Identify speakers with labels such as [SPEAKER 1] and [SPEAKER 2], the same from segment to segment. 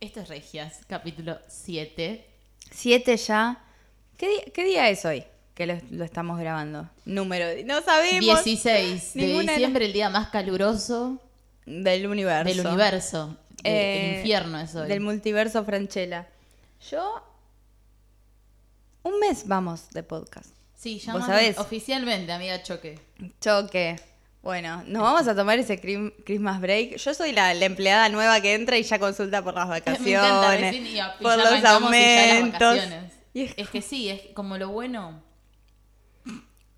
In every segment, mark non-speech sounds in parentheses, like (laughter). [SPEAKER 1] Esto es Regias, capítulo 7.
[SPEAKER 2] 7 ya. ¿Qué, di- qué día es hoy que lo, lo estamos grabando? Número. di- No sabemos.
[SPEAKER 1] 16 de
[SPEAKER 2] Ninguna de
[SPEAKER 1] diciembre, el día más caluroso
[SPEAKER 2] Del universo.
[SPEAKER 1] del universo. De-
[SPEAKER 2] Eh,
[SPEAKER 1] el infierno es hoy.
[SPEAKER 2] Del multiverso Franchella. Yo. Un mes vamos de podcast.
[SPEAKER 1] sí, ya
[SPEAKER 2] vos
[SPEAKER 1] más-
[SPEAKER 2] sabés.
[SPEAKER 1] oficialmente, amiga Choque. (laughs)
[SPEAKER 2] Choque. Bueno, nos vamos a tomar ese crim- Christmas break. Yo soy la, la empleada nueva que entra y ya consulta por las
[SPEAKER 1] (laughs)
[SPEAKER 2] vacaciones,
[SPEAKER 1] Me encanta recién y, a- y
[SPEAKER 2] por
[SPEAKER 1] ya
[SPEAKER 2] los
[SPEAKER 1] arrancamos y ya las
[SPEAKER 2] aumentos.
[SPEAKER 1] vacaciones.
[SPEAKER 2] Y
[SPEAKER 1] es,
[SPEAKER 2] es-
[SPEAKER 1] que sí, es como lo
[SPEAKER 2] (laughs)
[SPEAKER 1] bueno.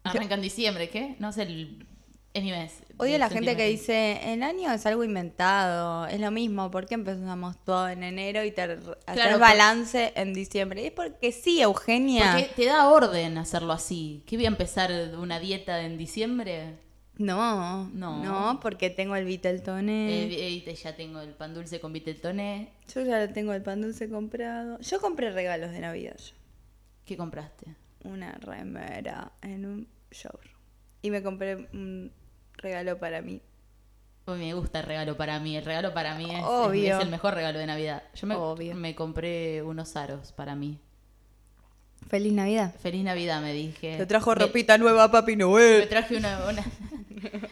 [SPEAKER 1] Arranca en diciembre, ¿qué? No es el. Es mi mes.
[SPEAKER 2] Odio
[SPEAKER 1] de
[SPEAKER 2] la gente que
[SPEAKER 1] sentimiento.
[SPEAKER 2] dice, el año es algo inventado, es lo mismo, ¿por qué empezamos todo en enero y te hacer
[SPEAKER 1] por-
[SPEAKER 2] balance en diciembre? Y es porque sí, Eugenia.
[SPEAKER 1] Porque te da orden hacerlo así. ¿Qué voy a empezar una dieta en diciembre?
[SPEAKER 2] No,
[SPEAKER 1] No.
[SPEAKER 2] no, porque tengo el Viteltoné.
[SPEAKER 1] Eh, eh, ya tengo el pan dulce con viteltoné.
[SPEAKER 2] Yo ya tengo el pan dulce comprado. Yo compré regalos de Navidad. yo.
[SPEAKER 1] ¿Qué compraste?
[SPEAKER 2] Una remera en un showroom. Y me compré un regalo para mí.
[SPEAKER 1] Uy, me gusta el regalo para mí. El regalo para mí es,
[SPEAKER 2] Obvio.
[SPEAKER 1] es el mejor regalo de Navidad. Yo me,
[SPEAKER 2] Obvio.
[SPEAKER 1] me compré unos aros para mí.
[SPEAKER 2] Feliz Navidad.
[SPEAKER 1] Feliz Navidad, me dije.
[SPEAKER 2] Te trajo
[SPEAKER 1] Me-
[SPEAKER 2] ropita nueva, papi
[SPEAKER 1] Me
[SPEAKER 2] Noel.
[SPEAKER 1] traje una, una-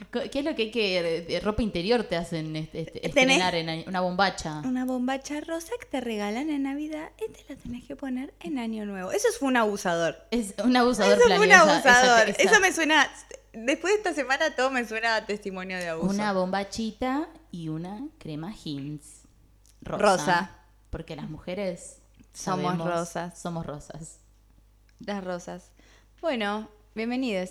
[SPEAKER 1] (laughs) Co- ¿Qué es lo que hay que de ropa interior te hacen este, este-
[SPEAKER 2] Tenés-
[SPEAKER 1] estrenar en año- una bombacha?
[SPEAKER 2] Una bombacha rosa que te regalan en Navidad y te la tenés que poner en Año Nuevo. Eso fue un abusador.
[SPEAKER 1] Es un abusador
[SPEAKER 2] Eso fue un
[SPEAKER 1] planeado, esa- esa-
[SPEAKER 2] abusador.
[SPEAKER 1] esa-
[SPEAKER 2] Eso me suena. Después de esta semana todo me suena a testimonio de abuso.
[SPEAKER 1] Una bombachita y una crema Hins. Rosa.
[SPEAKER 2] Rosa.
[SPEAKER 1] Porque las mujeres
[SPEAKER 2] Somos
[SPEAKER 1] sabemos-
[SPEAKER 2] rosas.
[SPEAKER 1] Somos rosas.
[SPEAKER 2] Las rosas. Bueno, bienvenidos.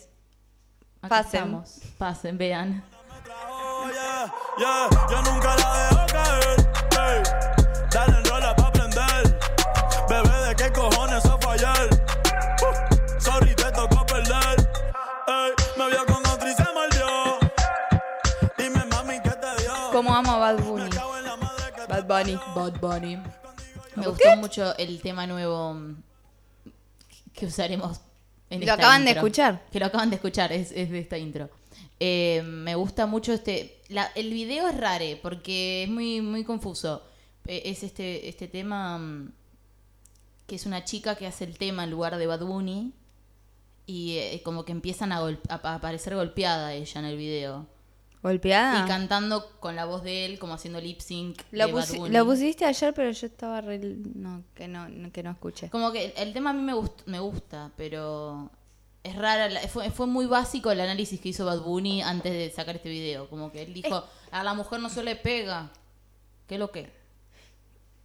[SPEAKER 1] Acá
[SPEAKER 2] Pasen.
[SPEAKER 1] estamos. Pasen, vean.
[SPEAKER 3] Oh, yeah, yeah, yo nunca la dejo caer. ey. Dale enrola pa' aprender. Bebé, ¿de qué cojones a fallar? Uh, sorry, te tocó perder. Ey, me vio con otro y se mordió. Dime, mami, ¿qué te dio?
[SPEAKER 2] Como amo a Bad Bunny.
[SPEAKER 3] Me cago en la madre que te
[SPEAKER 2] Bad Bunny.
[SPEAKER 1] Bad Bunny. Me
[SPEAKER 2] ¿Qué?
[SPEAKER 1] gustó mucho el tema nuevo mm, que usaremos en
[SPEAKER 2] Lo
[SPEAKER 1] esta
[SPEAKER 2] acaban de
[SPEAKER 1] intro.
[SPEAKER 2] escuchar.
[SPEAKER 1] Que lo acaban de escuchar, es, es de esta intro. Eh, me gusta mucho este. la- el video es rare porque es muy, muy confuso. Eh, es este, este tema mm, que es una chica que hace el tema en lugar de Bad Bunny. Y eh, como que empiezan a, gol- a- a aparecer golpeada ella en el video.
[SPEAKER 2] Golpeada.
[SPEAKER 1] Y cantando con la voz de él, como haciendo lip sync.
[SPEAKER 2] Ah. Lo,
[SPEAKER 1] de Bad
[SPEAKER 2] pusi-
[SPEAKER 1] Bunny.
[SPEAKER 2] lo pusiste ayer, pero yo estaba re... No, que no, no- que no escuché.
[SPEAKER 1] Como que el, el tema a mí me, gust- me gusta, pero es rara. la- fue, fue muy básico el análisis que hizo Bad Bunny antes de sacar este video. Como que él dijo, a la mujer no se le pega. ¿Qué es lo que?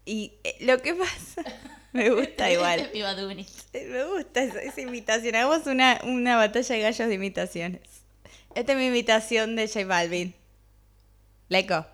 [SPEAKER 2] Y eh, lo que pasa... (laughs) Me
[SPEAKER 1] Este (laughs)
[SPEAKER 2] gusta
[SPEAKER 1] es
[SPEAKER 2] igual.
[SPEAKER 1] mi Bad Bunny.
[SPEAKER 2] Eh, Me gusta esa, esa imitación. Hagamos una, una batalla de gallos de imitaciones. Esta es mi imitación de J Balvin. (laughs) Leco.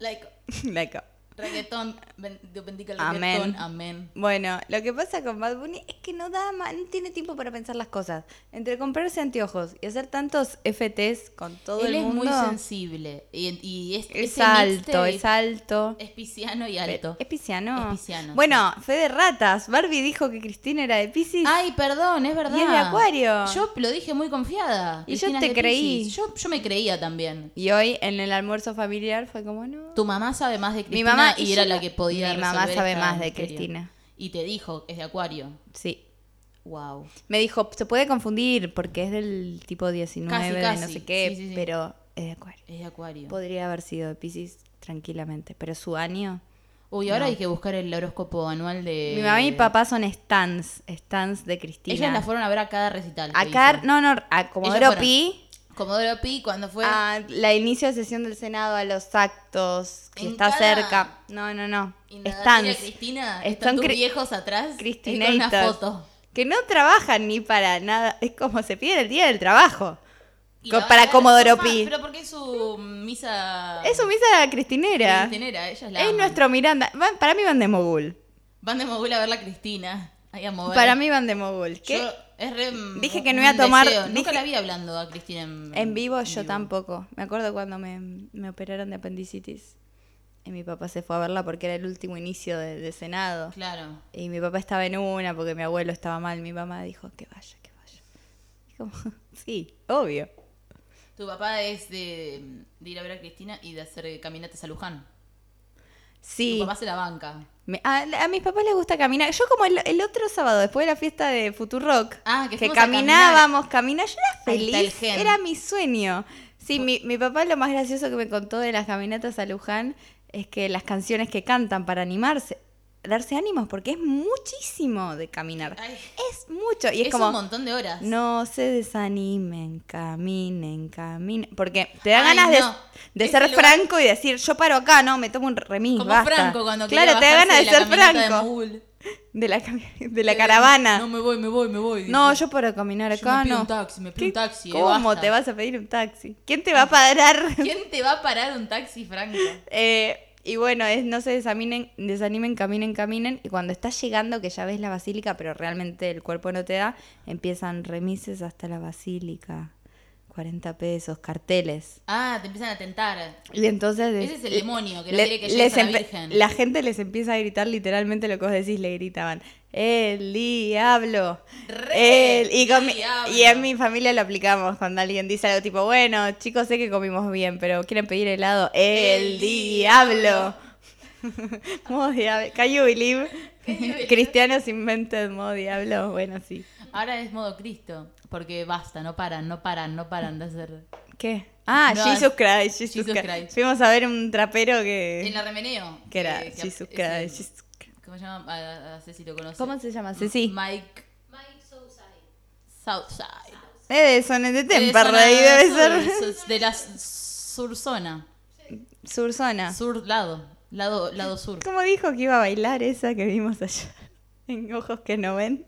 [SPEAKER 1] Like,
[SPEAKER 2] Leco.
[SPEAKER 1] reggaetón, ben- Dios bendiga el
[SPEAKER 2] Amén.
[SPEAKER 1] reggaetón, amén.
[SPEAKER 2] Bueno, lo que pasa con Bad Bunny es que no da ma- no tiene tiempo para pensar las cosas. Entre comprarse anteojos y hacer tantos FTs con todo
[SPEAKER 1] él
[SPEAKER 2] el
[SPEAKER 1] es
[SPEAKER 2] mundo.
[SPEAKER 1] muy sensible. Y, y es,
[SPEAKER 2] es
[SPEAKER 1] ese
[SPEAKER 2] alto,
[SPEAKER 1] mixtape
[SPEAKER 2] es alto.
[SPEAKER 1] es pisciano y alto.
[SPEAKER 2] Es pisciano.
[SPEAKER 1] Es pisciano,
[SPEAKER 2] Bueno, fe de ratas. Barbie dijo que Cristina era de Piscis.
[SPEAKER 1] Ay, perdón, es verdad.
[SPEAKER 2] Y es de Acuario.
[SPEAKER 1] Yo lo dije muy confiada.
[SPEAKER 2] Y yo
[SPEAKER 1] Cristina es
[SPEAKER 2] te
[SPEAKER 1] de
[SPEAKER 2] creí.
[SPEAKER 1] Piscis. Yo, yo me creía también.
[SPEAKER 2] Y hoy en el almuerzo familiar fue como, no.
[SPEAKER 1] Tu mamá sabe más de Cristina
[SPEAKER 2] Mi mamá
[SPEAKER 1] y
[SPEAKER 2] y
[SPEAKER 1] era
[SPEAKER 2] yo-
[SPEAKER 1] la que podía
[SPEAKER 2] Mi mamá
[SPEAKER 1] resolver
[SPEAKER 2] sabe
[SPEAKER 1] esta
[SPEAKER 2] más de
[SPEAKER 1] misterio.
[SPEAKER 2] Cristina.
[SPEAKER 1] Y te dijo, es de Acuario.
[SPEAKER 2] Sí.
[SPEAKER 1] Wow.
[SPEAKER 2] Me dijo, se puede confundir porque es del tipo 19,
[SPEAKER 1] Casi,
[SPEAKER 2] de no
[SPEAKER 1] casi.
[SPEAKER 2] sé qué,
[SPEAKER 1] Sí, sí, sí.
[SPEAKER 2] pero es de Acuario.
[SPEAKER 1] Es de Acuario.
[SPEAKER 2] Podría haber sido de Piscis tranquilamente, pero su año.
[SPEAKER 1] Uy, ahora hay que buscar el horóscopo anual de.
[SPEAKER 2] Mi mamá y mi papá son stans, stans de Cristina.
[SPEAKER 1] Ellas Eh, la fueron a ver a cada recital. que
[SPEAKER 2] a Car-
[SPEAKER 1] hizo.
[SPEAKER 2] no, no, a Comodoro
[SPEAKER 1] fueron.
[SPEAKER 2] Pi,
[SPEAKER 1] Comodoro Pi, cuando fue.
[SPEAKER 2] a la inicio de sesión del Senado, a los actos, que
[SPEAKER 1] En
[SPEAKER 2] está
[SPEAKER 1] cada-
[SPEAKER 2] cerca. No, no, no.
[SPEAKER 1] indagatoria
[SPEAKER 2] Stans.
[SPEAKER 1] Cristina,
[SPEAKER 2] Están
[SPEAKER 1] están tus
[SPEAKER 2] cri-
[SPEAKER 1] viejos atrás.
[SPEAKER 2] Cristina
[SPEAKER 1] Con una foto.
[SPEAKER 2] Que no trabajan ni para nada. Es como se piden el día del trabajo.
[SPEAKER 1] Y
[SPEAKER 2] Co-
[SPEAKER 1] la van a
[SPEAKER 2] para
[SPEAKER 1] ver-
[SPEAKER 2] Comodoro
[SPEAKER 1] Ah,
[SPEAKER 2] Pi.
[SPEAKER 1] Pero porque es su misa.
[SPEAKER 2] Es su misa cristinera.
[SPEAKER 1] Cristinera, ellas la.
[SPEAKER 2] es
[SPEAKER 1] aman.
[SPEAKER 2] nuestro Miranda. Van- para mí van de mogul.
[SPEAKER 1] Van de mogul a ver la Cristina. Ahí a mover.
[SPEAKER 2] Para mí van de mogul.
[SPEAKER 1] Yo-
[SPEAKER 2] ¿Qué?
[SPEAKER 1] es re, mm,
[SPEAKER 2] Dije que no
[SPEAKER 1] un
[SPEAKER 2] iba a tomar-
[SPEAKER 1] deseo. Nunca
[SPEAKER 2] dije-
[SPEAKER 1] la vi hablando a Cristina en,
[SPEAKER 2] En vivo yo
[SPEAKER 1] vivo.
[SPEAKER 2] tampoco. Me acuerdo cuando me, me operaron de apendicitis. Y mi papá se fue a verla porque era el último inicio de- del Senado.
[SPEAKER 1] Claro.
[SPEAKER 2] Y mi papá estaba en una porque mi abuelo estaba mal. Mi mamá dijo que vaya, que vaya. Y como, (laughs) sí, obvio.
[SPEAKER 1] Tu papá es de, de ir a ver a Cristina y de hacer eh, caminatas a Luján.
[SPEAKER 2] Sí.
[SPEAKER 1] Tu papá se la banca.
[SPEAKER 2] Me- a, a mis papás les gusta caminar. Yo como el, el otro sábado, después de la fiesta de Futurock,
[SPEAKER 1] Ah, que fuimos a
[SPEAKER 2] caminábamos, caminar, yo era
[SPEAKER 1] Ahí está el
[SPEAKER 2] feliz,
[SPEAKER 1] gen.
[SPEAKER 2] era mi sueño. Sí, mi, mi papá lo más gracioso que me contó de las caminatas a Luján es que las canciones que cantan para animarse, darse ánimos, porque es muchísimo de caminar.
[SPEAKER 1] Ay.
[SPEAKER 2] Es mucho. Y es,
[SPEAKER 1] es
[SPEAKER 2] como,
[SPEAKER 1] un montón de horas.
[SPEAKER 2] no se desanimen, caminen, caminen. Porque te da
[SPEAKER 1] Ay,
[SPEAKER 2] ganas de-
[SPEAKER 1] no.
[SPEAKER 2] de,
[SPEAKER 1] Ese
[SPEAKER 2] ser
[SPEAKER 1] lugar-
[SPEAKER 2] franco y decir, yo paro acá, no, me tomo un remis.
[SPEAKER 1] Como
[SPEAKER 2] basta".
[SPEAKER 1] Franco cuando quería
[SPEAKER 2] Claro, te da
[SPEAKER 1] bajarse
[SPEAKER 2] ganas de,
[SPEAKER 1] la
[SPEAKER 2] ser
[SPEAKER 1] camioneta de
[SPEAKER 2] franco.
[SPEAKER 1] Mogul.
[SPEAKER 2] De la, cami-
[SPEAKER 1] (laughs)
[SPEAKER 2] de la
[SPEAKER 1] Eh,
[SPEAKER 2] caravana.
[SPEAKER 1] No
[SPEAKER 2] No,
[SPEAKER 1] me voy, me voy, me voy. dice.
[SPEAKER 2] yo paro caminar
[SPEAKER 1] Yo
[SPEAKER 2] acá,
[SPEAKER 1] me pido
[SPEAKER 2] no.
[SPEAKER 1] un taxi, me pido un
[SPEAKER 2] ¿Qué-
[SPEAKER 1] taxi, eh,
[SPEAKER 2] ¿Cómo
[SPEAKER 1] basta.
[SPEAKER 2] te vas a pedir un taxi? ¿Quién te va a parar?
[SPEAKER 1] ¿Quién te va a parar un taxi, Franco?
[SPEAKER 2] Eh, y bueno, es no se desaminen, desanimen, caminen, caminen. Y cuando estás llegando, que ya ves la basílica, pero realmente el cuerpo no te da, empiezan remises hasta la basílica. 40 pesos, carteles.
[SPEAKER 1] Ah, te empiezan a tentar.
[SPEAKER 2] Y entonces.
[SPEAKER 1] Ese es el demonio que no quiere que llegues
[SPEAKER 2] les
[SPEAKER 1] a la
[SPEAKER 2] empe-
[SPEAKER 1] Virgen.
[SPEAKER 2] la gente les empieza a gritar literalmente lo que vos decís, le gritaban. El diablo.
[SPEAKER 1] Re
[SPEAKER 2] El-". y, con mi-
[SPEAKER 1] diablo.
[SPEAKER 2] y en mi familia lo aplicamos cuando alguien dice algo tipo, bueno, chicos, sé que comimos bien, pero quieren pedir helado. El,
[SPEAKER 1] El
[SPEAKER 2] diablo. (laughs) modo diablo. Can you believe?
[SPEAKER 1] Can you believe?
[SPEAKER 2] Cristianos invented modo diablo. Bueno, sí.
[SPEAKER 1] Ahora es modo Cristo, porque basta, no paran, no paran, no paran de hacer.
[SPEAKER 2] ¿Qué? Ah,
[SPEAKER 1] No,
[SPEAKER 2] Jesus Christ. Jesus,
[SPEAKER 1] Jesus
[SPEAKER 2] Christ.
[SPEAKER 1] Christ.
[SPEAKER 2] Fuimos a ver un trapero que.
[SPEAKER 1] En la remeneo.
[SPEAKER 2] que era
[SPEAKER 1] eh,
[SPEAKER 2] Jesus
[SPEAKER 1] es
[SPEAKER 2] Christ,
[SPEAKER 1] el-
[SPEAKER 2] Jesus Christ.
[SPEAKER 1] ¿Cómo se llama? Ah, A, a- a Ceci lo conoce.
[SPEAKER 2] ¿Cómo se llama? Ceci.
[SPEAKER 1] Mike
[SPEAKER 4] Mike Southside.
[SPEAKER 1] Southside.
[SPEAKER 2] Eh, de Sonet de
[SPEAKER 1] De
[SPEAKER 2] Temperley,
[SPEAKER 1] zona
[SPEAKER 2] debe
[SPEAKER 1] (laughs) sur,
[SPEAKER 2] ser.
[SPEAKER 1] su- De la surzona.
[SPEAKER 2] Surzona.
[SPEAKER 1] Sur lado. Lado, lado sur.
[SPEAKER 2] Ah. ¿Cómo dijo que iba a bailar esa que vimos allá? (laughs) En Ojos que no ven.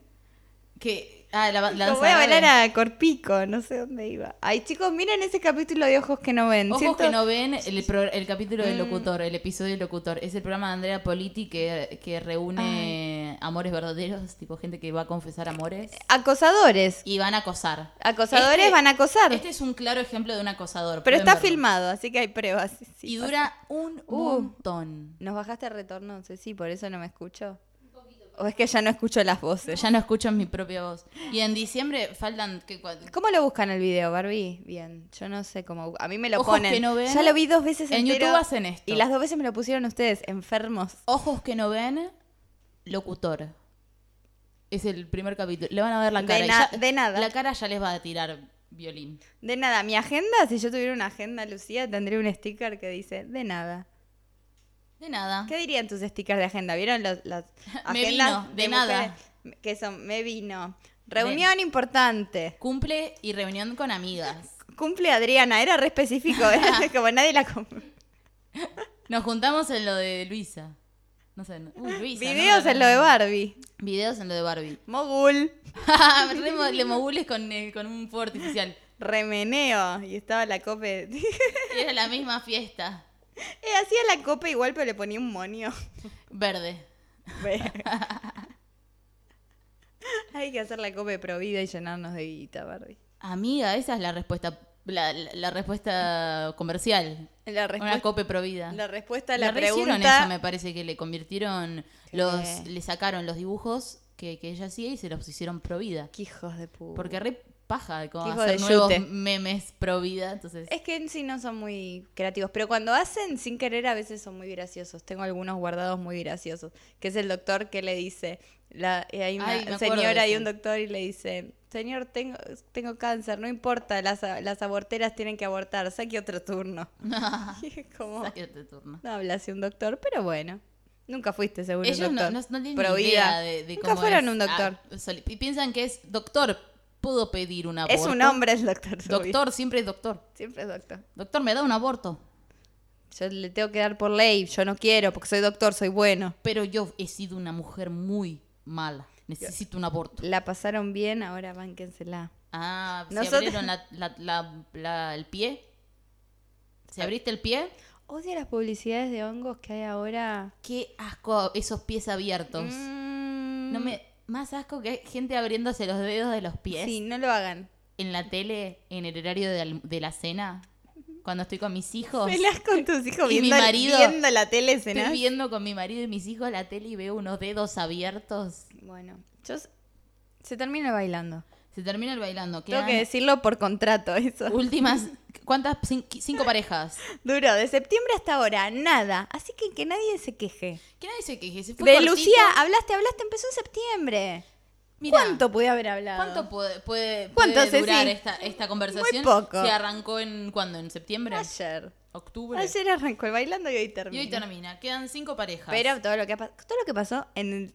[SPEAKER 1] Que, ah, la, la
[SPEAKER 2] Lo
[SPEAKER 1] danza
[SPEAKER 2] voy a
[SPEAKER 1] árabe.
[SPEAKER 2] bailar a Corpico, no sé dónde iba. Ay, chicos, miren ese capítulo de Ojos que no ven.
[SPEAKER 1] Ojos
[SPEAKER 2] Siento- Mm.
[SPEAKER 1] que no ven el, pro- el capítulo del locutor, el episodio del locutor. Es el programa de Andrea Politi que, que reúne amores verdaderos, tipo gente que va a confesar amores
[SPEAKER 2] Acosadores.
[SPEAKER 1] y van a acosar.
[SPEAKER 2] Acosadores
[SPEAKER 1] Este-
[SPEAKER 2] van a acosar.
[SPEAKER 1] Este es un claro ejemplo de un acosador.
[SPEAKER 2] Pero
[SPEAKER 1] pueden
[SPEAKER 2] está
[SPEAKER 1] verlo.
[SPEAKER 2] filmado, así que hay pruebas. Sí, sí,
[SPEAKER 1] Y
[SPEAKER 2] pasa.
[SPEAKER 1] dura un
[SPEAKER 2] Uh.
[SPEAKER 1] montón.
[SPEAKER 2] ¿Nos bajaste el retorno? Sí, sí, por eso no me escucho. ¿O es que ya no escucho las voces?
[SPEAKER 1] Ya no escucho mi propia voz. Y en diciembre faltan que cua-
[SPEAKER 2] ¿Cómo lo buscan el video, Barbie? Bien, yo no sé cómo. A mí me lo
[SPEAKER 1] Ojos
[SPEAKER 2] ponen.
[SPEAKER 1] que no ven.
[SPEAKER 2] ya lo vi dos veces
[SPEAKER 1] En
[SPEAKER 2] entero,
[SPEAKER 1] YouTube hacen esto.
[SPEAKER 2] Y las dos veces me lo pusieron ustedes, enfermos.
[SPEAKER 1] ojos que no ven, locutor. Es el primer capítulo. Le van a ver la
[SPEAKER 2] De
[SPEAKER 1] cara. y
[SPEAKER 2] na-
[SPEAKER 1] ya-
[SPEAKER 2] de nada.
[SPEAKER 1] La cara ya les va a tirar violín.
[SPEAKER 2] De nada, mi agenda, si yo tuviera una agenda, Lucía, tendría un sticker que dice de nada.
[SPEAKER 1] De nada.
[SPEAKER 2] ¿Qué dirían tus stickers de agenda? ¿Vieron los, las
[SPEAKER 1] (laughs) Me
[SPEAKER 2] agendas
[SPEAKER 1] vino,
[SPEAKER 2] de,
[SPEAKER 1] de nada.
[SPEAKER 2] mujeres Que son, me vino. Reunión importante.
[SPEAKER 1] Cumple y reunión con amigas.
[SPEAKER 2] Cumple Adriana, era re específico,
[SPEAKER 1] (laughs)
[SPEAKER 2] era como nadie la com-
[SPEAKER 1] Nos juntamos en lo de Luisa. No sé. no- uh, Luisa. no
[SPEAKER 2] (laughs) Videos
[SPEAKER 1] me
[SPEAKER 2] en lo de
[SPEAKER 1] acuerdo.
[SPEAKER 2] Barbie.
[SPEAKER 1] Videos en lo de Barbie. (laughs)
[SPEAKER 2] Mogul.
[SPEAKER 1] Remo, le mogules con, eh, con un fuego artificial.
[SPEAKER 2] Remeneo. Y estaba la cope.
[SPEAKER 1] Era la misma fiesta.
[SPEAKER 2] Eh, hacía la copa igual, pero le ponía un monio.
[SPEAKER 1] Verde.
[SPEAKER 2] (laughs) Ve. (laughs) Hay que hacer la copa de provida y llenarnos de guita, Barbie.
[SPEAKER 1] Amiga, esa es la respuesta. La, la- la respuesta comercial.
[SPEAKER 2] La,
[SPEAKER 1] Una
[SPEAKER 2] respuesta-
[SPEAKER 1] cope provida.
[SPEAKER 2] la respuesta a la
[SPEAKER 1] Le rehicieron
[SPEAKER 2] pregunta.
[SPEAKER 1] esa, me parece que le convirtieron los,
[SPEAKER 2] Sí.
[SPEAKER 1] le sacaron los dibujos que, que ella hacía y se los hicieron pro vida.
[SPEAKER 2] Qué hijos de puta.
[SPEAKER 1] Porque re paja como
[SPEAKER 2] Qué hijo
[SPEAKER 1] hacer
[SPEAKER 2] de
[SPEAKER 1] nuevos
[SPEAKER 2] yute.
[SPEAKER 1] memes pro vida, entonces
[SPEAKER 2] Es que en sí no son muy creativos, pero cuando hacen sin querer a veces son muy graciosos. Tengo algunos guardados muy graciosos, que es el doctor que le dice, la, eh, hay una
[SPEAKER 1] Ay, me acuerdo
[SPEAKER 2] señora
[SPEAKER 1] de
[SPEAKER 2] y
[SPEAKER 1] ese.
[SPEAKER 2] un doctor y le dice, señor, tengo, tengo cáncer, no importa, las, a- las aborteras tienen que abortar, saque otro
[SPEAKER 1] (laughs)
[SPEAKER 2] turno. Y es como,
[SPEAKER 1] saque tu turno.
[SPEAKER 2] no habla así un doctor, pero bueno, nunca fuiste seguro
[SPEAKER 1] Ellos
[SPEAKER 2] un
[SPEAKER 1] no,
[SPEAKER 2] doctor.
[SPEAKER 1] no, no tienen
[SPEAKER 2] Pro
[SPEAKER 1] ni
[SPEAKER 2] vida.
[SPEAKER 1] idea de, de
[SPEAKER 2] Nunca
[SPEAKER 1] cómo
[SPEAKER 2] fueron
[SPEAKER 1] es.
[SPEAKER 2] un doctor.
[SPEAKER 1] Ah, soli- y piensan que es doctor, pudo pedir un Ah, aborto.
[SPEAKER 2] es un hombre el doctor. su vida.
[SPEAKER 1] Doctor, siempre es doctor.
[SPEAKER 2] Siempre es doctor.
[SPEAKER 1] Doctor, me da un aborto.
[SPEAKER 2] Yo le tengo que dar por ley, yo no quiero, porque soy doctor, soy bueno.
[SPEAKER 1] Pero yo he sido una mujer muy mala. Necesito un aborto.
[SPEAKER 2] La pasaron bien, ahora bánquensela.
[SPEAKER 1] Ah, se
[SPEAKER 2] Nosotros-
[SPEAKER 1] abrieron la- la- la- la- el pie.
[SPEAKER 2] Ah.
[SPEAKER 1] ¿Se abriste el pie?
[SPEAKER 2] Odio las publicidades de hongos que hay ahora.
[SPEAKER 1] Qué asco esos pies abiertos.
[SPEAKER 2] Mm,
[SPEAKER 1] No me más asco que hay gente abriéndose los dedos de los pies
[SPEAKER 2] Sí, no lo hagan.
[SPEAKER 1] en la tele en el horario de, alm- de la cena cuando estoy con mis hijos.
[SPEAKER 2] Velás con tus hijos
[SPEAKER 1] Y mi
[SPEAKER 2] viendo,
[SPEAKER 1] marido-
[SPEAKER 2] viendo la tele
[SPEAKER 1] Estoy
[SPEAKER 2] cenar.
[SPEAKER 1] viendo con mi marido y mis hijos la tele y veo unos dedos abiertos.
[SPEAKER 2] Bueno, yo s- se termina bailando.
[SPEAKER 1] Se termina el bailando.
[SPEAKER 2] Tengo
[SPEAKER 1] Quedan
[SPEAKER 2] que decirlo por contrato (laughs) eso.
[SPEAKER 1] últimas. ¿Cuántas? Cin- cinco parejas.
[SPEAKER 2] Duró de septiembre hasta ahora, nada. Así que que nadie se queje.
[SPEAKER 1] ¿Qué nadie se queje? Se fue
[SPEAKER 2] De
[SPEAKER 1] cortito.
[SPEAKER 2] Lucía, hablaste, hablaste, empezó en septiembre.
[SPEAKER 1] Mirá,
[SPEAKER 2] ¿Cuánto pude haber hablado?
[SPEAKER 1] ¿Cuánto puede, puede,
[SPEAKER 2] ¿Cuánto,
[SPEAKER 1] puede
[SPEAKER 2] Ceci?
[SPEAKER 1] durar esta, esta conversación?
[SPEAKER 2] Muy poco.
[SPEAKER 1] Si arrancó en cuándo, en septiembre,
[SPEAKER 2] Ayer.
[SPEAKER 1] octubre.
[SPEAKER 2] Ayer arrancó el bailando y hoy
[SPEAKER 1] y
[SPEAKER 2] termina.
[SPEAKER 1] hoy termina. Quedan cinco parejas.
[SPEAKER 2] Pero todo lo que, ha pas- todo lo que pasó en el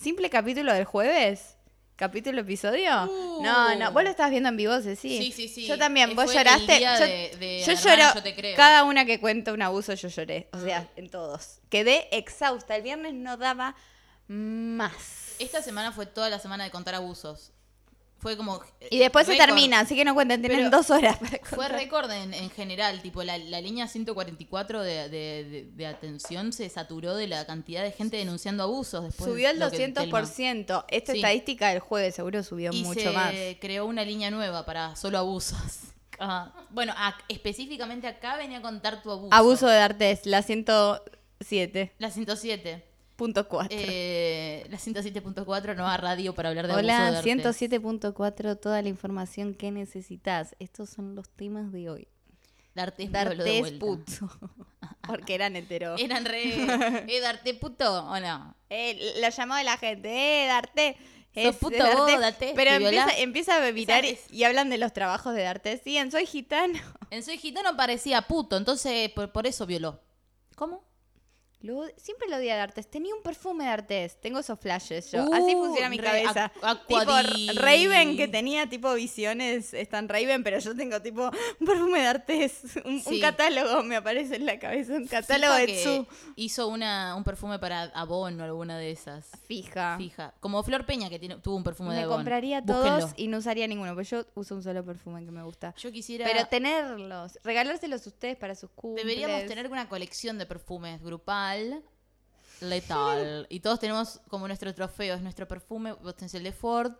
[SPEAKER 2] simple capítulo del jueves, capítulo episodio.
[SPEAKER 1] Uh.
[SPEAKER 2] No, no, vos lo estabas viendo en vivo, Ceci.
[SPEAKER 1] Sí, sí, sí.
[SPEAKER 2] Yo también,
[SPEAKER 1] Eh,
[SPEAKER 2] vos
[SPEAKER 1] fue el
[SPEAKER 2] lloraste.
[SPEAKER 1] día
[SPEAKER 2] yo
[SPEAKER 1] de- de
[SPEAKER 2] yo
[SPEAKER 1] hermano,
[SPEAKER 2] lloro.
[SPEAKER 1] yo te creo. Ah.
[SPEAKER 2] Cada una que cuenta un abuso, yo lloré. O sea, en todos. Quedé exhausta. El viernes no daba más.
[SPEAKER 1] Esta semana fue toda la semana de contar abusos. Fue como. eh,
[SPEAKER 2] Y después se
[SPEAKER 1] récord.
[SPEAKER 2] termina, así que no cuenten, tienen
[SPEAKER 1] Pero-
[SPEAKER 2] dos horas para
[SPEAKER 1] Fue
[SPEAKER 2] contar.
[SPEAKER 1] récord en, en general, tipo la, la línea 144 de, de- de- de atención se saturó de la cantidad de gente denunciando abusos. Después de
[SPEAKER 2] Subió el
[SPEAKER 1] lo que- Telma.
[SPEAKER 2] 200%. Esta
[SPEAKER 1] Sí.
[SPEAKER 2] estadística del jueves seguro subió
[SPEAKER 1] Y
[SPEAKER 2] mucho
[SPEAKER 1] se
[SPEAKER 2] más.
[SPEAKER 1] creó una línea nueva para solo abusos.
[SPEAKER 2] (laughs)
[SPEAKER 1] Ajá.
[SPEAKER 2] Ah.
[SPEAKER 1] Bueno, ac- específicamente acá venía a contar tu abuso.
[SPEAKER 2] Abuso de artes, la 107.4.
[SPEAKER 1] La 107. Eh, la 107.4 no a radio para hablar de abuso de
[SPEAKER 2] Hola,
[SPEAKER 1] arte.
[SPEAKER 2] 107.4, toda la información que necesitas. Estos son los temas de hoy.
[SPEAKER 1] Darte es
[SPEAKER 2] Darte
[SPEAKER 1] lo de
[SPEAKER 2] es
[SPEAKER 1] vuelta.
[SPEAKER 2] puto.
[SPEAKER 1] (laughs)
[SPEAKER 2] Porque eran hetero.
[SPEAKER 1] Eran re...
[SPEAKER 2] (laughs)
[SPEAKER 1] eh, darte puto o no.
[SPEAKER 2] Eh, lo llamó de la gente, eh, Darte.
[SPEAKER 1] Sos puto vos, Darte,
[SPEAKER 2] Pero
[SPEAKER 1] te
[SPEAKER 2] empieza,
[SPEAKER 1] violás.
[SPEAKER 2] empieza a mirar
[SPEAKER 1] Esa es-
[SPEAKER 2] y hablan de los trabajos de Darte. Sí, en Soy Gitano.
[SPEAKER 1] En Soy Gitano parecía puto, entonces por, por eso violó. ¿Cómo?
[SPEAKER 2] Lo- siempre lo odié de Artes. Tenía un perfume de Artes. Tengo esos flashes yo. Así
[SPEAKER 1] Uh,
[SPEAKER 2] funciona mi
[SPEAKER 1] re-
[SPEAKER 2] cabeza.
[SPEAKER 1] aqu-
[SPEAKER 2] tipo
[SPEAKER 1] aquadi-
[SPEAKER 2] R- Raven, que tenía tipo visiones, están Raven, pero yo tengo tipo un perfume de Artes. (laughs) Un, un
[SPEAKER 1] Sí.
[SPEAKER 2] catálogo me aparece en la cabeza. Un catálogo
[SPEAKER 1] Fija
[SPEAKER 2] de
[SPEAKER 1] que
[SPEAKER 2] Tsu.
[SPEAKER 1] Hizo una, un perfume para Avon o alguna de esas.
[SPEAKER 2] Fija.
[SPEAKER 1] Fija. Como Flor Peña que tiene, tuvo un perfume de
[SPEAKER 2] Ah. Me
[SPEAKER 1] Avon.
[SPEAKER 2] compraría
[SPEAKER 1] Búsquenlo.
[SPEAKER 2] todos y no usaría ninguno, porque yo uso un solo perfume que me gusta.
[SPEAKER 1] Yo quisiera...
[SPEAKER 2] Pero tenerlos, regalárselos a ustedes para sus cumples.
[SPEAKER 1] Deberíamos tener una colección de perfumes grupal,
[SPEAKER 2] (laughs)
[SPEAKER 1] letal. Y todos tenemos como nuestro trofeo, es nuestro perfume. Vos tenés el de Ford,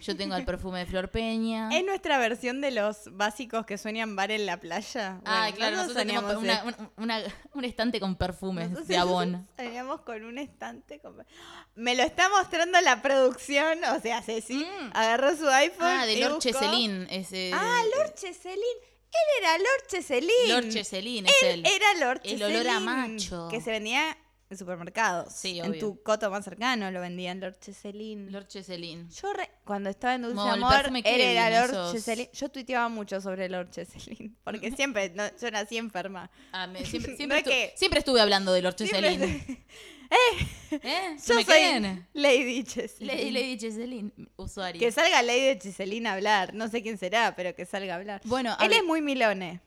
[SPEAKER 1] yo tengo el perfume de Flor Peña.
[SPEAKER 2] (laughs) ¿Es nuestra versión de los básicos que sueñan bar en la playa?
[SPEAKER 1] Ah,
[SPEAKER 2] Bueno,
[SPEAKER 1] claro, nosotros tenemos
[SPEAKER 2] soñamos
[SPEAKER 1] una-
[SPEAKER 2] eso.
[SPEAKER 1] una- una- un estante con perfumes de
[SPEAKER 2] Entonces,
[SPEAKER 1] Avon.
[SPEAKER 2] Salíamos con un estante. con- Me lo está mostrando la producción, o sea, Ceci
[SPEAKER 1] Mm.
[SPEAKER 2] agarró su iPhone.
[SPEAKER 1] Ah, de
[SPEAKER 2] y
[SPEAKER 1] Lord
[SPEAKER 2] buscó-
[SPEAKER 1] Cheselin. Ese,
[SPEAKER 2] Ah, Lord Cheselin. Él era Lord Cheselin.
[SPEAKER 1] Lord Cheselin es él.
[SPEAKER 2] Él era Lord
[SPEAKER 1] El
[SPEAKER 2] Cheselin.
[SPEAKER 1] olor a macho.
[SPEAKER 2] Que se vendía en supermercados.
[SPEAKER 1] Sí,
[SPEAKER 2] En
[SPEAKER 1] obvio.
[SPEAKER 2] tu coto más cercano lo vendían Lord Cheselin.
[SPEAKER 1] Lord Cheselin.
[SPEAKER 2] Yo re- cuando estaba en Dulce
[SPEAKER 1] Mo, el
[SPEAKER 2] Amor,
[SPEAKER 1] perfume
[SPEAKER 2] él
[SPEAKER 1] que
[SPEAKER 2] era
[SPEAKER 1] viene,
[SPEAKER 2] Lord
[SPEAKER 1] esos-
[SPEAKER 2] Cheselin. Yo tuiteaba mucho sobre Lord Cheselin,
[SPEAKER 1] (laughs)
[SPEAKER 2] porque siempre, no, yo nací enferma.
[SPEAKER 1] Ah,
[SPEAKER 2] (laughs)
[SPEAKER 1] me- siempre,
[SPEAKER 2] No
[SPEAKER 1] siempre,
[SPEAKER 2] es
[SPEAKER 1] estu-
[SPEAKER 2] que-
[SPEAKER 1] siempre estuve hablando de Lord
[SPEAKER 2] Siempre
[SPEAKER 1] Cheselin. (laughs)
[SPEAKER 2] (laughs)
[SPEAKER 1] ¿Eh?
[SPEAKER 2] Yo
[SPEAKER 1] ¿Se me
[SPEAKER 2] soy (laughs)
[SPEAKER 1] creen?
[SPEAKER 2] Lady Cheselin.
[SPEAKER 1] Lady, Lady Cheselin, usuario.
[SPEAKER 2] Que salga Lady Cheselin a hablar. No sé quién será, pero que salga a hablar.
[SPEAKER 1] Bueno,
[SPEAKER 2] él
[SPEAKER 1] habl-
[SPEAKER 2] es muy Milone.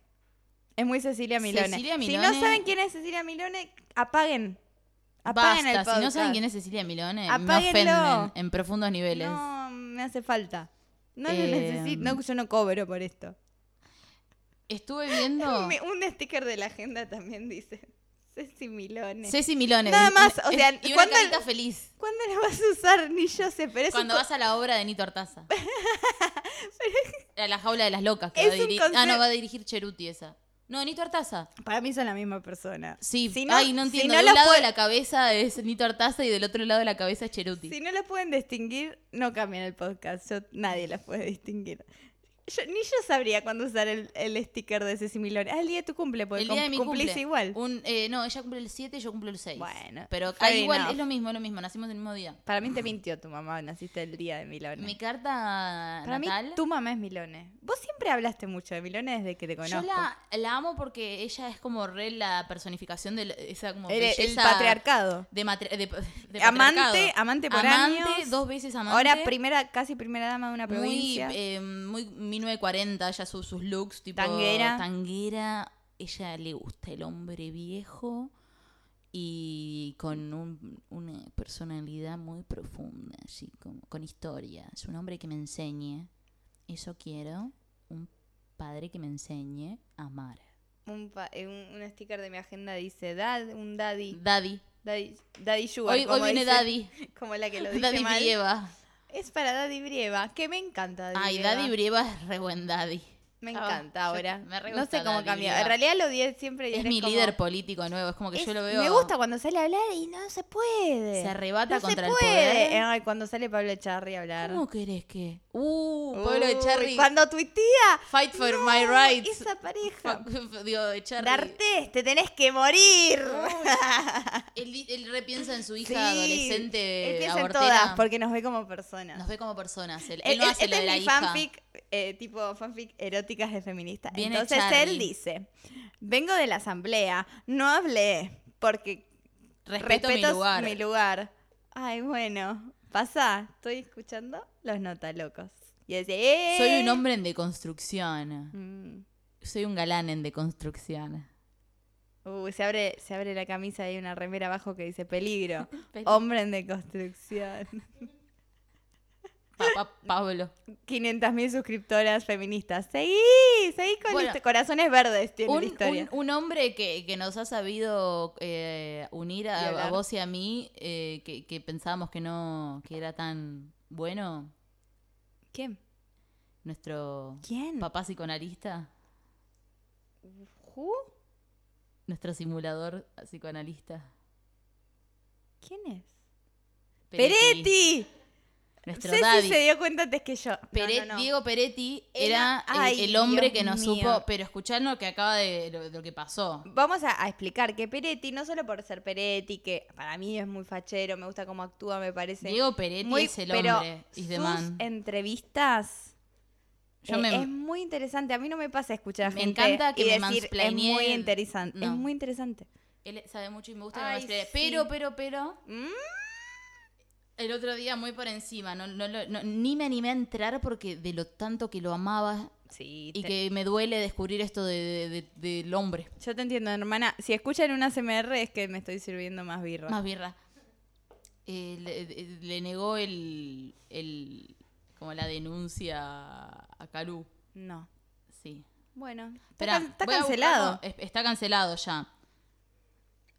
[SPEAKER 2] Es muy Cecilia Milone.
[SPEAKER 1] Cecilia
[SPEAKER 2] Si
[SPEAKER 1] Milone-
[SPEAKER 2] no saben quién es Cecilia Milone, apaguen. Apaguen el
[SPEAKER 1] Basta, si no saben
[SPEAKER 2] podcast.
[SPEAKER 1] quién es Cecilia Milone,
[SPEAKER 2] Apáguenlo.
[SPEAKER 1] me ofenden en profundos niveles.
[SPEAKER 2] No me hace falta. No lo
[SPEAKER 1] Eh,
[SPEAKER 2] necesito. No, yo no cobro por esto.
[SPEAKER 1] Estuve viendo
[SPEAKER 2] (laughs) Me- Un sticker de la agenda también dice Ceci Milone.
[SPEAKER 1] Ceci Milone.
[SPEAKER 2] Nada
[SPEAKER 1] Una-
[SPEAKER 2] más, o
[SPEAKER 1] es-
[SPEAKER 2] sea,
[SPEAKER 1] y una
[SPEAKER 2] ¿cuándo-
[SPEAKER 1] carita feliz.
[SPEAKER 2] ¿Cuándo lo vas a usar? Ni yo sé, pero es
[SPEAKER 1] Cuando
[SPEAKER 2] un co-
[SPEAKER 1] vas a la obra de Nito
[SPEAKER 2] (laughs)
[SPEAKER 1] Artaza. a la jaula de las locas que
[SPEAKER 2] Es
[SPEAKER 1] va a
[SPEAKER 2] un
[SPEAKER 1] dirigir. Ah,
[SPEAKER 2] concepto-
[SPEAKER 1] no, va a dirigir Cheruti esa. No, Nito Artaza.
[SPEAKER 2] Para mí son la misma persona.
[SPEAKER 1] Sí,
[SPEAKER 2] Si
[SPEAKER 1] ay, no
[SPEAKER 2] si
[SPEAKER 1] entiendo.
[SPEAKER 2] no
[SPEAKER 1] de
[SPEAKER 2] los
[SPEAKER 1] un lado
[SPEAKER 2] puedo-
[SPEAKER 1] de la cabeza es Nito Artaza y del otro lado de la cabeza es Cheruti.
[SPEAKER 2] Si no lo pueden distinguir, no cambian el podcast. Yo- nadie las puede distinguir. Yo- ni yo sabría cuándo usar el, el sticker de Ceci Milone. Ah, el día de tu cumple, porque
[SPEAKER 1] el día
[SPEAKER 2] cum-
[SPEAKER 1] de mi
[SPEAKER 2] cumplís
[SPEAKER 1] cumple.
[SPEAKER 2] igual.
[SPEAKER 1] Un, eh, no, ella cumple el 7 y yo cumplo el 6.
[SPEAKER 2] Bueno,
[SPEAKER 1] Pero
[SPEAKER 2] fair
[SPEAKER 1] ah, igual,
[SPEAKER 2] enough.
[SPEAKER 1] es lo mismo, es lo mismo. Nacimos el mismo día.
[SPEAKER 2] Para mí te mintió tu mamá, naciste el día de Milone.
[SPEAKER 1] Mi carta
[SPEAKER 2] Para
[SPEAKER 1] natal.
[SPEAKER 2] mí tu mamá es Milone. Vos siempre hablaste mucho de Milone desde que te conozco.
[SPEAKER 1] Yo la, la amo porque ella es como re la personificación de la- esa como
[SPEAKER 2] El- el,
[SPEAKER 1] belleza
[SPEAKER 2] patriarcado.
[SPEAKER 1] de, matri- de- de
[SPEAKER 2] Amante,
[SPEAKER 1] patriarcado.
[SPEAKER 2] amante por
[SPEAKER 1] amante,
[SPEAKER 2] años.
[SPEAKER 1] dos veces amante.
[SPEAKER 2] Ahora primera, casi primera dama de una
[SPEAKER 1] muy,
[SPEAKER 2] provincia.
[SPEAKER 1] eh, muy 1940, ella su- sus looks tipo
[SPEAKER 2] Tanguera.
[SPEAKER 1] tanguera. Ella le gusta el hombre viejo y con un- una personalidad muy profunda, así como con historia. Es un hombre que me enseñe. Eso quiero, un padre que me enseñe a amar.
[SPEAKER 2] un, pa- eh, un- un sticker de mi agenda dice dad, un daddy.
[SPEAKER 1] Daddy.
[SPEAKER 2] Daddy, daddy sugar.
[SPEAKER 1] Hoy, hoy
[SPEAKER 2] como
[SPEAKER 1] viene
[SPEAKER 2] dice-
[SPEAKER 1] Daddy.
[SPEAKER 2] (laughs) Como la
[SPEAKER 1] (laughs)
[SPEAKER 2] que lo dice
[SPEAKER 1] Daddy
[SPEAKER 2] mal.
[SPEAKER 1] Brieva.
[SPEAKER 2] Es para Daddy Brieva, que me encanta Daddy
[SPEAKER 1] Ay,
[SPEAKER 2] Brieva.
[SPEAKER 1] Daddy Brieva es re buen Daddy.
[SPEAKER 2] Me
[SPEAKER 1] Ah,
[SPEAKER 2] encanta
[SPEAKER 1] yo-
[SPEAKER 2] ahora.
[SPEAKER 1] me re
[SPEAKER 2] no
[SPEAKER 1] gusta
[SPEAKER 2] sé cómo
[SPEAKER 1] Daddy
[SPEAKER 2] cambió.
[SPEAKER 1] Brieva.
[SPEAKER 2] En realidad lo odié siempre y
[SPEAKER 1] Es
[SPEAKER 2] ahora
[SPEAKER 1] mi
[SPEAKER 2] como-
[SPEAKER 1] líder político nuevo. Es como que
[SPEAKER 2] es-
[SPEAKER 1] yo lo veo.
[SPEAKER 2] Me gusta cuando sale a hablar y no se puede.
[SPEAKER 1] Se arrebata
[SPEAKER 2] No se
[SPEAKER 1] contra el
[SPEAKER 2] puede. Eh,
[SPEAKER 1] poder.
[SPEAKER 2] Ay, cuando sale Pablo Echarri a hablar.
[SPEAKER 1] ¿Cómo querés que? Uh, pueblo de
[SPEAKER 2] Uy,
[SPEAKER 1] Cherry.
[SPEAKER 2] Cuando tuitea.
[SPEAKER 1] Fight for
[SPEAKER 2] No,
[SPEAKER 1] my rights.
[SPEAKER 2] Esa
[SPEAKER 1] (laughs)
[SPEAKER 2] pareja.
[SPEAKER 1] Fuck, Digo, de Cherry.
[SPEAKER 2] D'Artes, te tenés que morir.
[SPEAKER 1] Él, di- él repiensa en su hija
[SPEAKER 2] Sí.
[SPEAKER 1] adolescente
[SPEAKER 2] Él piensa en
[SPEAKER 1] abortera.
[SPEAKER 2] todas porque nos ve como personas.
[SPEAKER 1] Nos ve como personas. Él,
[SPEAKER 2] Él-
[SPEAKER 1] él no
[SPEAKER 2] él-
[SPEAKER 1] hace
[SPEAKER 2] este
[SPEAKER 1] lo de la
[SPEAKER 2] es mi
[SPEAKER 1] hija.
[SPEAKER 2] fanfic, eh, tipo fanfic eróticas de feminista.
[SPEAKER 1] Viene
[SPEAKER 2] Entonces
[SPEAKER 1] Charlie.
[SPEAKER 2] él dice, vengo de la asamblea, no hablé porque
[SPEAKER 1] Respeto, mi lugar.
[SPEAKER 2] mi lugar. Ay, bueno, pasa, estoy escuchando los notalocos. Y dice, ¡eh!
[SPEAKER 1] Soy un hombre en deconstrucción.
[SPEAKER 2] Mm.
[SPEAKER 1] Soy un galán en deconstrucción.
[SPEAKER 2] Uh, se, abre, se abre la camisa y hay una remera abajo que dice
[SPEAKER 1] (laughs)
[SPEAKER 2] peligro.
[SPEAKER 1] Peligro.
[SPEAKER 2] Hombre
[SPEAKER 1] (laughs)
[SPEAKER 2] en deconstrucción.
[SPEAKER 1] Papá Pablo.
[SPEAKER 2] 500.000 suscriptoras feministas. Seguí, seguí con
[SPEAKER 1] Bueno,
[SPEAKER 2] este- corazones verdes. Tiene
[SPEAKER 1] Un,
[SPEAKER 2] la historia.
[SPEAKER 1] un- un hombre que, que nos ha sabido eh, unir
[SPEAKER 2] Y
[SPEAKER 1] a,
[SPEAKER 2] hablar.
[SPEAKER 1] a vos y a mí, eh, que, que pensábamos que no que era tan bueno,
[SPEAKER 2] ¿Quién?
[SPEAKER 1] nuestro
[SPEAKER 2] ¿Quién?
[SPEAKER 1] papá psicoanalista,
[SPEAKER 2] ¿Who?
[SPEAKER 1] nuestro simulador psicoanalista.
[SPEAKER 2] ¿Quién es?
[SPEAKER 1] Peretti.
[SPEAKER 2] ¡Peretti!
[SPEAKER 1] Nuestro
[SPEAKER 2] Ceci
[SPEAKER 1] daddy.
[SPEAKER 2] se dio cuenta antes que yo. No,
[SPEAKER 1] Pere-
[SPEAKER 2] no, no.
[SPEAKER 1] Diego Peretti era,
[SPEAKER 2] Era-
[SPEAKER 1] el-
[SPEAKER 2] Ay,
[SPEAKER 1] el, hombre
[SPEAKER 2] Dios
[SPEAKER 1] que nos
[SPEAKER 2] mío.
[SPEAKER 1] supo, pero escuchad lo que acaba de lo, de lo que pasó.
[SPEAKER 2] Vamos a, a explicar que Peretti, no solo por ser Peretti, que para mí es muy fachero, me gusta cómo actúa, me parece.
[SPEAKER 1] Diego Peretti
[SPEAKER 2] muy,
[SPEAKER 1] es el
[SPEAKER 2] pero
[SPEAKER 1] hombre, is the
[SPEAKER 2] sus
[SPEAKER 1] man.
[SPEAKER 2] entrevistas
[SPEAKER 1] Yo
[SPEAKER 2] eh,
[SPEAKER 1] me-
[SPEAKER 2] es muy interesante. A mí no me pasa escuchar a
[SPEAKER 1] Me
[SPEAKER 2] gente
[SPEAKER 1] encanta que
[SPEAKER 2] y
[SPEAKER 1] me
[SPEAKER 2] decir es
[SPEAKER 1] mansplaineen".
[SPEAKER 2] muy interesante. Es
[SPEAKER 1] No.
[SPEAKER 2] muy interesante.
[SPEAKER 1] Él sabe mucho y me gusta que
[SPEAKER 2] Ay,
[SPEAKER 1] me explique.
[SPEAKER 2] sí.
[SPEAKER 1] Pero, pero, pero.
[SPEAKER 2] Mm.
[SPEAKER 1] El otro día, muy por encima, no, no lo- no- ni me animé a entrar porque de lo tanto que lo amaba
[SPEAKER 2] Sí.
[SPEAKER 1] y
[SPEAKER 2] te-
[SPEAKER 1] que me duele descubrir esto de- de- de- del hombre.
[SPEAKER 2] Yo te entiendo, hermana. Si escuchan una CMR es que me estoy sirviendo más birra.
[SPEAKER 1] Más birra. Eh, le, le- le negó el, el. como la denuncia a Calú.
[SPEAKER 2] No.
[SPEAKER 1] Sí.
[SPEAKER 2] Bueno, está,
[SPEAKER 1] Esperá,
[SPEAKER 2] can- está
[SPEAKER 1] voy a
[SPEAKER 2] cancelado.
[SPEAKER 1] buscarlo. Es- Está cancelado ya.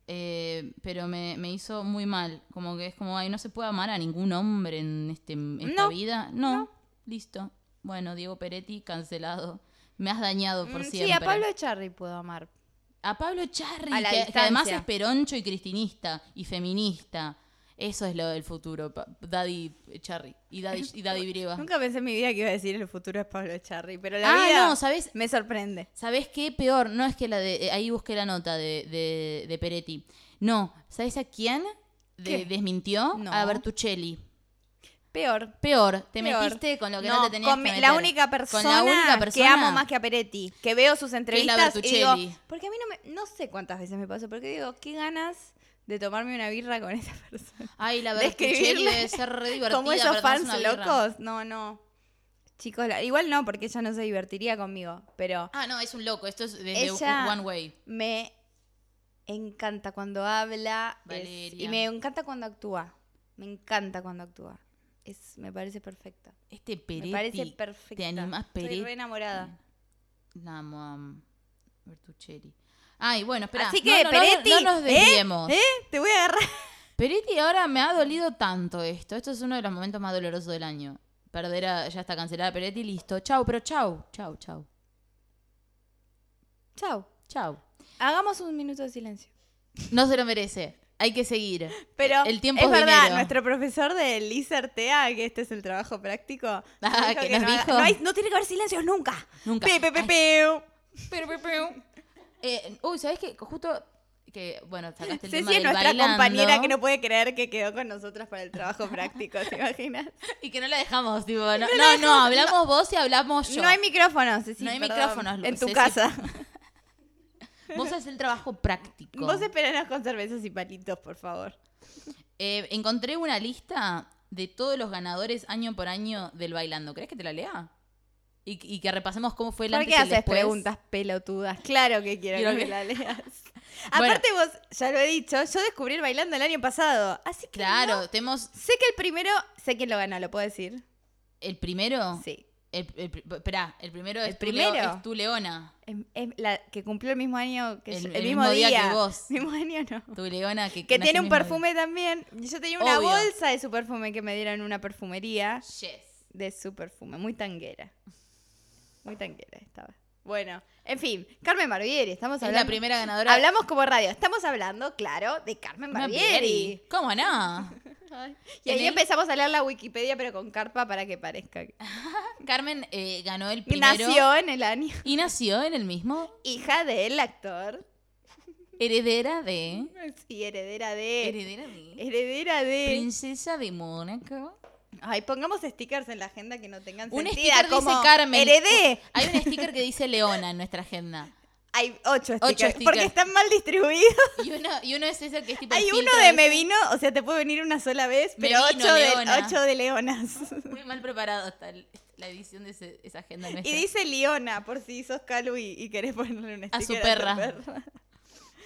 [SPEAKER 1] Eh, pero me, me hizo muy mal. Como que es como, ay, no se puede amar a ningún hombre en este, en esta
[SPEAKER 2] No,
[SPEAKER 1] vida. No, Listo. Bueno, Diego Peretti, cancelado. Me has dañado por
[SPEAKER 2] Mm,
[SPEAKER 1] siempre.
[SPEAKER 2] Sí, a Pablo Echarri puedo amar.
[SPEAKER 1] A Pablo Charri,
[SPEAKER 2] A la
[SPEAKER 1] que, que
[SPEAKER 2] distancia.
[SPEAKER 1] además es peroncho y cristinista y feminista. Eso es lo del futuro. pa- Daddy Charri y Daddy, y
[SPEAKER 2] (laughs)
[SPEAKER 1] Daddy Breva.
[SPEAKER 2] Nunca pensé en mi vida que iba a decir el futuro es Pablo Echarri, pero la
[SPEAKER 1] Ah,
[SPEAKER 2] vida
[SPEAKER 1] no, ¿sabes?
[SPEAKER 2] me sorprende.
[SPEAKER 1] ¿Sabés qué? Peor, no es que la de. eh, ahí busqué la nota de, de- de Peretti. No, ¿sabés a quién de-
[SPEAKER 2] ¿Qué?
[SPEAKER 1] desmintió?
[SPEAKER 2] No.
[SPEAKER 1] A Bertuccelli.
[SPEAKER 2] Peor.
[SPEAKER 1] Peor, te
[SPEAKER 2] peor.
[SPEAKER 1] metiste con lo que no,
[SPEAKER 2] No,
[SPEAKER 1] te tenías
[SPEAKER 2] con
[SPEAKER 1] que
[SPEAKER 2] mi-
[SPEAKER 1] meter.
[SPEAKER 2] La única, persona
[SPEAKER 1] con la única persona
[SPEAKER 2] que amo más que a Peretti, que veo sus entrevistas y digo,
[SPEAKER 1] Bertuccelli.
[SPEAKER 2] porque a mí no me, no sé cuántas veces me pasó, porque digo, qué ganas de tomarme una birra con esa (laughs) persona.
[SPEAKER 1] Ay, la
[SPEAKER 2] de
[SPEAKER 1] Bertuccelli
[SPEAKER 2] escribirle
[SPEAKER 1] debe ser re divertida.
[SPEAKER 2] (laughs) Como
[SPEAKER 1] para
[SPEAKER 2] esos
[SPEAKER 1] tomarse
[SPEAKER 2] fans
[SPEAKER 1] una birra.
[SPEAKER 2] locos, no, no. Chicos, la- igual no, porque ella no se divertiría conmigo, pero
[SPEAKER 1] Ah, no, es un loco. Esto es desde
[SPEAKER 2] Ella-
[SPEAKER 1] One Way.
[SPEAKER 2] me encanta cuando habla es- y
[SPEAKER 1] Valeria.
[SPEAKER 2] me encanta cuando actúa. Me encanta cuando actúa. Es, me parece perfecta.
[SPEAKER 1] Este Peretti.
[SPEAKER 2] me parece perfecta.
[SPEAKER 1] ¿Te animás, Peretti?
[SPEAKER 2] Estoy re enamorada.
[SPEAKER 1] La amo a Bertuccelli. Ay, bueno, espera.
[SPEAKER 2] Así que,
[SPEAKER 1] no, no, no,
[SPEAKER 2] Peretti,
[SPEAKER 1] No, nos
[SPEAKER 2] ¿eh?
[SPEAKER 1] desviemos.
[SPEAKER 2] ¿Eh? Te voy a agarrar.
[SPEAKER 1] Peretti ahora me ha dolido tanto esto. Esto es uno de los momentos más dolorosos del año. Perder a, ya está cancelada Peretti, listo. Chau, pero chau, chau, chau,
[SPEAKER 2] Chao.
[SPEAKER 1] chau.
[SPEAKER 2] Hagamos un minuto de silencio.
[SPEAKER 1] No se lo merece. Hay que seguir.
[SPEAKER 2] Pero
[SPEAKER 1] el tiempo
[SPEAKER 2] es
[SPEAKER 1] es,
[SPEAKER 2] verdad,
[SPEAKER 1] dinero.
[SPEAKER 2] nuestro profesor de Lisa Artea, que este es el trabajo práctico, nos
[SPEAKER 1] Ah,
[SPEAKER 2] dijo
[SPEAKER 1] que
[SPEAKER 2] no,
[SPEAKER 1] nos
[SPEAKER 2] haga-
[SPEAKER 1] dijo.
[SPEAKER 2] no hay- no tiene que haber silencios nunca.
[SPEAKER 1] Nunca.
[SPEAKER 2] Pe, pe, pe,
[SPEAKER 1] Ay.
[SPEAKER 2] peu.
[SPEAKER 1] Eh, uy, ¿sabes qué? Justo que, bueno, sacaste el tema
[SPEAKER 2] Ceci es
[SPEAKER 1] del
[SPEAKER 2] nuestra
[SPEAKER 1] bailando.
[SPEAKER 2] compañera que no puede creer que quedó con nosotras para el trabajo práctico, ¿te imaginas?
[SPEAKER 1] Y que no la dejamos, tipo, no, no, no, hablamos vos y hablamos yo.
[SPEAKER 2] No hay micrófonos, Ceci,
[SPEAKER 1] No hay
[SPEAKER 2] perdón,
[SPEAKER 1] micrófonos,
[SPEAKER 2] En tu
[SPEAKER 1] Ceci. (laughs)
[SPEAKER 2] casa.
[SPEAKER 1] Vos haces el trabajo práctico.
[SPEAKER 2] Vos esperanos con cervezas y palitos, por favor.
[SPEAKER 1] Eh, encontré una lista de todos los ganadores año por año del bailando. ¿Crees que te la lea? Y, y que repasemos cómo fue el
[SPEAKER 2] ¿Por
[SPEAKER 1] antes
[SPEAKER 2] qué
[SPEAKER 1] y el
[SPEAKER 2] haces
[SPEAKER 1] después.
[SPEAKER 2] preguntas pelotudas? Claro que quiero
[SPEAKER 1] Quiero
[SPEAKER 2] que me
[SPEAKER 1] que-
[SPEAKER 2] la leas.
[SPEAKER 1] (laughs) Bueno.
[SPEAKER 2] Aparte vos, ya lo he dicho, yo descubrí el bailando el año pasado. Así que
[SPEAKER 1] Claro,
[SPEAKER 2] no-
[SPEAKER 1] tenemos
[SPEAKER 2] sé que el primero, sé quién lo ganó, ¿lo puedo decir?
[SPEAKER 1] el primero.
[SPEAKER 2] Sí.
[SPEAKER 1] El, el pri- esperá, el primero
[SPEAKER 2] ¿El
[SPEAKER 1] es, Tu
[SPEAKER 2] primero?
[SPEAKER 1] Leo- es tu Leona.
[SPEAKER 2] Es, es Em, la que cumplió el mismo año que
[SPEAKER 1] El-
[SPEAKER 2] yo-
[SPEAKER 1] el mismo día que vos.
[SPEAKER 2] (laughs) Mismo año no.
[SPEAKER 1] Tu Leona que,
[SPEAKER 2] Que
[SPEAKER 1] nació
[SPEAKER 2] tiene
[SPEAKER 1] el
[SPEAKER 2] un
[SPEAKER 1] mismo
[SPEAKER 2] perfume también. Yo tenía una
[SPEAKER 1] Obvio.
[SPEAKER 2] bolsa de su perfume que me dieron en una perfumería
[SPEAKER 1] día. Yes.
[SPEAKER 2] de su perfume. Muy tanguera. Muy tanguera estaba. Bueno, en fin, Carmen Barbieri, estamos
[SPEAKER 1] Es
[SPEAKER 2] hablando.
[SPEAKER 1] la primera ganadora.
[SPEAKER 2] Hablamos como radio. Estamos hablando, claro, de Carmen
[SPEAKER 1] Una
[SPEAKER 2] Barbieri.
[SPEAKER 1] Barbieri. ¿Cómo no? (laughs) Ay.
[SPEAKER 2] Y
[SPEAKER 1] En
[SPEAKER 2] ahí
[SPEAKER 1] el-
[SPEAKER 2] empezamos a leer la Wikipedia, pero con carpa para que parezca. que-
[SPEAKER 1] Carmen eh, ganó el
[SPEAKER 2] Y
[SPEAKER 1] Ah, primero.
[SPEAKER 2] Nació en el año. (laughs)
[SPEAKER 1] Y nació en el mismo.
[SPEAKER 2] Hija del actor.
[SPEAKER 1] Heredera de.
[SPEAKER 2] Sí, heredera de.
[SPEAKER 1] ¿Eh? Heredera
[SPEAKER 2] eh,
[SPEAKER 1] de.
[SPEAKER 2] Heredera de.
[SPEAKER 1] Princesa de Mónaco.
[SPEAKER 2] Ay, pongamos stickers en la agenda que no tengan
[SPEAKER 1] Un
[SPEAKER 2] sentido.
[SPEAKER 1] sticker
[SPEAKER 2] como
[SPEAKER 1] dice Carmen.
[SPEAKER 2] Heredé.
[SPEAKER 1] Hay un sticker que dice Leona en nuestra agenda.
[SPEAKER 2] Hay ocho stickers.
[SPEAKER 1] Ocho
[SPEAKER 2] Porque
[SPEAKER 1] stickers.
[SPEAKER 2] están mal distribuidos.
[SPEAKER 1] Y uno, y uno es ese que es tipo. el
[SPEAKER 2] Hay uno
[SPEAKER 1] filtro
[SPEAKER 2] de
[SPEAKER 1] ese.
[SPEAKER 2] me vino, o sea, te puede venir una sola vez,
[SPEAKER 1] Me
[SPEAKER 2] pero
[SPEAKER 1] vino,
[SPEAKER 2] ocho, de,
[SPEAKER 1] Leona.
[SPEAKER 2] ocho de (laughs) leonas.
[SPEAKER 1] Muy mal preparado está el- la edición de ese- esa agenda.
[SPEAKER 2] Y
[SPEAKER 1] nuestra.
[SPEAKER 2] dice Leona, por si sos Calu y, y querés ponerle un sticker
[SPEAKER 1] A su perra.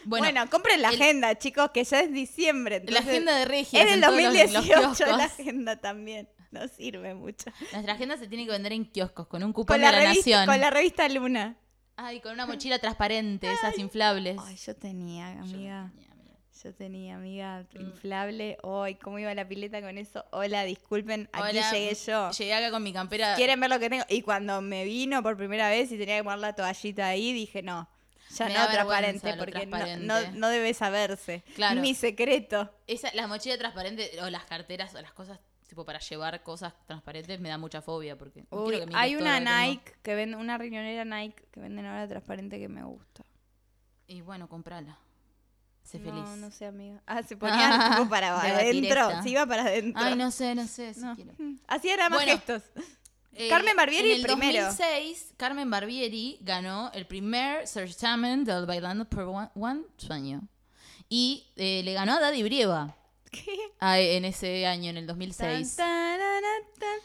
[SPEAKER 2] Bueno,
[SPEAKER 1] bueno,
[SPEAKER 2] compren la
[SPEAKER 1] el-
[SPEAKER 2] agenda, chicos, que ya es diciembre.
[SPEAKER 1] la
[SPEAKER 2] entonces-
[SPEAKER 1] agenda de Regia.
[SPEAKER 2] Es del 2018 la agenda también. No sirve mucho.
[SPEAKER 1] Nuestra agenda se tiene que vender en kioscos con un cupón
[SPEAKER 2] Con la,
[SPEAKER 1] de la
[SPEAKER 2] revista,
[SPEAKER 1] Nación.
[SPEAKER 2] con la revista Luna.
[SPEAKER 1] Ay, con una mochila transparente, esas inflables.
[SPEAKER 2] Ay, yo tenía, Mm.
[SPEAKER 1] Yo-
[SPEAKER 2] amiga.
[SPEAKER 1] mira, mira.
[SPEAKER 2] Yo tenía, amiga, inflable. Ay, ¿cómo iba la pileta con eso? Hola, disculpen, aquí
[SPEAKER 1] Hola,
[SPEAKER 2] llegué yo.
[SPEAKER 1] Llegué acá con mi campera.
[SPEAKER 2] ¿Quieren ver lo que tengo? Y cuando me vino por primera vez y tenía que poner la toallita ahí, dije no. Ya
[SPEAKER 1] Me da
[SPEAKER 2] no transparente,
[SPEAKER 1] vergüenza lo
[SPEAKER 2] porque no-
[SPEAKER 1] transparente.
[SPEAKER 2] No, no, debe saberse.
[SPEAKER 1] Claro.
[SPEAKER 2] Mi secreto.
[SPEAKER 1] Esa, la mochila transparente o las carteras o las cosas tipo para llevar cosas transparentes me da mucha fobia porque no
[SPEAKER 2] Uy,
[SPEAKER 1] quiero que miren
[SPEAKER 2] hay
[SPEAKER 1] todo
[SPEAKER 2] una
[SPEAKER 1] lo que tengo.
[SPEAKER 2] Nike que vende, una riñonera Nike que venden ahora transparente que me gusta.
[SPEAKER 1] Y bueno, comprala. Sé
[SPEAKER 2] no,
[SPEAKER 1] feliz.
[SPEAKER 2] no sé, amiga. Ah,
[SPEAKER 1] (laughs)
[SPEAKER 2] se ponían tipo para
[SPEAKER 1] de
[SPEAKER 2] adentro.
[SPEAKER 1] batireta.
[SPEAKER 2] Se iba para adentro.
[SPEAKER 1] Ay,
[SPEAKER 2] (laughs)
[SPEAKER 1] no sé, no sé si
[SPEAKER 2] No.
[SPEAKER 1] quiero.
[SPEAKER 2] (laughs) Así era más
[SPEAKER 1] Bueno,
[SPEAKER 2] gestos. (laughs)
[SPEAKER 1] Eh,
[SPEAKER 2] Carmen Barbieri
[SPEAKER 1] en el
[SPEAKER 2] primero.
[SPEAKER 1] 2006, Carmen Barbieri ganó el primer certamen del Bailando por One, One Sueño. Y eh, le ganó a Daddy Brieva
[SPEAKER 2] ¿Qué?
[SPEAKER 1] a- en ese año, en el 2006.
[SPEAKER 2] Tan, tarara, tan.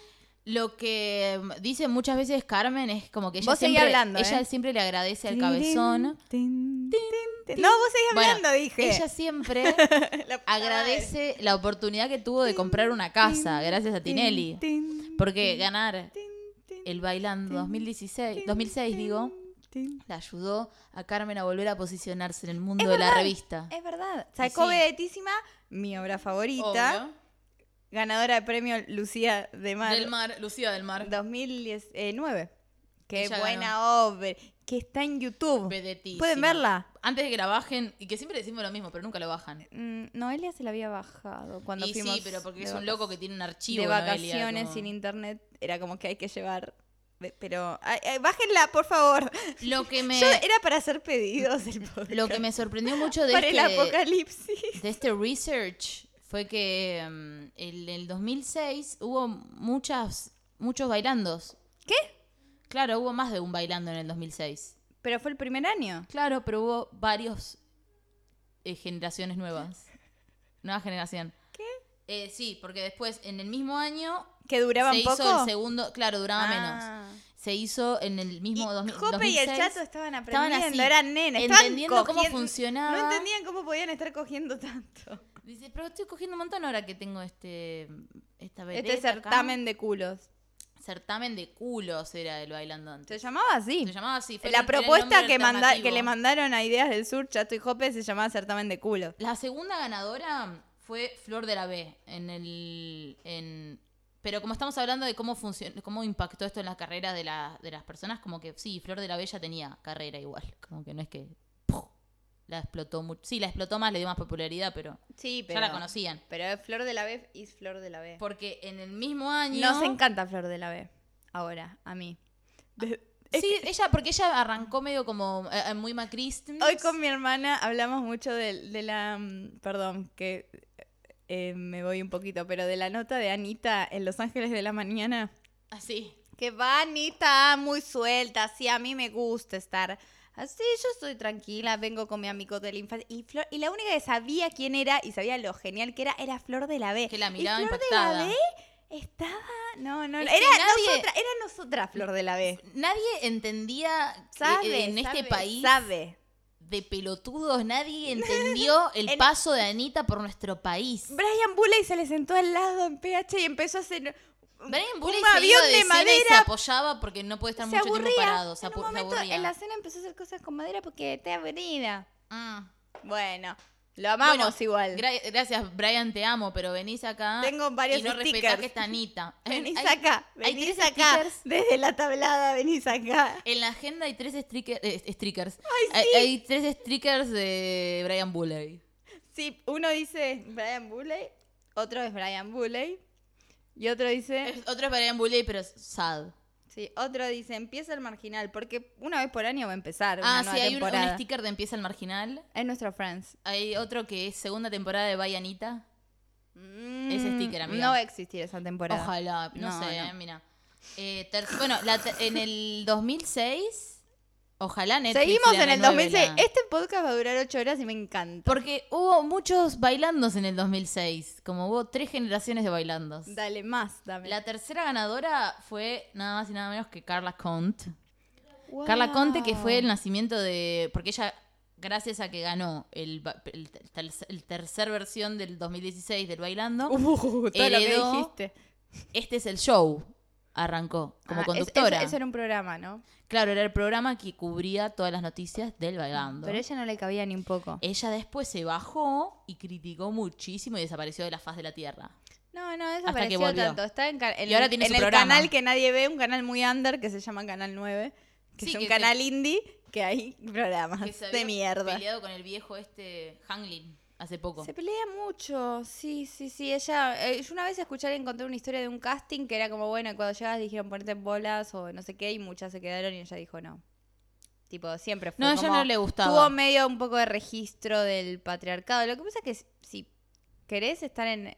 [SPEAKER 1] Lo que mm, dice muchas veces Carmen es como que ella,
[SPEAKER 2] Vos seguí
[SPEAKER 1] siempre,
[SPEAKER 2] hablando,
[SPEAKER 1] ella
[SPEAKER 2] ¿eh?
[SPEAKER 1] siempre le agradece al cabezón.
[SPEAKER 2] Tin, tin, tin. No, vos seguís
[SPEAKER 1] Bueno,
[SPEAKER 2] hablando, dije.
[SPEAKER 1] Ella siempre
[SPEAKER 2] (laughs) La puta madre.
[SPEAKER 1] agradece la oportunidad que tuvo de comprar una casa gracias a Tinelli.
[SPEAKER 2] Tin, tin,
[SPEAKER 1] Porque ganar
[SPEAKER 2] tin, tin,
[SPEAKER 1] el Bailando 2016, 2006 digo,
[SPEAKER 2] tin.
[SPEAKER 1] la ayudó a Carmen a volver a posicionarse en el mundo de la revista.
[SPEAKER 2] Es verdad. Sacó
[SPEAKER 1] sí.
[SPEAKER 2] vedetísima, mi obra favorita.
[SPEAKER 1] Obvio.
[SPEAKER 2] Ganadora de premio Lucía de Mar.
[SPEAKER 1] Del Mar, Lucía del Mar.
[SPEAKER 2] 2019. eh, Qué
[SPEAKER 1] Ella
[SPEAKER 2] buena obra. Que está en YouTube.
[SPEAKER 1] Vedetísima.
[SPEAKER 2] ¿Pueden verla?
[SPEAKER 1] Antes de que la bajen, y que siempre decimos lo mismo, pero nunca lo bajan.
[SPEAKER 2] Mm, Noelia se la había bajado cuando
[SPEAKER 1] Y
[SPEAKER 2] fuimos
[SPEAKER 1] sí, pero porque
[SPEAKER 2] de
[SPEAKER 1] es un
[SPEAKER 2] vaca-
[SPEAKER 1] loco que tiene un archivo
[SPEAKER 2] de
[SPEAKER 1] Noelia,
[SPEAKER 2] vacaciones
[SPEAKER 1] como-
[SPEAKER 2] sin internet. Era como que hay que llevar. ve- Pero ay, ay, bájenla, por favor.
[SPEAKER 1] Lo que me
[SPEAKER 2] Yo era para hacer pedidos el podcast.
[SPEAKER 1] lo que me sorprendió mucho de
[SPEAKER 2] para el
[SPEAKER 1] este,
[SPEAKER 2] apocalipsis.
[SPEAKER 1] de este research fue que mm, en el 2006 hubo muchas muchos bailandos.
[SPEAKER 2] ¿Qué?
[SPEAKER 1] Claro, hubo más de un bailando en el 2006.
[SPEAKER 2] Pero fue el primer año.
[SPEAKER 1] Claro, pero hubo varios eh, generaciones
[SPEAKER 2] (laughs)
[SPEAKER 1] nuevas. Nueva generación. ¿Qué? sí, porque después en el mismo año
[SPEAKER 2] Que duraban
[SPEAKER 1] se hizo
[SPEAKER 2] poco.
[SPEAKER 1] el segundo, claro, duraba menos.
[SPEAKER 2] Ah.
[SPEAKER 1] Se hizo en el
[SPEAKER 2] Y
[SPEAKER 1] mismo 2000
[SPEAKER 2] Jope y el
[SPEAKER 1] 2006.
[SPEAKER 2] Chato estaban
[SPEAKER 1] Estaban
[SPEAKER 2] aprendiendo,
[SPEAKER 1] así,
[SPEAKER 2] eran nenes. estaban
[SPEAKER 1] entendiendo cómo
[SPEAKER 2] cogiendo-
[SPEAKER 1] funcionaba.
[SPEAKER 2] No entendían cómo podían estar cogiendo tanto.
[SPEAKER 1] Dice, pero estoy cogiendo un montón ahora que tengo este esta
[SPEAKER 2] Este
[SPEAKER 1] vedette acá".
[SPEAKER 2] certamen de culos.
[SPEAKER 1] certamen de culos era el bailando
[SPEAKER 2] Se
[SPEAKER 1] antes.
[SPEAKER 2] llamaba así.
[SPEAKER 1] Se llamaba así. fue
[SPEAKER 2] La
[SPEAKER 1] el- era el
[SPEAKER 2] propuesta
[SPEAKER 1] nombre
[SPEAKER 2] que, manda-
[SPEAKER 1] alternativo.
[SPEAKER 2] que le mandaron a Ideas del Sur, Chato y Jope, se llamaba certamen de culos.
[SPEAKER 1] La segunda ganadora fue Flor de la B en el en pero como estamos hablando de cómo funcion- cómo impactó esto en las carreras de, la- de las personas, como que sí, Flor de la B ya tenía carrera igual, como que no es que ¡puf! la explotó mucho. Sí, la explotó más, le dio más popularidad, pero,
[SPEAKER 2] Sí,
[SPEAKER 1] ya la conocían.
[SPEAKER 2] Pero Flor de la B es Flor de la B.
[SPEAKER 1] Porque en el mismo año
[SPEAKER 2] Nos encanta Flor de la B. Ahora, a mí.
[SPEAKER 1] Sí, ella, porque ella arrancó medio como eh, eh, muy macrista.
[SPEAKER 2] Hoy con mi hermana hablamos mucho de, de la. mm, Perdón, que eh, me voy un poquito, pero de la nota de Anita en Los Ángeles de la Mañana.
[SPEAKER 1] Así.
[SPEAKER 2] Que va Anita muy suelta, así a mí me gusta estar. Así yo estoy tranquila, vengo con mi amigo de la infancia. Y, Flor- y la única que sabía quién era y sabía lo genial que era, era Flor de la B.
[SPEAKER 1] Que la
[SPEAKER 2] Y
[SPEAKER 1] miraba
[SPEAKER 2] Flor de
[SPEAKER 1] impactada.
[SPEAKER 2] la B estaba... No, no, no.
[SPEAKER 1] Es
[SPEAKER 2] Era,
[SPEAKER 1] que nadie-
[SPEAKER 2] nosotra, era nosotra Flor de la B.
[SPEAKER 1] Nadie entendía que,
[SPEAKER 2] Sabe,
[SPEAKER 1] eh, en
[SPEAKER 2] sabe,
[SPEAKER 1] este país
[SPEAKER 2] Sabe.
[SPEAKER 1] de pelotudos,
[SPEAKER 2] (laughs)
[SPEAKER 1] nadie entendió el
[SPEAKER 2] En-
[SPEAKER 1] paso de Anita por nuestro país.
[SPEAKER 2] Brian Bulley se le sentó al lado en PH y empezó a hacer...
[SPEAKER 1] Brian Bulley
[SPEAKER 2] un
[SPEAKER 1] se
[SPEAKER 2] avión
[SPEAKER 1] iba de,
[SPEAKER 2] de
[SPEAKER 1] cena y se
[SPEAKER 2] madera
[SPEAKER 1] apoyaba porque no puede estar
[SPEAKER 2] se
[SPEAKER 1] mucho
[SPEAKER 2] aburría.
[SPEAKER 1] tiempo parado. Se,
[SPEAKER 2] en un
[SPEAKER 1] apu- se
[SPEAKER 2] momento
[SPEAKER 1] aburría.
[SPEAKER 2] en la cena empezó a hacer cosas con madera porque está aburrida.
[SPEAKER 1] Mm.
[SPEAKER 2] Bueno, lo amamos
[SPEAKER 1] Bueno,
[SPEAKER 2] igual.
[SPEAKER 1] gra- gracias, Brian, te amo, pero venís acá.
[SPEAKER 2] Tengo varios
[SPEAKER 1] y no respetás
[SPEAKER 2] stickers.
[SPEAKER 1] que está
[SPEAKER 2] (laughs)
[SPEAKER 1] Anita.
[SPEAKER 2] Venís
[SPEAKER 1] Hay-
[SPEAKER 2] acá,
[SPEAKER 1] hay
[SPEAKER 2] venís
[SPEAKER 1] tres
[SPEAKER 2] acá,
[SPEAKER 1] stickers.
[SPEAKER 2] desde la tablada venís acá.
[SPEAKER 1] En la agenda hay tres stricker- eh, stickers. Hay, hay
[SPEAKER 2] Eh.
[SPEAKER 1] tres stickers de Brian Bulley.
[SPEAKER 2] Sí, uno dice Brian Bulley, Otro es Brian Bulley. Y otro dice.
[SPEAKER 1] Es- Otro es Brian Bulley, pero es sad.
[SPEAKER 2] Sí, otro dice, empieza el marginal, porque una vez por año va a empezar. Una
[SPEAKER 1] Ah,
[SPEAKER 2] nueva
[SPEAKER 1] sí, hay un, un
[SPEAKER 2] temporada.
[SPEAKER 1] sticker de Empieza el Marginal.
[SPEAKER 2] Es nuestro Friends.
[SPEAKER 1] Hay otro que es segunda temporada de Bayanita.
[SPEAKER 2] Ese
[SPEAKER 1] sticker, amiga.
[SPEAKER 2] Mm, No va a existir esa temporada.
[SPEAKER 1] Ojalá, no,
[SPEAKER 2] No,
[SPEAKER 1] sé,
[SPEAKER 2] no.
[SPEAKER 1] eh, mira. Eh, ter- bueno, la te- en el 2006, ojalá Netflix.
[SPEAKER 2] Seguimos
[SPEAKER 1] le
[SPEAKER 2] en el
[SPEAKER 1] renueve
[SPEAKER 2] 2006.
[SPEAKER 1] la-
[SPEAKER 2] Este podcast va a durar 8 horas y me encanta.
[SPEAKER 1] Porque hubo muchos bailandos en el 2006, como hubo tres generaciones de bailandos.
[SPEAKER 2] Dale más, dame.
[SPEAKER 1] La tercera ganadora fue nada más y nada menos que Carla Conte. Carla Conte, que fue el nacimiento de. Porque ella, gracias a que ganó el, ba- el, ter- el tercer versión del 2016 del Bailando,
[SPEAKER 2] Uh, todo lo
[SPEAKER 1] heredó
[SPEAKER 2] que dijiste.
[SPEAKER 1] este es el show. Arrancó como
[SPEAKER 2] Ah, es-
[SPEAKER 1] conductora.
[SPEAKER 2] eso, eso era un programa, ¿no?
[SPEAKER 1] Claro, era el programa que cubría todas las noticias del Bailando.
[SPEAKER 2] Pero a ella no le cabía ni un poco.
[SPEAKER 1] Ella después se bajó y criticó muchísimo y desapareció de la faz de la tierra.
[SPEAKER 2] No, no, eso
[SPEAKER 1] Hasta que
[SPEAKER 2] apareció
[SPEAKER 1] volvió.
[SPEAKER 2] tanto. Está en, ca- en
[SPEAKER 1] Y ahora
[SPEAKER 2] el-
[SPEAKER 1] tiene
[SPEAKER 2] en
[SPEAKER 1] su
[SPEAKER 2] el
[SPEAKER 1] programa.
[SPEAKER 2] canal que nadie ve, un canal muy under que se llama Canal 9, que
[SPEAKER 1] Sí,
[SPEAKER 2] es un
[SPEAKER 1] que-
[SPEAKER 2] canal indie que hay (laughs) programas
[SPEAKER 1] Que se
[SPEAKER 2] Ah, de
[SPEAKER 1] había
[SPEAKER 2] mierda.
[SPEAKER 1] peleado con el viejo este Hanglin hace poco.
[SPEAKER 2] Se pelea mucho, sí, sí, sí. Ella, eh, yo una vez escuché y encontré una historia de un casting que era como, bueno, cuando llegas dijeron ponerte en bolas o no sé qué, y muchas se quedaron y ella dijo no. Tipo, siempre fue.
[SPEAKER 1] No, a ella
[SPEAKER 2] como-
[SPEAKER 1] no le gustaba.
[SPEAKER 2] Tuvo medio un poco de registro del patriarcado. Lo que pasa es que si querés estar en.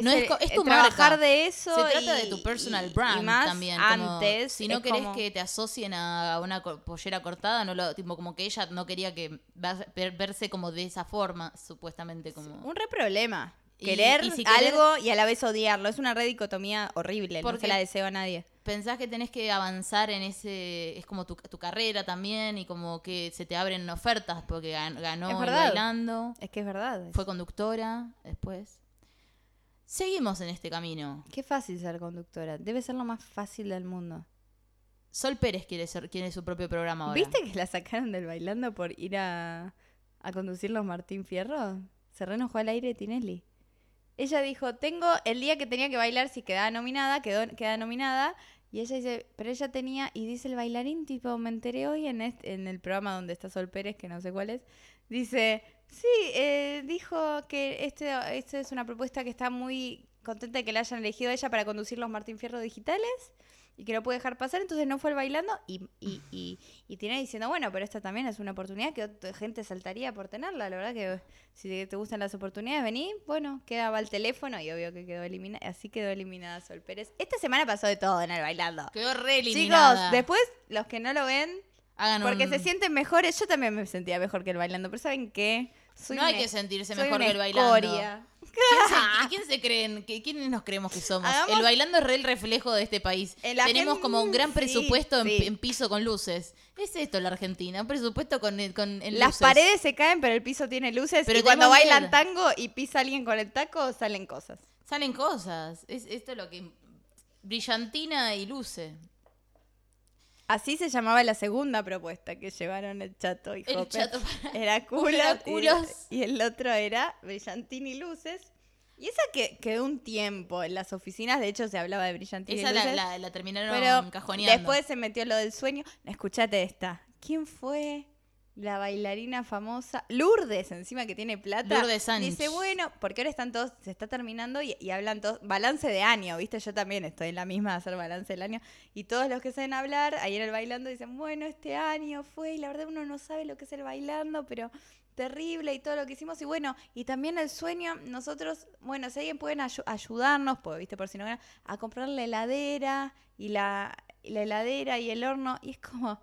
[SPEAKER 1] No, es
[SPEAKER 2] el-
[SPEAKER 1] co- es tu
[SPEAKER 2] trabajar
[SPEAKER 1] marca.
[SPEAKER 2] de eso.
[SPEAKER 1] Se trata
[SPEAKER 2] y-
[SPEAKER 1] de tu
[SPEAKER 2] y-
[SPEAKER 1] personal
[SPEAKER 2] y
[SPEAKER 1] brand
[SPEAKER 2] más
[SPEAKER 1] también. como
[SPEAKER 2] Antes.
[SPEAKER 1] si no
[SPEAKER 2] es
[SPEAKER 1] querés
[SPEAKER 2] como-
[SPEAKER 1] que te asocien a una co- pollera cortada, no lo, tipo como que ella no quería que ver- ver- verse como de esa forma, supuestamente como.
[SPEAKER 2] Un re problema.
[SPEAKER 1] Y-
[SPEAKER 2] Querer
[SPEAKER 1] y si querés-
[SPEAKER 2] algo y a la vez odiarlo. Es una red dicotomía horrible. no
[SPEAKER 1] Porque-
[SPEAKER 2] se la deseo a nadie.
[SPEAKER 1] Pensás que tenés que avanzar en ese, es como tu, tu carrera también y como que se te abren ofertas porque gan- ganó
[SPEAKER 2] Es
[SPEAKER 1] el
[SPEAKER 2] verdad.
[SPEAKER 1] bailando,
[SPEAKER 2] Es que es verdad.
[SPEAKER 1] fue conductora después. Seguimos en este camino.
[SPEAKER 2] Qué fácil ser conductora. Debe ser lo más fácil del mundo.
[SPEAKER 1] Sol Pérez quiere ser, tiene su propio programa ahora.
[SPEAKER 2] ¿Viste que la sacaron del bailando por ir a, a conducir los Martín Fierro? Se reenojó al aire Tinelli. Ella dijo, tengo el día que tenía que bailar, si quedaba nominada, quedó, queda nominada. Y ella dice, pero ella tenía, y dice el bailarín, tipo, me enteré hoy en, este- en el programa donde está Sol Pérez, que no sé cuál es, dice, sí, eh, dijo que este, esta es una propuesta que está muy contenta de que la hayan elegido a ella para conducir los Martín Fierro digitales y que no puede dejar pasar, entonces no fue al bailando y, y, y, y Tinelli diciendo, bueno, pero esta también es una oportunidad que otra gente saltaría por tenerla, la verdad que si te, te gustan las oportunidades, vení, bueno, quedaba el teléfono y obvio que quedó eliminada, así quedó eliminada Sol Pérez. Esta semana pasó de todo en el bailando.
[SPEAKER 1] Quedó re
[SPEAKER 2] Chicos,
[SPEAKER 1] eliminada.
[SPEAKER 2] después los que no lo ven,
[SPEAKER 1] Hagan
[SPEAKER 2] porque
[SPEAKER 1] un-
[SPEAKER 2] se sienten mejores, yo también me sentía mejor que el bailando, pero ¿saben qué? Soy
[SPEAKER 1] No hay
[SPEAKER 2] una-
[SPEAKER 1] que sentirse
[SPEAKER 2] soy
[SPEAKER 1] mejor
[SPEAKER 2] una
[SPEAKER 1] que el bailando.
[SPEAKER 2] escoria.
[SPEAKER 1] ¿Quién
[SPEAKER 2] (laughs)
[SPEAKER 1] se, quién se creen? que- ¿Quiénes nos creemos que somos?
[SPEAKER 2] Hagamos-
[SPEAKER 1] El bailando es re el reflejo de este país.
[SPEAKER 2] En la
[SPEAKER 1] Tenemos
[SPEAKER 2] gen-
[SPEAKER 1] como un gran
[SPEAKER 2] sí,
[SPEAKER 1] presupuesto en,
[SPEAKER 2] sí.
[SPEAKER 1] en piso con luces. Es esto la Argentina, un presupuesto con, con en
[SPEAKER 2] Las
[SPEAKER 1] luces.
[SPEAKER 2] paredes se caen, pero el piso tiene luces.
[SPEAKER 1] Pero
[SPEAKER 2] y cuando
[SPEAKER 1] tenemos
[SPEAKER 2] bailan
[SPEAKER 1] miedo.
[SPEAKER 2] tango y pisa alguien con el taco, salen cosas.
[SPEAKER 1] Salen cosas. Es esto lo que brillantina y luce.
[SPEAKER 2] Así se llamaba la segunda propuesta que llevaron el chato y
[SPEAKER 1] El
[SPEAKER 2] Hopper.
[SPEAKER 1] Chato para-
[SPEAKER 2] (laughs)
[SPEAKER 1] (laughs)
[SPEAKER 2] Era culos,
[SPEAKER 1] Era culos.
[SPEAKER 2] Y, y el otro era brillantín y luces. Y esa que quedó un tiempo en las oficinas, de hecho se hablaba de brillantín
[SPEAKER 1] Esa
[SPEAKER 2] y
[SPEAKER 1] la,
[SPEAKER 2] luces.
[SPEAKER 1] la, la terminaron
[SPEAKER 2] pero
[SPEAKER 1] cajoneando.
[SPEAKER 2] después se metió lo del sueño. Escuchate esta. ¿Quién fue la bailarina famosa? Lourdes, encima que tiene plata.
[SPEAKER 1] Lourdes Sánchez.
[SPEAKER 2] Dice, bueno, porque ahora están todos, se está terminando y, y hablan todos, balance de año, ¿viste? Yo también estoy en la misma de hacer balance del año. Y todos los que saben hablar, ahí en el bailando, dicen, bueno, este año fue, y la verdad uno no sabe lo que es el bailando, pero terrible y todo lo que hicimos. Y bueno, y también el sueño, nosotros, bueno, si alguien pueden ayu- ayudarnos, pues, viste, por si no ganan, a comprar la heladera y la, y la heladera y el horno. Y es como,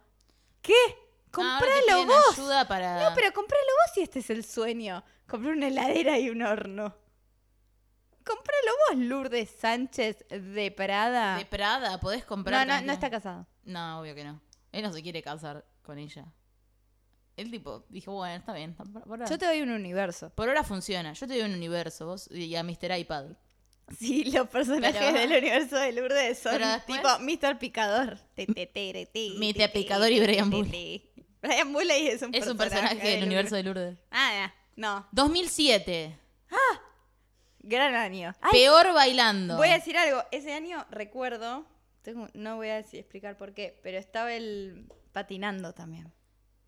[SPEAKER 2] ¿qué?
[SPEAKER 1] Ah, ahora te
[SPEAKER 2] Compralo
[SPEAKER 1] piden
[SPEAKER 2] vos.
[SPEAKER 1] ayuda para...
[SPEAKER 2] No, pero compralo vos si este es el sueño. Compré una heladera y un horno. Compralo vos, Lourdes Sánchez de Prada.
[SPEAKER 1] De Prada, podés
[SPEAKER 2] no,
[SPEAKER 1] comprar...
[SPEAKER 2] no, no
[SPEAKER 1] tranquila.
[SPEAKER 2] está casado.
[SPEAKER 1] No, obvio que no. Él no se quiere casar con ella. El tipo dijo, bueno, está bien. Por, por ahora,
[SPEAKER 2] Yo te doy
[SPEAKER 1] (laughs)
[SPEAKER 2] un universo.
[SPEAKER 1] por ahora funciona. Yo te doy un universo, vos y a Mr. iPad.
[SPEAKER 2] Sí, los personajes
[SPEAKER 1] Pero-
[SPEAKER 2] del universo de Lourdes son
[SPEAKER 1] Pero después-
[SPEAKER 2] tipo Mr. Picador. Te, te, te, te, te,
[SPEAKER 1] Mr.
[SPEAKER 2] te, te,
[SPEAKER 1] Picador y
[SPEAKER 2] te,
[SPEAKER 1] Brian
[SPEAKER 2] te,
[SPEAKER 1] Bulley.
[SPEAKER 2] te. Brian Bulley es un
[SPEAKER 1] Es
[SPEAKER 2] personaje.
[SPEAKER 1] un personaje del universo de Lourdes.
[SPEAKER 2] Ah, no.
[SPEAKER 1] 2007.
[SPEAKER 2] Gran año. Ay,
[SPEAKER 1] Peor bailando.
[SPEAKER 2] Voy a decir algo. Ese año recuerdo, tengo- no voy a decir- explicar por qué, pero estaba el patinando también.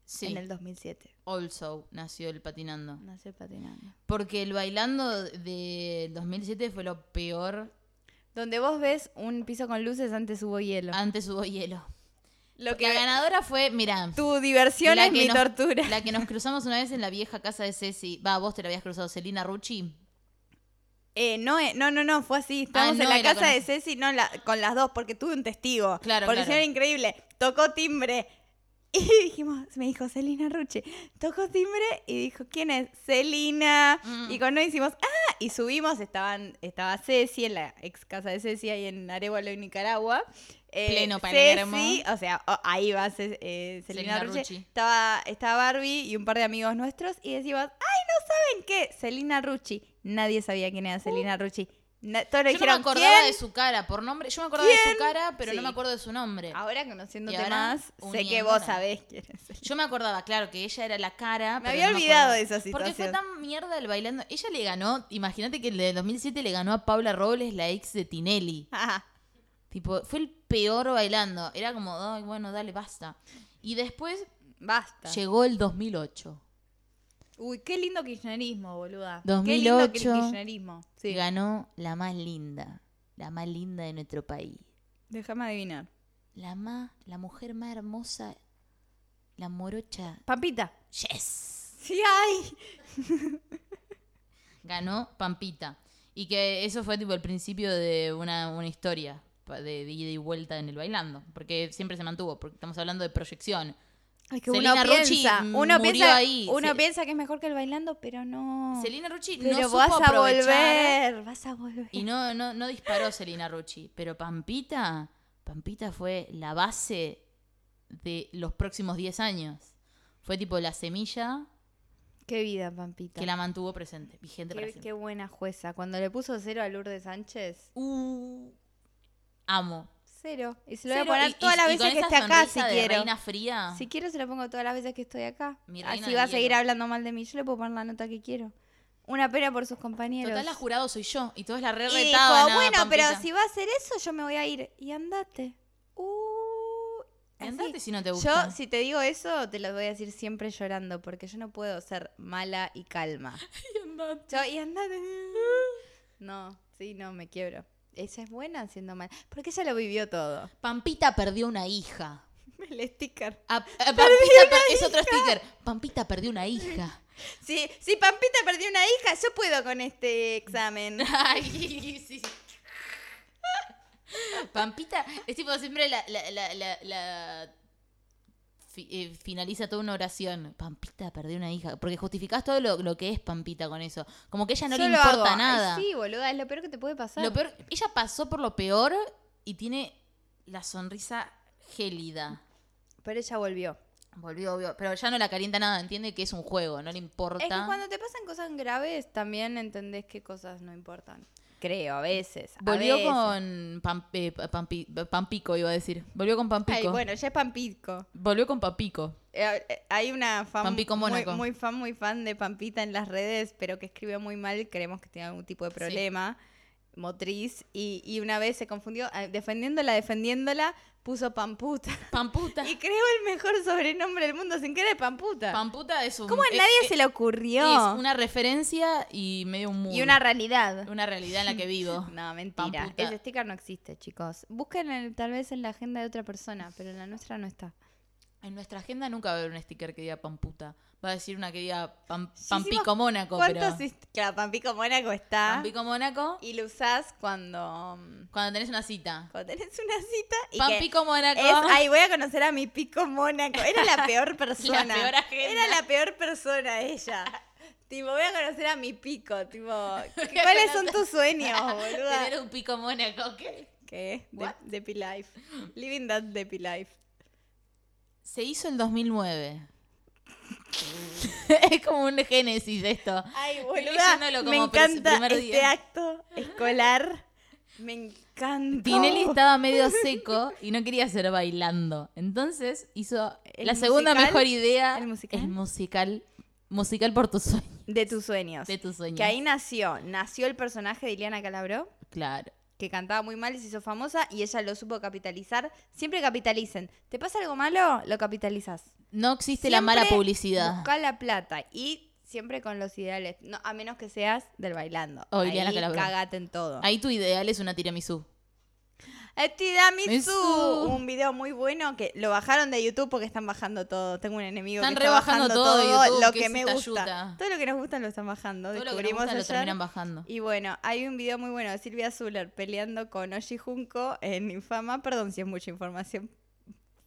[SPEAKER 1] Sí.
[SPEAKER 2] en el 2007.
[SPEAKER 1] Also nació el patinando.
[SPEAKER 2] Nació patinando.
[SPEAKER 1] Porque el bailando de 2007 fue lo peor.
[SPEAKER 2] Donde vos ves un piso con luces, antes hubo hielo.
[SPEAKER 1] Antes hubo hielo.
[SPEAKER 2] Lo
[SPEAKER 1] la ganadora fue, mira.
[SPEAKER 2] tu diversión es mi
[SPEAKER 1] nos-
[SPEAKER 2] tortura.
[SPEAKER 1] La
[SPEAKER 2] (laughs)
[SPEAKER 1] que nos cruzamos una vez en la vieja casa de Ceci. Va, vos te la habías cruzado, Celina Rucci.
[SPEAKER 2] Eh, no, eh, no, no, no, fue así. Estábamos
[SPEAKER 1] Ah, no
[SPEAKER 2] en la
[SPEAKER 1] era
[SPEAKER 2] casa
[SPEAKER 1] con-
[SPEAKER 2] de Ceci, no, la- con las dos, porque tuve un testigo.
[SPEAKER 1] Claro,
[SPEAKER 2] Porque
[SPEAKER 1] claro.
[SPEAKER 2] era increíble. Tocó timbre. (laughs) Y dijimos, me dijo Celina Ruche. Tocó timbre y dijo, ¿quién es? Celina.
[SPEAKER 1] Mm.
[SPEAKER 2] Y cuando hicimos, ¡ah! Y subimos, estaban, estaba Ceci en la ex casa de Ceci ahí en Arevalo, en Nicaragua. Eh,
[SPEAKER 1] Pleno Palermo.
[SPEAKER 2] Ceci, o sea, o- ahí va Ce- eh, Celina,
[SPEAKER 1] Celina
[SPEAKER 2] Ruche.
[SPEAKER 1] Rucci.
[SPEAKER 2] Estaba, estaba Barbie y un par de amigos nuestros y decimos, ¡ay, no ¿Saben qué? Celina Rucci. Nadie sabía quién era Celina Rucci. Na- todos le
[SPEAKER 1] Uh. Yo no me
[SPEAKER 2] dijeron,
[SPEAKER 1] acordaba
[SPEAKER 2] "¿Quién?".
[SPEAKER 1] de su cara, por nombre. Yo me acordaba de
[SPEAKER 2] ¿Quién?
[SPEAKER 1] su cara, pero no
[SPEAKER 2] Sí.
[SPEAKER 1] me acuerdo de su nombre.
[SPEAKER 2] Ahora conociéndote
[SPEAKER 1] Y ahora,
[SPEAKER 2] más, sé que
[SPEAKER 1] uniéndola.
[SPEAKER 2] vos sabés quién es. (laughs) Celina.
[SPEAKER 1] Yo me acordaba, claro, que ella era la cara.
[SPEAKER 2] Me
[SPEAKER 1] pero
[SPEAKER 2] había
[SPEAKER 1] no
[SPEAKER 2] olvidado
[SPEAKER 1] acuerdo.
[SPEAKER 2] de esa
[SPEAKER 1] Porque fue
[SPEAKER 2] situación.
[SPEAKER 1] tan mierda el bailando. Ella le ganó, imagínate que el de 2007 le ganó a Paula Robles, la ex de Tinelli.
[SPEAKER 2] Ajá.
[SPEAKER 1] Tipo, fue el peor bailando. Era como, ay, bueno, dale, basta. Y después
[SPEAKER 2] Basta.
[SPEAKER 1] llegó el 2008.
[SPEAKER 2] Uy, qué lindo kirchnerismo, boluda.
[SPEAKER 1] 2008.
[SPEAKER 2] Qué lindo kir- kirchnerismo. Sí.
[SPEAKER 1] Ganó la más linda. La más linda de nuestro país.
[SPEAKER 2] Déjame adivinar.
[SPEAKER 1] La más, la mujer más hermosa. La morocha.
[SPEAKER 2] Pampita.
[SPEAKER 1] Yes.
[SPEAKER 2] Sí, ay.
[SPEAKER 1] ganó Pampita. Y que eso fue tipo el principio de una, una historia pa- de, de ida y vuelta en el bailando. Porque siempre se mantuvo, porque estamos hablando de proyección.
[SPEAKER 2] Es que
[SPEAKER 1] Celina
[SPEAKER 2] uno
[SPEAKER 1] Rucci
[SPEAKER 2] piensa, uno,
[SPEAKER 1] murió
[SPEAKER 2] piensa,
[SPEAKER 1] ahí.
[SPEAKER 2] uno
[SPEAKER 1] Se-
[SPEAKER 2] piensa que es mejor que el bailando, pero no.
[SPEAKER 1] Celina Rucci
[SPEAKER 2] Mm. pero
[SPEAKER 1] no supo
[SPEAKER 2] vas a
[SPEAKER 1] aprovechar
[SPEAKER 2] volver, vas a volver.
[SPEAKER 1] y no, no, no disparó Celina Rucci. Pero Pampita, Pampita fue la base de los próximos 10 años. Fue tipo la semilla
[SPEAKER 2] Qué vida, Pampita.
[SPEAKER 1] que la mantuvo presente, vigente para
[SPEAKER 2] Qué,
[SPEAKER 1] siempre.
[SPEAKER 2] qué buena jueza. Cuando le puso cero a Lourdes Sánchez,
[SPEAKER 1] Uh, amo.
[SPEAKER 2] cero. Y se lo voy
[SPEAKER 1] Cero,
[SPEAKER 2] a poner
[SPEAKER 1] y-
[SPEAKER 2] todas
[SPEAKER 1] y-
[SPEAKER 2] las
[SPEAKER 1] y
[SPEAKER 2] veces
[SPEAKER 1] con
[SPEAKER 2] que
[SPEAKER 1] esa
[SPEAKER 2] esté acá, si
[SPEAKER 1] sonrisa de
[SPEAKER 2] quiero.
[SPEAKER 1] Reina fría.
[SPEAKER 2] Si quiero, se lo pongo todas las veces que estoy acá.
[SPEAKER 1] Mi reina
[SPEAKER 2] Así
[SPEAKER 1] de
[SPEAKER 2] va a seguir
[SPEAKER 1] hielo.
[SPEAKER 2] hablando mal de mí. Yo le puedo poner la nota que quiero. Una pena por sus compañeros.
[SPEAKER 1] Total, la jurado soy yo. Y todas la re
[SPEAKER 2] y dijo,
[SPEAKER 1] retaban a
[SPEAKER 2] bueno, pero
[SPEAKER 1] Pampita.
[SPEAKER 2] si va a hacer eso, yo me voy a ir. Y andate. Uh,
[SPEAKER 1] Y andate
[SPEAKER 2] así.
[SPEAKER 1] si no te gusta.
[SPEAKER 2] Yo, si te digo eso, te lo voy a decir siempre llorando, porque yo no puedo ser mala y calma. Yo, y
[SPEAKER 1] (laughs)
[SPEAKER 2] andate. No, sí, no, me quiebro. Ella es buena haciendo mal. Porque ella lo vivió todo.
[SPEAKER 1] (laughs) Pampita perdió una hija.
[SPEAKER 2] El sticker.
[SPEAKER 1] A- a- Pampita per- es otro sticker. Pampita perdió una hija.
[SPEAKER 2] Si, si Pampita perdió una hija, yo puedo con este examen.
[SPEAKER 1] (laughs) Ay, sí. Pampita es tipo siempre la, la- la- la- la- fi- eh, finaliza toda una oración. Pampita perdió una hija. Porque justificás todo lo, lo que es Pampita con eso. Como que a ella no
[SPEAKER 2] Yo
[SPEAKER 1] le
[SPEAKER 2] lo
[SPEAKER 1] importa
[SPEAKER 2] hago. Ay,
[SPEAKER 1] nada.
[SPEAKER 2] sí, boluda, es lo peor que te puede pasar.
[SPEAKER 1] Lo peor- ella pasó por lo peor y tiene la sonrisa gélida.
[SPEAKER 2] Pero ella volvió.
[SPEAKER 1] Volvió, obvio. Pero ya no la calienta nada, entiende que es un juego, no le importa.
[SPEAKER 2] Es que cuando te pasan cosas graves, también entendés que cosas no importan. Creo, a veces. a
[SPEAKER 1] Volvió
[SPEAKER 2] veces.
[SPEAKER 1] con Pam- eh, Pampi- Pampico, iba a decir. Volvió con Pampico.
[SPEAKER 2] Ay, bueno, ya es Pampico.
[SPEAKER 1] Volvió con Pampico.
[SPEAKER 2] Eh, eh, Hay una fan
[SPEAKER 1] Pampico
[SPEAKER 2] muy,
[SPEAKER 1] Mónaco.
[SPEAKER 2] muy fan, muy fan de Pampita en las redes, pero que escribe muy mal, creemos que tiene algún tipo de problema motriz. Y, y una vez se confundió, eh, defendiéndola, defendiéndola, puso Pamputa.
[SPEAKER 1] Pamputa.
[SPEAKER 2] Y creo el mejor sobrenombre del mundo sin que era de Pamputa.
[SPEAKER 1] Pamputa es un.
[SPEAKER 2] ¿Cómo a
[SPEAKER 1] es-
[SPEAKER 2] nadie
[SPEAKER 1] es-
[SPEAKER 2] se le ocurrió?
[SPEAKER 1] Es una referencia y medio un mood.
[SPEAKER 2] Y una realidad.
[SPEAKER 1] Una realidad en (laughs) la que vivo.
[SPEAKER 2] No, mentira.
[SPEAKER 1] Pamputa.
[SPEAKER 2] Ese sticker no existe, chicos. Busquen en- tal vez en la agenda de otra persona, pero en la nuestra no está.
[SPEAKER 1] En nuestra agenda nunca va a haber un sticker que diga Pamputa. Va a decir una que diga Pam-
[SPEAKER 2] Sí,
[SPEAKER 1] Pampico
[SPEAKER 2] hicimos-
[SPEAKER 1] Mónaco.
[SPEAKER 2] ¿Cuántos?
[SPEAKER 1] pero-
[SPEAKER 2] ist- Claro, Pampico Mónaco está.
[SPEAKER 1] Pampico Mónaco.
[SPEAKER 2] Y lo usás cuando, mm,
[SPEAKER 1] Cuando tenés una cita.
[SPEAKER 2] cuando tenés una cita. Y que
[SPEAKER 1] Pampico Mónaco. (laughs)
[SPEAKER 2] es, ay, voy a conocer a mi pico Mónaco. Era la peor persona.
[SPEAKER 1] La peor agenda.
[SPEAKER 2] Era la peor
[SPEAKER 1] (laughs)
[SPEAKER 2] persona ella. tipo, voy a conocer a mi pico. Tipo, ¿cuáles son
[SPEAKER 1] (laughs)
[SPEAKER 2] tus sueños, boluda?
[SPEAKER 1] Tener un pico Mónaco. ¿qué?
[SPEAKER 2] ¿Qué? De-
[SPEAKER 1] What?
[SPEAKER 2] Depi Life. Living that Depi Life.
[SPEAKER 1] Se hizo el 2009. (laughs) es como un génesis de esto.
[SPEAKER 2] Ay,
[SPEAKER 1] Yo no
[SPEAKER 2] boluda,
[SPEAKER 1] lo
[SPEAKER 2] me
[SPEAKER 1] como pres-
[SPEAKER 2] encanta
[SPEAKER 1] primer
[SPEAKER 2] este
[SPEAKER 1] día.
[SPEAKER 2] acto escolar. Me encanta.
[SPEAKER 1] Tinelli estaba
[SPEAKER 2] (laughs)
[SPEAKER 1] medio seco y no quería hacer bailando. Entonces hizo
[SPEAKER 2] ¿El
[SPEAKER 1] la segunda
[SPEAKER 2] musical?
[SPEAKER 1] mejor idea.
[SPEAKER 2] ¿El musical?
[SPEAKER 1] musical. musical por tus sueños.
[SPEAKER 2] De tus sueños.
[SPEAKER 1] De tus sueños.
[SPEAKER 2] Que ahí nació. Nació el personaje de Ileana Calabró,
[SPEAKER 1] Claro.
[SPEAKER 2] que cantaba muy mal y se hizo famosa, y ella lo supo capitalizar. Siempre capitalicen. ¿Te pasa algo malo? Lo capitalizas.
[SPEAKER 1] No existe la mala
[SPEAKER 2] Siempre
[SPEAKER 1] publicidad.
[SPEAKER 2] Busca la plata y siempre con los ideales. No, a menos que seas del bailando.
[SPEAKER 1] O
[SPEAKER 2] Ahí
[SPEAKER 1] Ileana Calabró.
[SPEAKER 2] cagate en todo.
[SPEAKER 1] Ahí tu ideal es una tiramisú.
[SPEAKER 2] El tiramisú,
[SPEAKER 1] Misú.
[SPEAKER 2] un video muy bueno que lo bajaron de YouTube porque están bajando todo. Tengo un enemigo
[SPEAKER 1] Están
[SPEAKER 2] que está
[SPEAKER 1] rebajando
[SPEAKER 2] bajando
[SPEAKER 1] todo
[SPEAKER 2] todo,
[SPEAKER 1] de YouTube,
[SPEAKER 2] lo
[SPEAKER 1] que
[SPEAKER 2] que,
[SPEAKER 1] es
[SPEAKER 2] me
[SPEAKER 1] esta
[SPEAKER 2] gusta.
[SPEAKER 1] ayuda.
[SPEAKER 2] Todo lo que nos gusta lo están bajando.
[SPEAKER 1] Todo lo que nos
[SPEAKER 2] Descubrimos
[SPEAKER 1] gusta lo
[SPEAKER 2] ayer.
[SPEAKER 1] terminan bajando.
[SPEAKER 2] Y bueno, hay un video muy bueno de Silvia Zuller peleando con Oshi Junko en Infama. Perdón si es mucha información.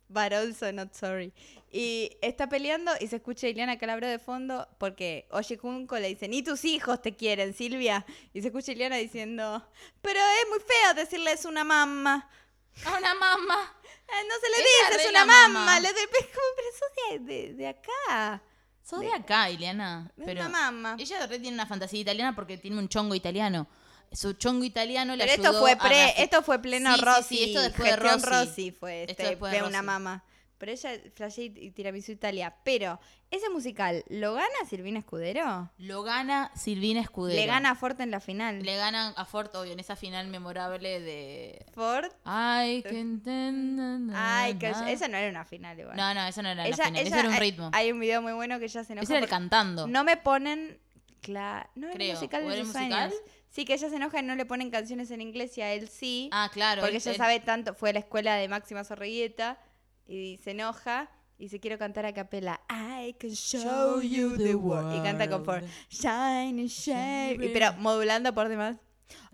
[SPEAKER 2] But also not sorry. Y está peleando y se escucha a Ileana Calabro de fondo porque Oshi Junko le dice, ni tus hijos te quieren, Silvia. Y se escucha a Ileana diciendo, pero es muy feo decirles una mamá.
[SPEAKER 1] A Ah, una mamá.
[SPEAKER 2] Eh, No se le
[SPEAKER 1] Ella
[SPEAKER 2] dice,
[SPEAKER 1] re
[SPEAKER 2] es una
[SPEAKER 1] la mamá".
[SPEAKER 2] mamá. Le doy, pero, pero sos de, de- de acá.
[SPEAKER 1] Sos de acá, Ileana.
[SPEAKER 2] Es
[SPEAKER 1] Pero
[SPEAKER 2] una mamá.
[SPEAKER 1] Ella de re tiene una fantasía italiana porque tiene un chongo italiano. Su chongo italiano le
[SPEAKER 2] Pero
[SPEAKER 1] ayudó
[SPEAKER 2] esto fue
[SPEAKER 1] a
[SPEAKER 2] pre,
[SPEAKER 1] gafi-
[SPEAKER 2] esto fue pleno
[SPEAKER 1] Sí, sí,
[SPEAKER 2] Rossi,
[SPEAKER 1] sí, esto después de
[SPEAKER 2] gestión
[SPEAKER 1] Rossi.
[SPEAKER 2] fue
[SPEAKER 1] Esto
[SPEAKER 2] este,
[SPEAKER 1] después de
[SPEAKER 2] ve una
[SPEAKER 1] Rossi.
[SPEAKER 2] mamá. Pero ella flashé y tiramisú Italia. Pero ese musical, ¿lo gana Silvina Escudero?
[SPEAKER 1] Lo gana Silvina Escudero.
[SPEAKER 2] Le gana a Forte en la final.
[SPEAKER 1] Le gana a Ford, obvio, en esa final memorable de...
[SPEAKER 2] Ford.
[SPEAKER 1] Ay, que...
[SPEAKER 2] Ay, que esa no era una final igual.
[SPEAKER 1] No, no, esa no era
[SPEAKER 2] Ella-
[SPEAKER 1] la final.
[SPEAKER 2] ella-
[SPEAKER 1] ese era un
[SPEAKER 2] hay-
[SPEAKER 1] ritmo.
[SPEAKER 2] Hay un video muy bueno que ella se enoja.
[SPEAKER 1] ese era el
[SPEAKER 2] porque-
[SPEAKER 1] cantando.
[SPEAKER 2] No me ponen. Claro. No, era
[SPEAKER 1] Creo.
[SPEAKER 2] el musical
[SPEAKER 1] ¿O
[SPEAKER 2] de
[SPEAKER 1] era
[SPEAKER 2] sus
[SPEAKER 1] musical?
[SPEAKER 2] sueños. Sí, que ella se enoja y no le ponen canciones en inglés y a él sí.
[SPEAKER 1] Ah, claro.
[SPEAKER 2] Porque
[SPEAKER 1] él-
[SPEAKER 2] ella
[SPEAKER 1] él-
[SPEAKER 2] sabe tanto, fue a la escuela de Máxima Zorrigueta y se enoja y se quiere cantar a capela. I can show you the world. Y canta con Ford. Shine and shine. Y pero modulando por demás.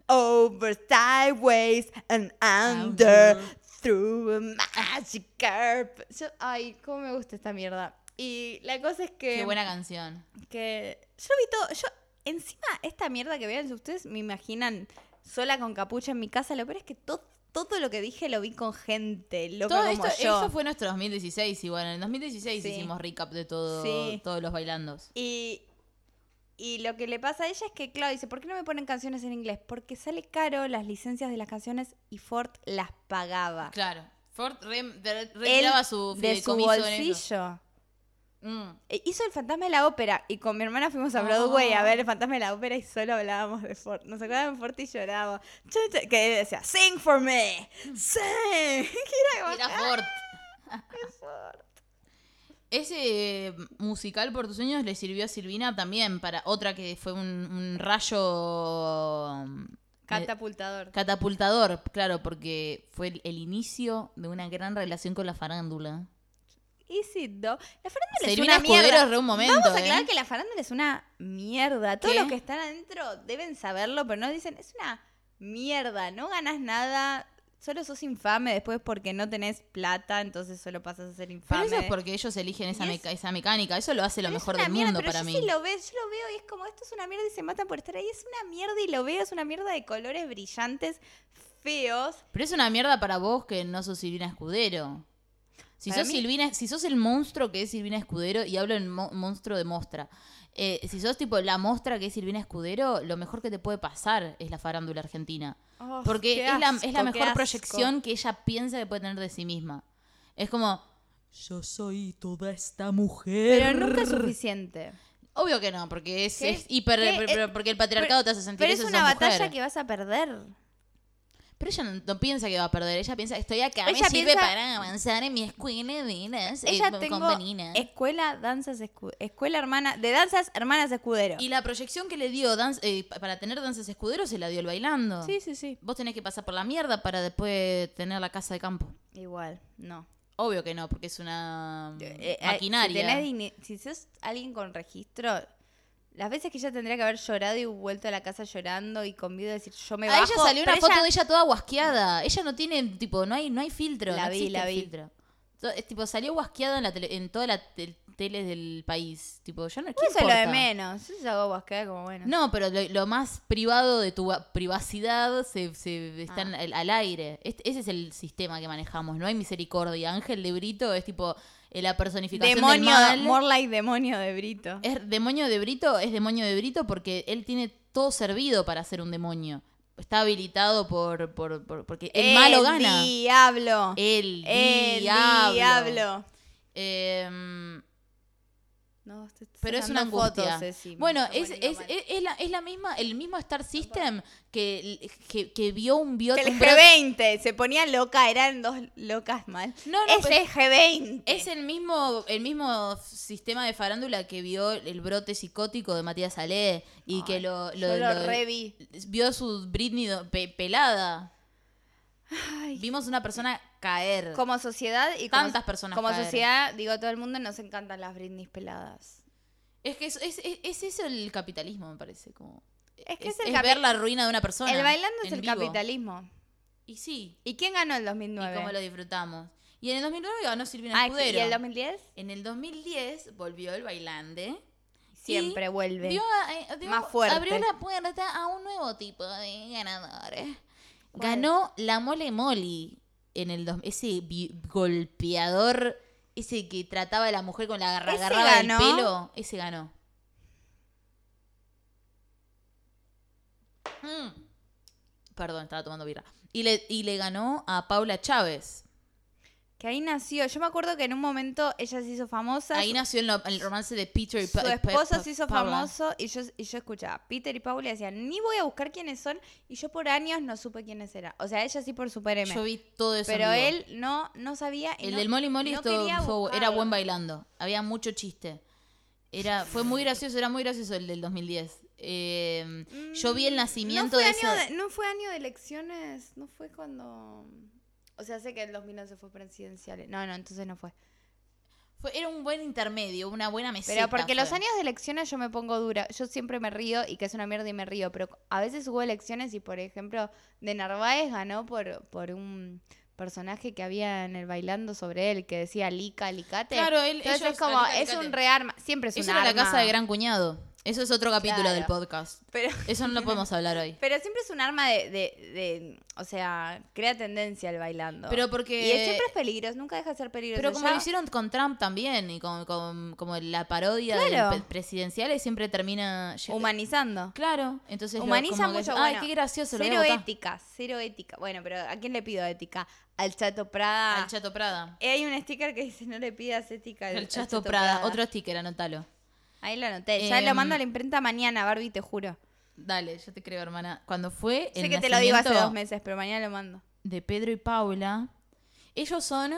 [SPEAKER 2] Over sideways and under through a magic carpet. Yo- ay, cómo me gusta esta mierda. Y la cosa es que
[SPEAKER 1] Qué buena canción.
[SPEAKER 2] que yo lo vi todo, yo encima esta mierda que vean ustedes me imaginan sola con capucha en mi casa, lo peor es que to- todo lo que dije lo vi con gente, loca
[SPEAKER 1] Todo esto,
[SPEAKER 2] como yo.
[SPEAKER 1] eso fue nuestro 2016 igual. En el 2016
[SPEAKER 2] Sí.
[SPEAKER 1] hicimos recap de todo,
[SPEAKER 2] Sí.
[SPEAKER 1] todos los bailandos.
[SPEAKER 2] Y y lo que le pasa a ella es que claro, dice, "¿Por qué no me ponen canciones en inglés? Porque sale caro las licencias de las canciones y Ford las pagaba."
[SPEAKER 1] Claro. Ford re- de-
[SPEAKER 2] Él,
[SPEAKER 1] retiraba su
[SPEAKER 2] de su
[SPEAKER 1] fideicomiso en eso.
[SPEAKER 2] bolsillo.
[SPEAKER 1] Mm.
[SPEAKER 2] Eh, Hizo el fantasma de la ópera y con mi hermana fuimos
[SPEAKER 1] Ah.
[SPEAKER 2] a Broadway a ver el fantasma de la ópera y solo hablábamos de Ford. Nos acordábamos de Ford y llorábamos. Cha, cha, Que decía, sing for me, sing. (laughs) Y era como,
[SPEAKER 1] Era
[SPEAKER 2] "Ah,
[SPEAKER 1] Ford.
[SPEAKER 2] Ford".
[SPEAKER 1] Ese eh, musical por tus sueños le sirvió a Silvina también para otra que fue un, un rayo mm,
[SPEAKER 2] Catapultador.
[SPEAKER 1] catapultador, claro, porque fue el, el inicio de una gran relación con la farándula.
[SPEAKER 2] Y sí, do- La farándula es
[SPEAKER 1] Silvina
[SPEAKER 2] una
[SPEAKER 1] Escudero
[SPEAKER 2] mierda.
[SPEAKER 1] es re un momento,
[SPEAKER 2] Vamos a aclarar
[SPEAKER 1] ¿eh?
[SPEAKER 2] que la farándula es una mierda. Todos
[SPEAKER 1] ¿Qué?
[SPEAKER 2] los que están adentro deben saberlo, pero no dicen, es una mierda, no ganas nada. Solo sos infame después porque no tenés plata, entonces solo pasas a ser
[SPEAKER 1] Pero
[SPEAKER 2] infame.
[SPEAKER 1] eso es porque ellos eligen esa,
[SPEAKER 2] Y es-
[SPEAKER 1] meca- esa mecánica, eso lo hace lo
[SPEAKER 2] Pero es
[SPEAKER 1] mejor
[SPEAKER 2] una
[SPEAKER 1] del
[SPEAKER 2] mierda,
[SPEAKER 1] mundo
[SPEAKER 2] pero
[SPEAKER 1] para
[SPEAKER 2] yo
[SPEAKER 1] mí.
[SPEAKER 2] Sí lo veo, yo lo veo y es como esto es una mierda y se matan por estar ahí. Es una mierda y lo veo, es una mierda de colores brillantes, feos.
[SPEAKER 1] Pero es una mierda para vos que no sos Silvina Escudero. Si
[SPEAKER 2] Para
[SPEAKER 1] sos,
[SPEAKER 2] mí-
[SPEAKER 1] Silvina, si sos el monstruo que es Silvina Escudero, y hablo en mo- monstruo de mostra, eh, si sos tipo la mostra que es Silvina Escudero, lo mejor que te puede pasar es la farándula argentina.
[SPEAKER 2] Oh,
[SPEAKER 1] Porque
[SPEAKER 2] qué
[SPEAKER 1] es, la,
[SPEAKER 2] asco,
[SPEAKER 1] es la
[SPEAKER 2] qué
[SPEAKER 1] mejor
[SPEAKER 2] asco.
[SPEAKER 1] proyección que ella piensa que puede tener de sí misma. Es como,
[SPEAKER 4] Yo soy toda esta mujer.
[SPEAKER 2] Pero nunca es suficiente.
[SPEAKER 1] obvio que no, porque es,
[SPEAKER 2] ¿Qué?
[SPEAKER 1] es hiper.
[SPEAKER 2] ¿Qué?
[SPEAKER 1] pero- pero-
[SPEAKER 2] Eh,
[SPEAKER 1] porque el patriarcado
[SPEAKER 2] pero-
[SPEAKER 1] te hace sentir
[SPEAKER 2] Pero es
[SPEAKER 1] eso,
[SPEAKER 2] una
[SPEAKER 1] sos
[SPEAKER 2] batalla
[SPEAKER 1] mujer.
[SPEAKER 2] que vas a perder.
[SPEAKER 1] Pero ella no, no piensa que va a perder, ella piensa, estoy acá, me
[SPEAKER 2] Ella
[SPEAKER 1] sirve
[SPEAKER 2] piensa-
[SPEAKER 1] para avanzar en mi escuela de nenas, eh,
[SPEAKER 2] Ella
[SPEAKER 1] con-
[SPEAKER 2] tengo
[SPEAKER 1] con meninas".
[SPEAKER 2] escuela danzas escu- escuela hermana de danzas hermanas escudero.
[SPEAKER 1] Y la proyección que le dio dan- eh, pa- para tener danzas escuderos se la dio el bailando.
[SPEAKER 2] Sí, sí, sí.
[SPEAKER 1] Vos tenés que pasar por la mierda para después tener la casa de campo.
[SPEAKER 2] Igual, no.
[SPEAKER 1] Obvio que no, porque es una mm,
[SPEAKER 2] Eh, eh, Si,
[SPEAKER 1] maquinaria.
[SPEAKER 2] tenés digne- si sos alguien con registro, las veces que ella tendría que haber llorado y vuelto a la casa llorando y con miedo de decir yo me
[SPEAKER 1] a
[SPEAKER 2] bajo.
[SPEAKER 1] ella salió una
[SPEAKER 2] pero
[SPEAKER 1] foto de ella toda guasqueada. Ella no tiene, tipo, no hay, no hay filtro.
[SPEAKER 2] La
[SPEAKER 1] no
[SPEAKER 2] vi,
[SPEAKER 1] existe
[SPEAKER 2] la
[SPEAKER 1] el
[SPEAKER 2] vi.
[SPEAKER 1] filtro. So- Es, tipo, salió guasqueada en, la tele- en todas las tel- teles del país. Tipo, yo no ¿quién
[SPEAKER 2] Eso es lo de
[SPEAKER 1] importa?
[SPEAKER 2] menos. Eso se hago guasqueada como bueno.
[SPEAKER 1] No, pero lo, lo más privado de tu va- privacidad se, se está
[SPEAKER 2] Ah.
[SPEAKER 1] en- al, al aire. Este- ese es el sistema que manejamos. No hay misericordia. Ángel de Brito es tipo eh, la personificación
[SPEAKER 2] demonio,
[SPEAKER 1] del mal.
[SPEAKER 2] more like demonio de Brito.
[SPEAKER 1] Es demonio de Brito, es demonio de Brito porque él tiene todo servido para ser un demonio. Está habilitado por, por- por- porque el, malo gana.
[SPEAKER 2] Diablo.
[SPEAKER 1] El,
[SPEAKER 2] El
[SPEAKER 1] diablo.
[SPEAKER 2] diablo.
[SPEAKER 1] Em,
[SPEAKER 2] No, te estás
[SPEAKER 1] Pero es una
[SPEAKER 2] sacando fotos,
[SPEAKER 1] angustia.
[SPEAKER 2] Ceci.
[SPEAKER 1] bueno,
[SPEAKER 2] Está
[SPEAKER 1] es,
[SPEAKER 2] bueno,
[SPEAKER 1] es,
[SPEAKER 2] está mal.
[SPEAKER 1] es, es la, es la misma, el mismo Star System que, que, que vio un biota.
[SPEAKER 2] (laughs) Que el G20, se ponía loca, eran dos locas mal.
[SPEAKER 1] No, no,
[SPEAKER 2] Ese es G20.
[SPEAKER 1] Es el mismo, el mismo sistema de farándula que vio el brote psicótico de Matías Salé y
[SPEAKER 2] Ay,
[SPEAKER 1] que lo,
[SPEAKER 2] yo lo
[SPEAKER 1] lo-
[SPEAKER 2] reví.
[SPEAKER 1] vio su Britney do- pe- pelada.
[SPEAKER 2] Ay.
[SPEAKER 1] Vimos una persona caer.
[SPEAKER 2] Como sociedad y
[SPEAKER 1] Tantas
[SPEAKER 2] como,
[SPEAKER 1] personas
[SPEAKER 2] Como
[SPEAKER 1] caer.
[SPEAKER 2] sociedad, digo, todo el mundo nos encantan las Britney peladas.
[SPEAKER 1] Es que es, es, es- es eso el capitalismo, me parece. Como,
[SPEAKER 2] Es que es el capi-
[SPEAKER 1] ver la ruina de una persona.
[SPEAKER 2] el bailando es
[SPEAKER 1] en
[SPEAKER 2] el
[SPEAKER 1] vivo.
[SPEAKER 2] capitalismo.
[SPEAKER 1] Y sí,
[SPEAKER 2] ¿Y quién ganó el
[SPEAKER 1] y cómo lo
[SPEAKER 2] 2009?
[SPEAKER 1] disfrutamos. Y en el 2009 ganó Silvina
[SPEAKER 2] Ah,
[SPEAKER 1] Escudero.
[SPEAKER 2] ¿Y el 2010?
[SPEAKER 1] En el 2010 volvió el bailante.
[SPEAKER 2] Siempre
[SPEAKER 1] y
[SPEAKER 2] vuelve.
[SPEAKER 1] dio a- eh, dio-
[SPEAKER 2] Más fuerte.
[SPEAKER 1] Abrió la puerta a un nuevo tipo de ganadores. Ganó la Mole Moli en el dos- ese vi- golpeador, ese que trataba a la mujer con la garra
[SPEAKER 2] ¿Ese
[SPEAKER 1] agarraba del
[SPEAKER 2] ganó?
[SPEAKER 1] pelo, ese ganó. Mm. Perdón, estaba tomando birra. Y le, y le ganó a Paula Chávez.
[SPEAKER 2] Que ahí nació. Yo me acuerdo que en un momento ella se hizo famosa.
[SPEAKER 1] Ahí
[SPEAKER 2] su-
[SPEAKER 1] nació el, no- el romance de Peter y
[SPEAKER 2] su
[SPEAKER 1] Pa- Pa-
[SPEAKER 2] esposo
[SPEAKER 1] Pa-
[SPEAKER 2] se hizo
[SPEAKER 1] Paula.
[SPEAKER 2] famoso y yo, y yo escuchaba Peter y Paula y decían, ni voy a buscar quiénes son. Y yo por años no supe quiénes eran. O sea, ella sí por Super M.
[SPEAKER 1] Yo vi todo eso. en
[SPEAKER 2] pero
[SPEAKER 1] vivo.
[SPEAKER 2] él no, no sabía. y
[SPEAKER 1] El
[SPEAKER 2] no-
[SPEAKER 1] del Molly Molly
[SPEAKER 2] no
[SPEAKER 1] esto
[SPEAKER 2] quería
[SPEAKER 1] fue- era
[SPEAKER 2] buscarlo.
[SPEAKER 1] buen bailando. Había mucho chiste. Era, fue muy gracioso, era muy gracioso el del 2010. Eh, yo vi el nacimiento
[SPEAKER 2] Mm, no
[SPEAKER 1] de
[SPEAKER 2] fue,
[SPEAKER 1] esa.
[SPEAKER 2] año de, no fue año de elecciones, no fue cuando... O sea, sé que el 2011 fue presidencial. No, no, entonces no fue.
[SPEAKER 1] fue- era un buen intermedio, una buena meseta.
[SPEAKER 2] Pero porque los
[SPEAKER 1] fue.
[SPEAKER 2] años de elecciones yo me pongo dura. Yo siempre me río y que es una mierda y me río. Pero a veces hubo elecciones y, por ejemplo, de Narváez ganó por, por un personaje que había en el bailando sobre él que decía Lica, Alicate.
[SPEAKER 1] Claro, él-
[SPEAKER 2] Entonces
[SPEAKER 1] ellos-
[SPEAKER 2] es como,
[SPEAKER 1] Alica,
[SPEAKER 2] es un
[SPEAKER 1] Alicate.
[SPEAKER 2] rearma. Siempre es un
[SPEAKER 1] Eso era la
[SPEAKER 2] arma.
[SPEAKER 1] casa de gran cuñado. Eso es otro capítulo
[SPEAKER 2] Claro.
[SPEAKER 1] del podcast.
[SPEAKER 2] Pero...
[SPEAKER 1] Eso no lo podemos hablar
[SPEAKER 2] (laughs)
[SPEAKER 1] hoy.
[SPEAKER 2] Pero siempre es un arma de, de- de- O sea, crea tendencia el bailando.
[SPEAKER 1] Pero porque-
[SPEAKER 2] Y es- siempre es peligroso, nunca deja de ser peligroso.
[SPEAKER 1] Pero como
[SPEAKER 2] Ya-
[SPEAKER 1] lo hicieron con Trump también, y con, con- como la parodia
[SPEAKER 2] Claro.
[SPEAKER 1] de presidenciales siempre termina. lle-
[SPEAKER 2] Humanizando.
[SPEAKER 1] Claro, entonces. lo-
[SPEAKER 2] Humaniza
[SPEAKER 1] como que-
[SPEAKER 2] mucho.
[SPEAKER 1] Ay,
[SPEAKER 2] bueno,
[SPEAKER 1] qué gracioso. lo voy a
[SPEAKER 2] Cero
[SPEAKER 1] votar".
[SPEAKER 2] ética, cero ética. Bueno, pero ¿a quién le pido ética? Al Chato Prada.
[SPEAKER 1] Al Chato Prada.
[SPEAKER 2] Eh, Hay un sticker que dice no le pidas ética al,
[SPEAKER 1] El
[SPEAKER 2] al
[SPEAKER 1] Chato, Prada. Otro sticker, anótalo.
[SPEAKER 2] Ahí lo anoté. Ya
[SPEAKER 1] Em,
[SPEAKER 2] lo mando a la imprenta mañana, Barbie, te juro.
[SPEAKER 1] Dale, yo te creo, hermana. Cuando fue el
[SPEAKER 2] Sé que te lo digo hace
[SPEAKER 1] nacimiento
[SPEAKER 2] dos meses, pero mañana lo mando.
[SPEAKER 1] de Pedro y Paula, ellos son...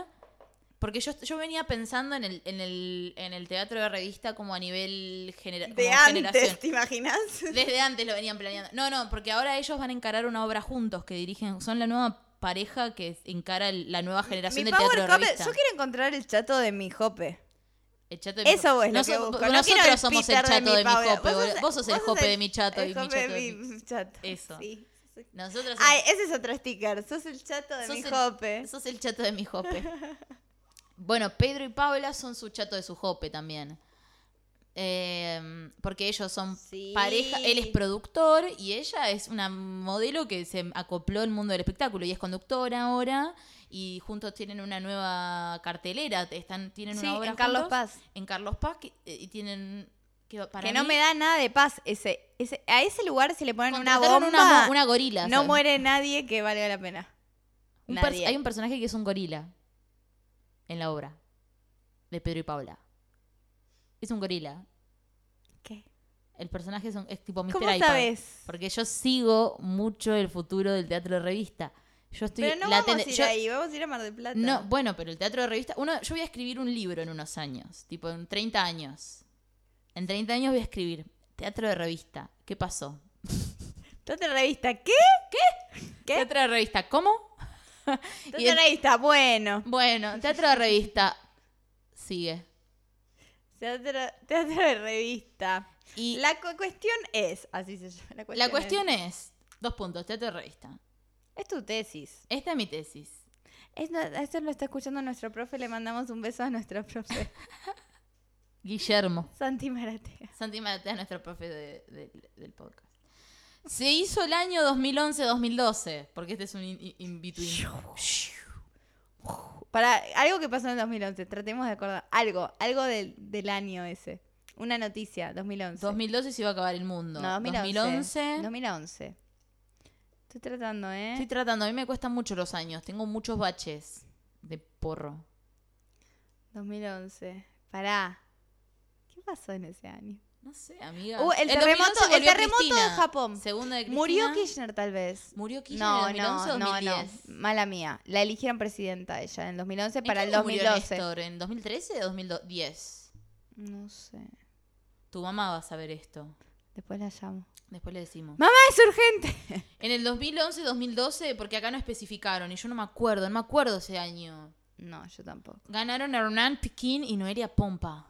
[SPEAKER 1] Porque yo, yo venía pensando en el, en, el, en el teatro de revista como a nivel genera- como
[SPEAKER 2] (laughs)
[SPEAKER 1] generación.
[SPEAKER 2] ¿te imaginas?
[SPEAKER 1] Desde antes lo venían planeando. No, no, porque ahora ellos van a encarar una obra juntos que dirigen. Son la nueva pareja que encara el- la nueva generación
[SPEAKER 2] Mi
[SPEAKER 1] del teatro
[SPEAKER 2] power
[SPEAKER 1] de
[SPEAKER 2] couple-
[SPEAKER 1] revista.
[SPEAKER 2] Yo quiero encontrar el chato de mi jope.
[SPEAKER 1] El chato de mi
[SPEAKER 2] Eso
[SPEAKER 1] jo-
[SPEAKER 2] es lo
[SPEAKER 1] Noso-
[SPEAKER 2] que busco. No
[SPEAKER 1] Nosotros
[SPEAKER 2] quiero el
[SPEAKER 1] somos el
[SPEAKER 2] Peter
[SPEAKER 1] chato de mi,
[SPEAKER 2] Paula.
[SPEAKER 1] jope.
[SPEAKER 2] Vos
[SPEAKER 1] Vos,
[SPEAKER 2] sos-
[SPEAKER 1] sos el
[SPEAKER 2] vos
[SPEAKER 1] jope de mi chato
[SPEAKER 2] el
[SPEAKER 1] y mi
[SPEAKER 2] jope
[SPEAKER 1] chato de
[SPEAKER 2] de
[SPEAKER 1] mi-
[SPEAKER 2] mi chato.
[SPEAKER 1] Eso.
[SPEAKER 2] Sí, sí.
[SPEAKER 1] Nosotros
[SPEAKER 2] Ay, ese es otro sticker. Sos el chato de
[SPEAKER 1] Sos
[SPEAKER 2] mi
[SPEAKER 1] el-
[SPEAKER 2] jope.
[SPEAKER 1] Sos el chato de mi
[SPEAKER 2] (laughs)
[SPEAKER 1] jope. bueno, Pedro y Paula son su chato de su jope también. Eh, porque ellos son
[SPEAKER 2] Sí.
[SPEAKER 1] pareja, él es productor y ella es una modelo que se acopló al mundo del espectáculo y es conductora ahora y juntos tienen una nueva cartelera, están tienen
[SPEAKER 2] Sí,
[SPEAKER 1] una obra
[SPEAKER 2] en Carlos
[SPEAKER 1] juntos,
[SPEAKER 2] Paz.
[SPEAKER 1] en Carlos Paz que- eh, y tienen que para
[SPEAKER 2] que no
[SPEAKER 1] mí,
[SPEAKER 2] me da nada de paz. Ese, ese, a ese lugar si le ponen una
[SPEAKER 1] contrataron
[SPEAKER 2] bomba,
[SPEAKER 1] una, mo- una gorila,
[SPEAKER 2] no
[SPEAKER 1] ¿sabes?
[SPEAKER 2] muere nadie que valga la pena.
[SPEAKER 1] Un pers-
[SPEAKER 2] Nadie.
[SPEAKER 1] hay un personaje que es un gorila en la obra de Pedro y Paula. Es un gorila.
[SPEAKER 2] ¿Qué?
[SPEAKER 1] El personaje es, un- es tipo Mr.
[SPEAKER 2] ¿Cómo
[SPEAKER 1] iPad.
[SPEAKER 2] sabes?
[SPEAKER 1] Porque yo sigo mucho el futuro del teatro de revista. Yo estoy
[SPEAKER 2] Pero no
[SPEAKER 1] la
[SPEAKER 2] vamos a
[SPEAKER 1] tende-
[SPEAKER 2] ir
[SPEAKER 1] yo-
[SPEAKER 2] ahí, vamos a ir a Mar del Plata.
[SPEAKER 1] No, bueno, pero el teatro de revista, uno yo voy a escribir un libro en unos años, tipo en 30 años. En 30 años voy a escribir teatro de revista. ¿Qué pasó?
[SPEAKER 2] Otra revista, ¿qué? ¿Qué?
[SPEAKER 1] Teatro de revista, ¿cómo?
[SPEAKER 2] Otra
[SPEAKER 1] Y en-
[SPEAKER 2] revista, bueno.
[SPEAKER 1] Bueno, teatro de revista sigue.
[SPEAKER 2] Teatro, teatro de revista.
[SPEAKER 1] Y
[SPEAKER 2] La cu- cuestión es, así se llama. La cuestión,
[SPEAKER 1] La cuestión es, dos puntos, teatro de revista.
[SPEAKER 2] es, es tu tesis.
[SPEAKER 1] Esta es mi tesis.
[SPEAKER 2] Es no- esto lo está escuchando nuestro profe, le mandamos un beso a nuestro profe, (laughs)
[SPEAKER 1] Guillermo.
[SPEAKER 2] Santi Maratea.
[SPEAKER 1] Santi Maratea, nuestro profe de- de- del podcast. Se hizo el año 2011-2012, porque este es un in- in between.
[SPEAKER 2] Para algo que pasó en el 2011, tratemos de acordar. Algo, algo del, del año ese. Una noticia, 2011.
[SPEAKER 1] 2012 se iba a acabar el mundo.
[SPEAKER 2] no, 2011.
[SPEAKER 1] 2011.
[SPEAKER 2] 2011. Estoy tratando, ¿eh?
[SPEAKER 1] Estoy tratando, a mí me cuestan mucho los años, tengo muchos baches de porro.
[SPEAKER 2] 2011. Pará. ¿Qué pasó en ese año?
[SPEAKER 1] No sé, amiga.
[SPEAKER 2] Uh, el
[SPEAKER 1] En
[SPEAKER 2] terremoto-
[SPEAKER 1] 2011
[SPEAKER 2] el
[SPEAKER 1] volvió
[SPEAKER 2] terremoto de
[SPEAKER 1] Cristina.
[SPEAKER 2] Japón.
[SPEAKER 1] Segunda de Cristina.
[SPEAKER 2] Murió Kirchner tal vez.
[SPEAKER 1] Murió Kirchner
[SPEAKER 2] No,
[SPEAKER 1] en 2011
[SPEAKER 2] no,
[SPEAKER 1] o
[SPEAKER 2] no, no,
[SPEAKER 1] 2010.
[SPEAKER 2] mala mía. La eligieron presidenta ella en el 2011
[SPEAKER 1] ¿En
[SPEAKER 2] para el
[SPEAKER 1] cuándo murió
[SPEAKER 2] 2012.
[SPEAKER 1] Néstor? ¿En 2013 o 2010?
[SPEAKER 2] No sé.
[SPEAKER 1] Tu mamá va a saber esto.
[SPEAKER 2] Después la llamo.
[SPEAKER 1] Después le decimos.
[SPEAKER 2] Mamá, es urgente.
[SPEAKER 1] En el 2011-2012, porque acá no especificaron y yo no me acuerdo, no me acuerdo ese año.
[SPEAKER 2] No, yo tampoco.
[SPEAKER 1] Ganaron Hernán Piquín y Noelia Pompa.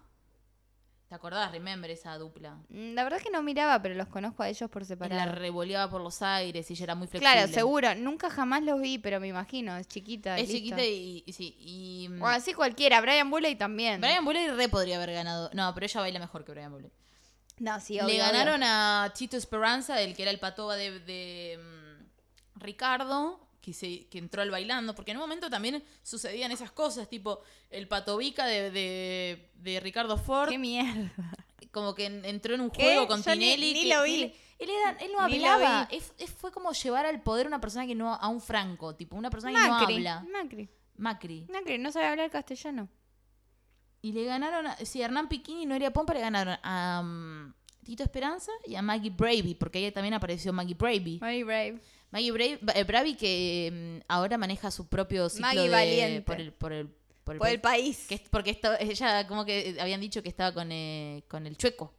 [SPEAKER 1] ¿Te acordás? Remember esa dupla.
[SPEAKER 2] Mm, La verdad que no miraba, pero los conozco a ellos por
[SPEAKER 1] Y La
[SPEAKER 2] separado.
[SPEAKER 1] revoleaba por los aires y ella era muy flexible.
[SPEAKER 2] Claro, seguro. Nunca jamás los vi, pero me imagino. Es chiquita.
[SPEAKER 1] Es
[SPEAKER 2] listo.
[SPEAKER 1] chiquita y, y sí. Y, mm,
[SPEAKER 2] O así cualquiera. Brian Bulley también.
[SPEAKER 1] Brian Bulley re podría haber ganado. No, pero ella baila mejor que Brian Bulley.
[SPEAKER 2] No, sí,
[SPEAKER 1] Le
[SPEAKER 2] obvio,
[SPEAKER 1] ganaron
[SPEAKER 2] obvio.
[SPEAKER 1] a Tito Esperanza, el que era el patoba de, de, mm, Ricardo, que, se, que entró al bailando, porque en un momento también sucedían esas cosas, tipo el patobica de, de, de Ricardo Ford,
[SPEAKER 2] ¡Qué mierda!
[SPEAKER 1] como que en- entró en un
[SPEAKER 2] ¿Qué?
[SPEAKER 1] juego con
[SPEAKER 2] Yo ni-
[SPEAKER 1] Tinelli.
[SPEAKER 2] ni
[SPEAKER 1] que
[SPEAKER 2] lo vi.
[SPEAKER 1] Tinelli- Él, era- él no
[SPEAKER 2] Ni lo
[SPEAKER 1] hablaba.
[SPEAKER 2] vi.
[SPEAKER 1] Es- es- fue como llevar al poder una persona que no, a un franco, tipo una persona que
[SPEAKER 2] Macri.
[SPEAKER 1] no habla.
[SPEAKER 2] Macri.
[SPEAKER 1] Macri.
[SPEAKER 2] Macri, no sabe hablar castellano.
[SPEAKER 1] Y le ganaron, a, sí, a Hernán Piquín y Noelia Pompa le ganaron a mm, Tito Esperanza y a Maggie Bravey, porque ella también apareció Maggie Bravey.
[SPEAKER 2] Maggie Brave.
[SPEAKER 1] Maggie Bra- eh, Bravi que mm, ahora maneja su propio ciclo
[SPEAKER 2] Maggie
[SPEAKER 1] de-
[SPEAKER 2] Valiente.
[SPEAKER 1] por el por el, por el
[SPEAKER 2] Por el
[SPEAKER 1] país.
[SPEAKER 2] país.
[SPEAKER 1] Que es- porque esto, ella como que eh, habían dicho que estaba con, eh, con el chueco.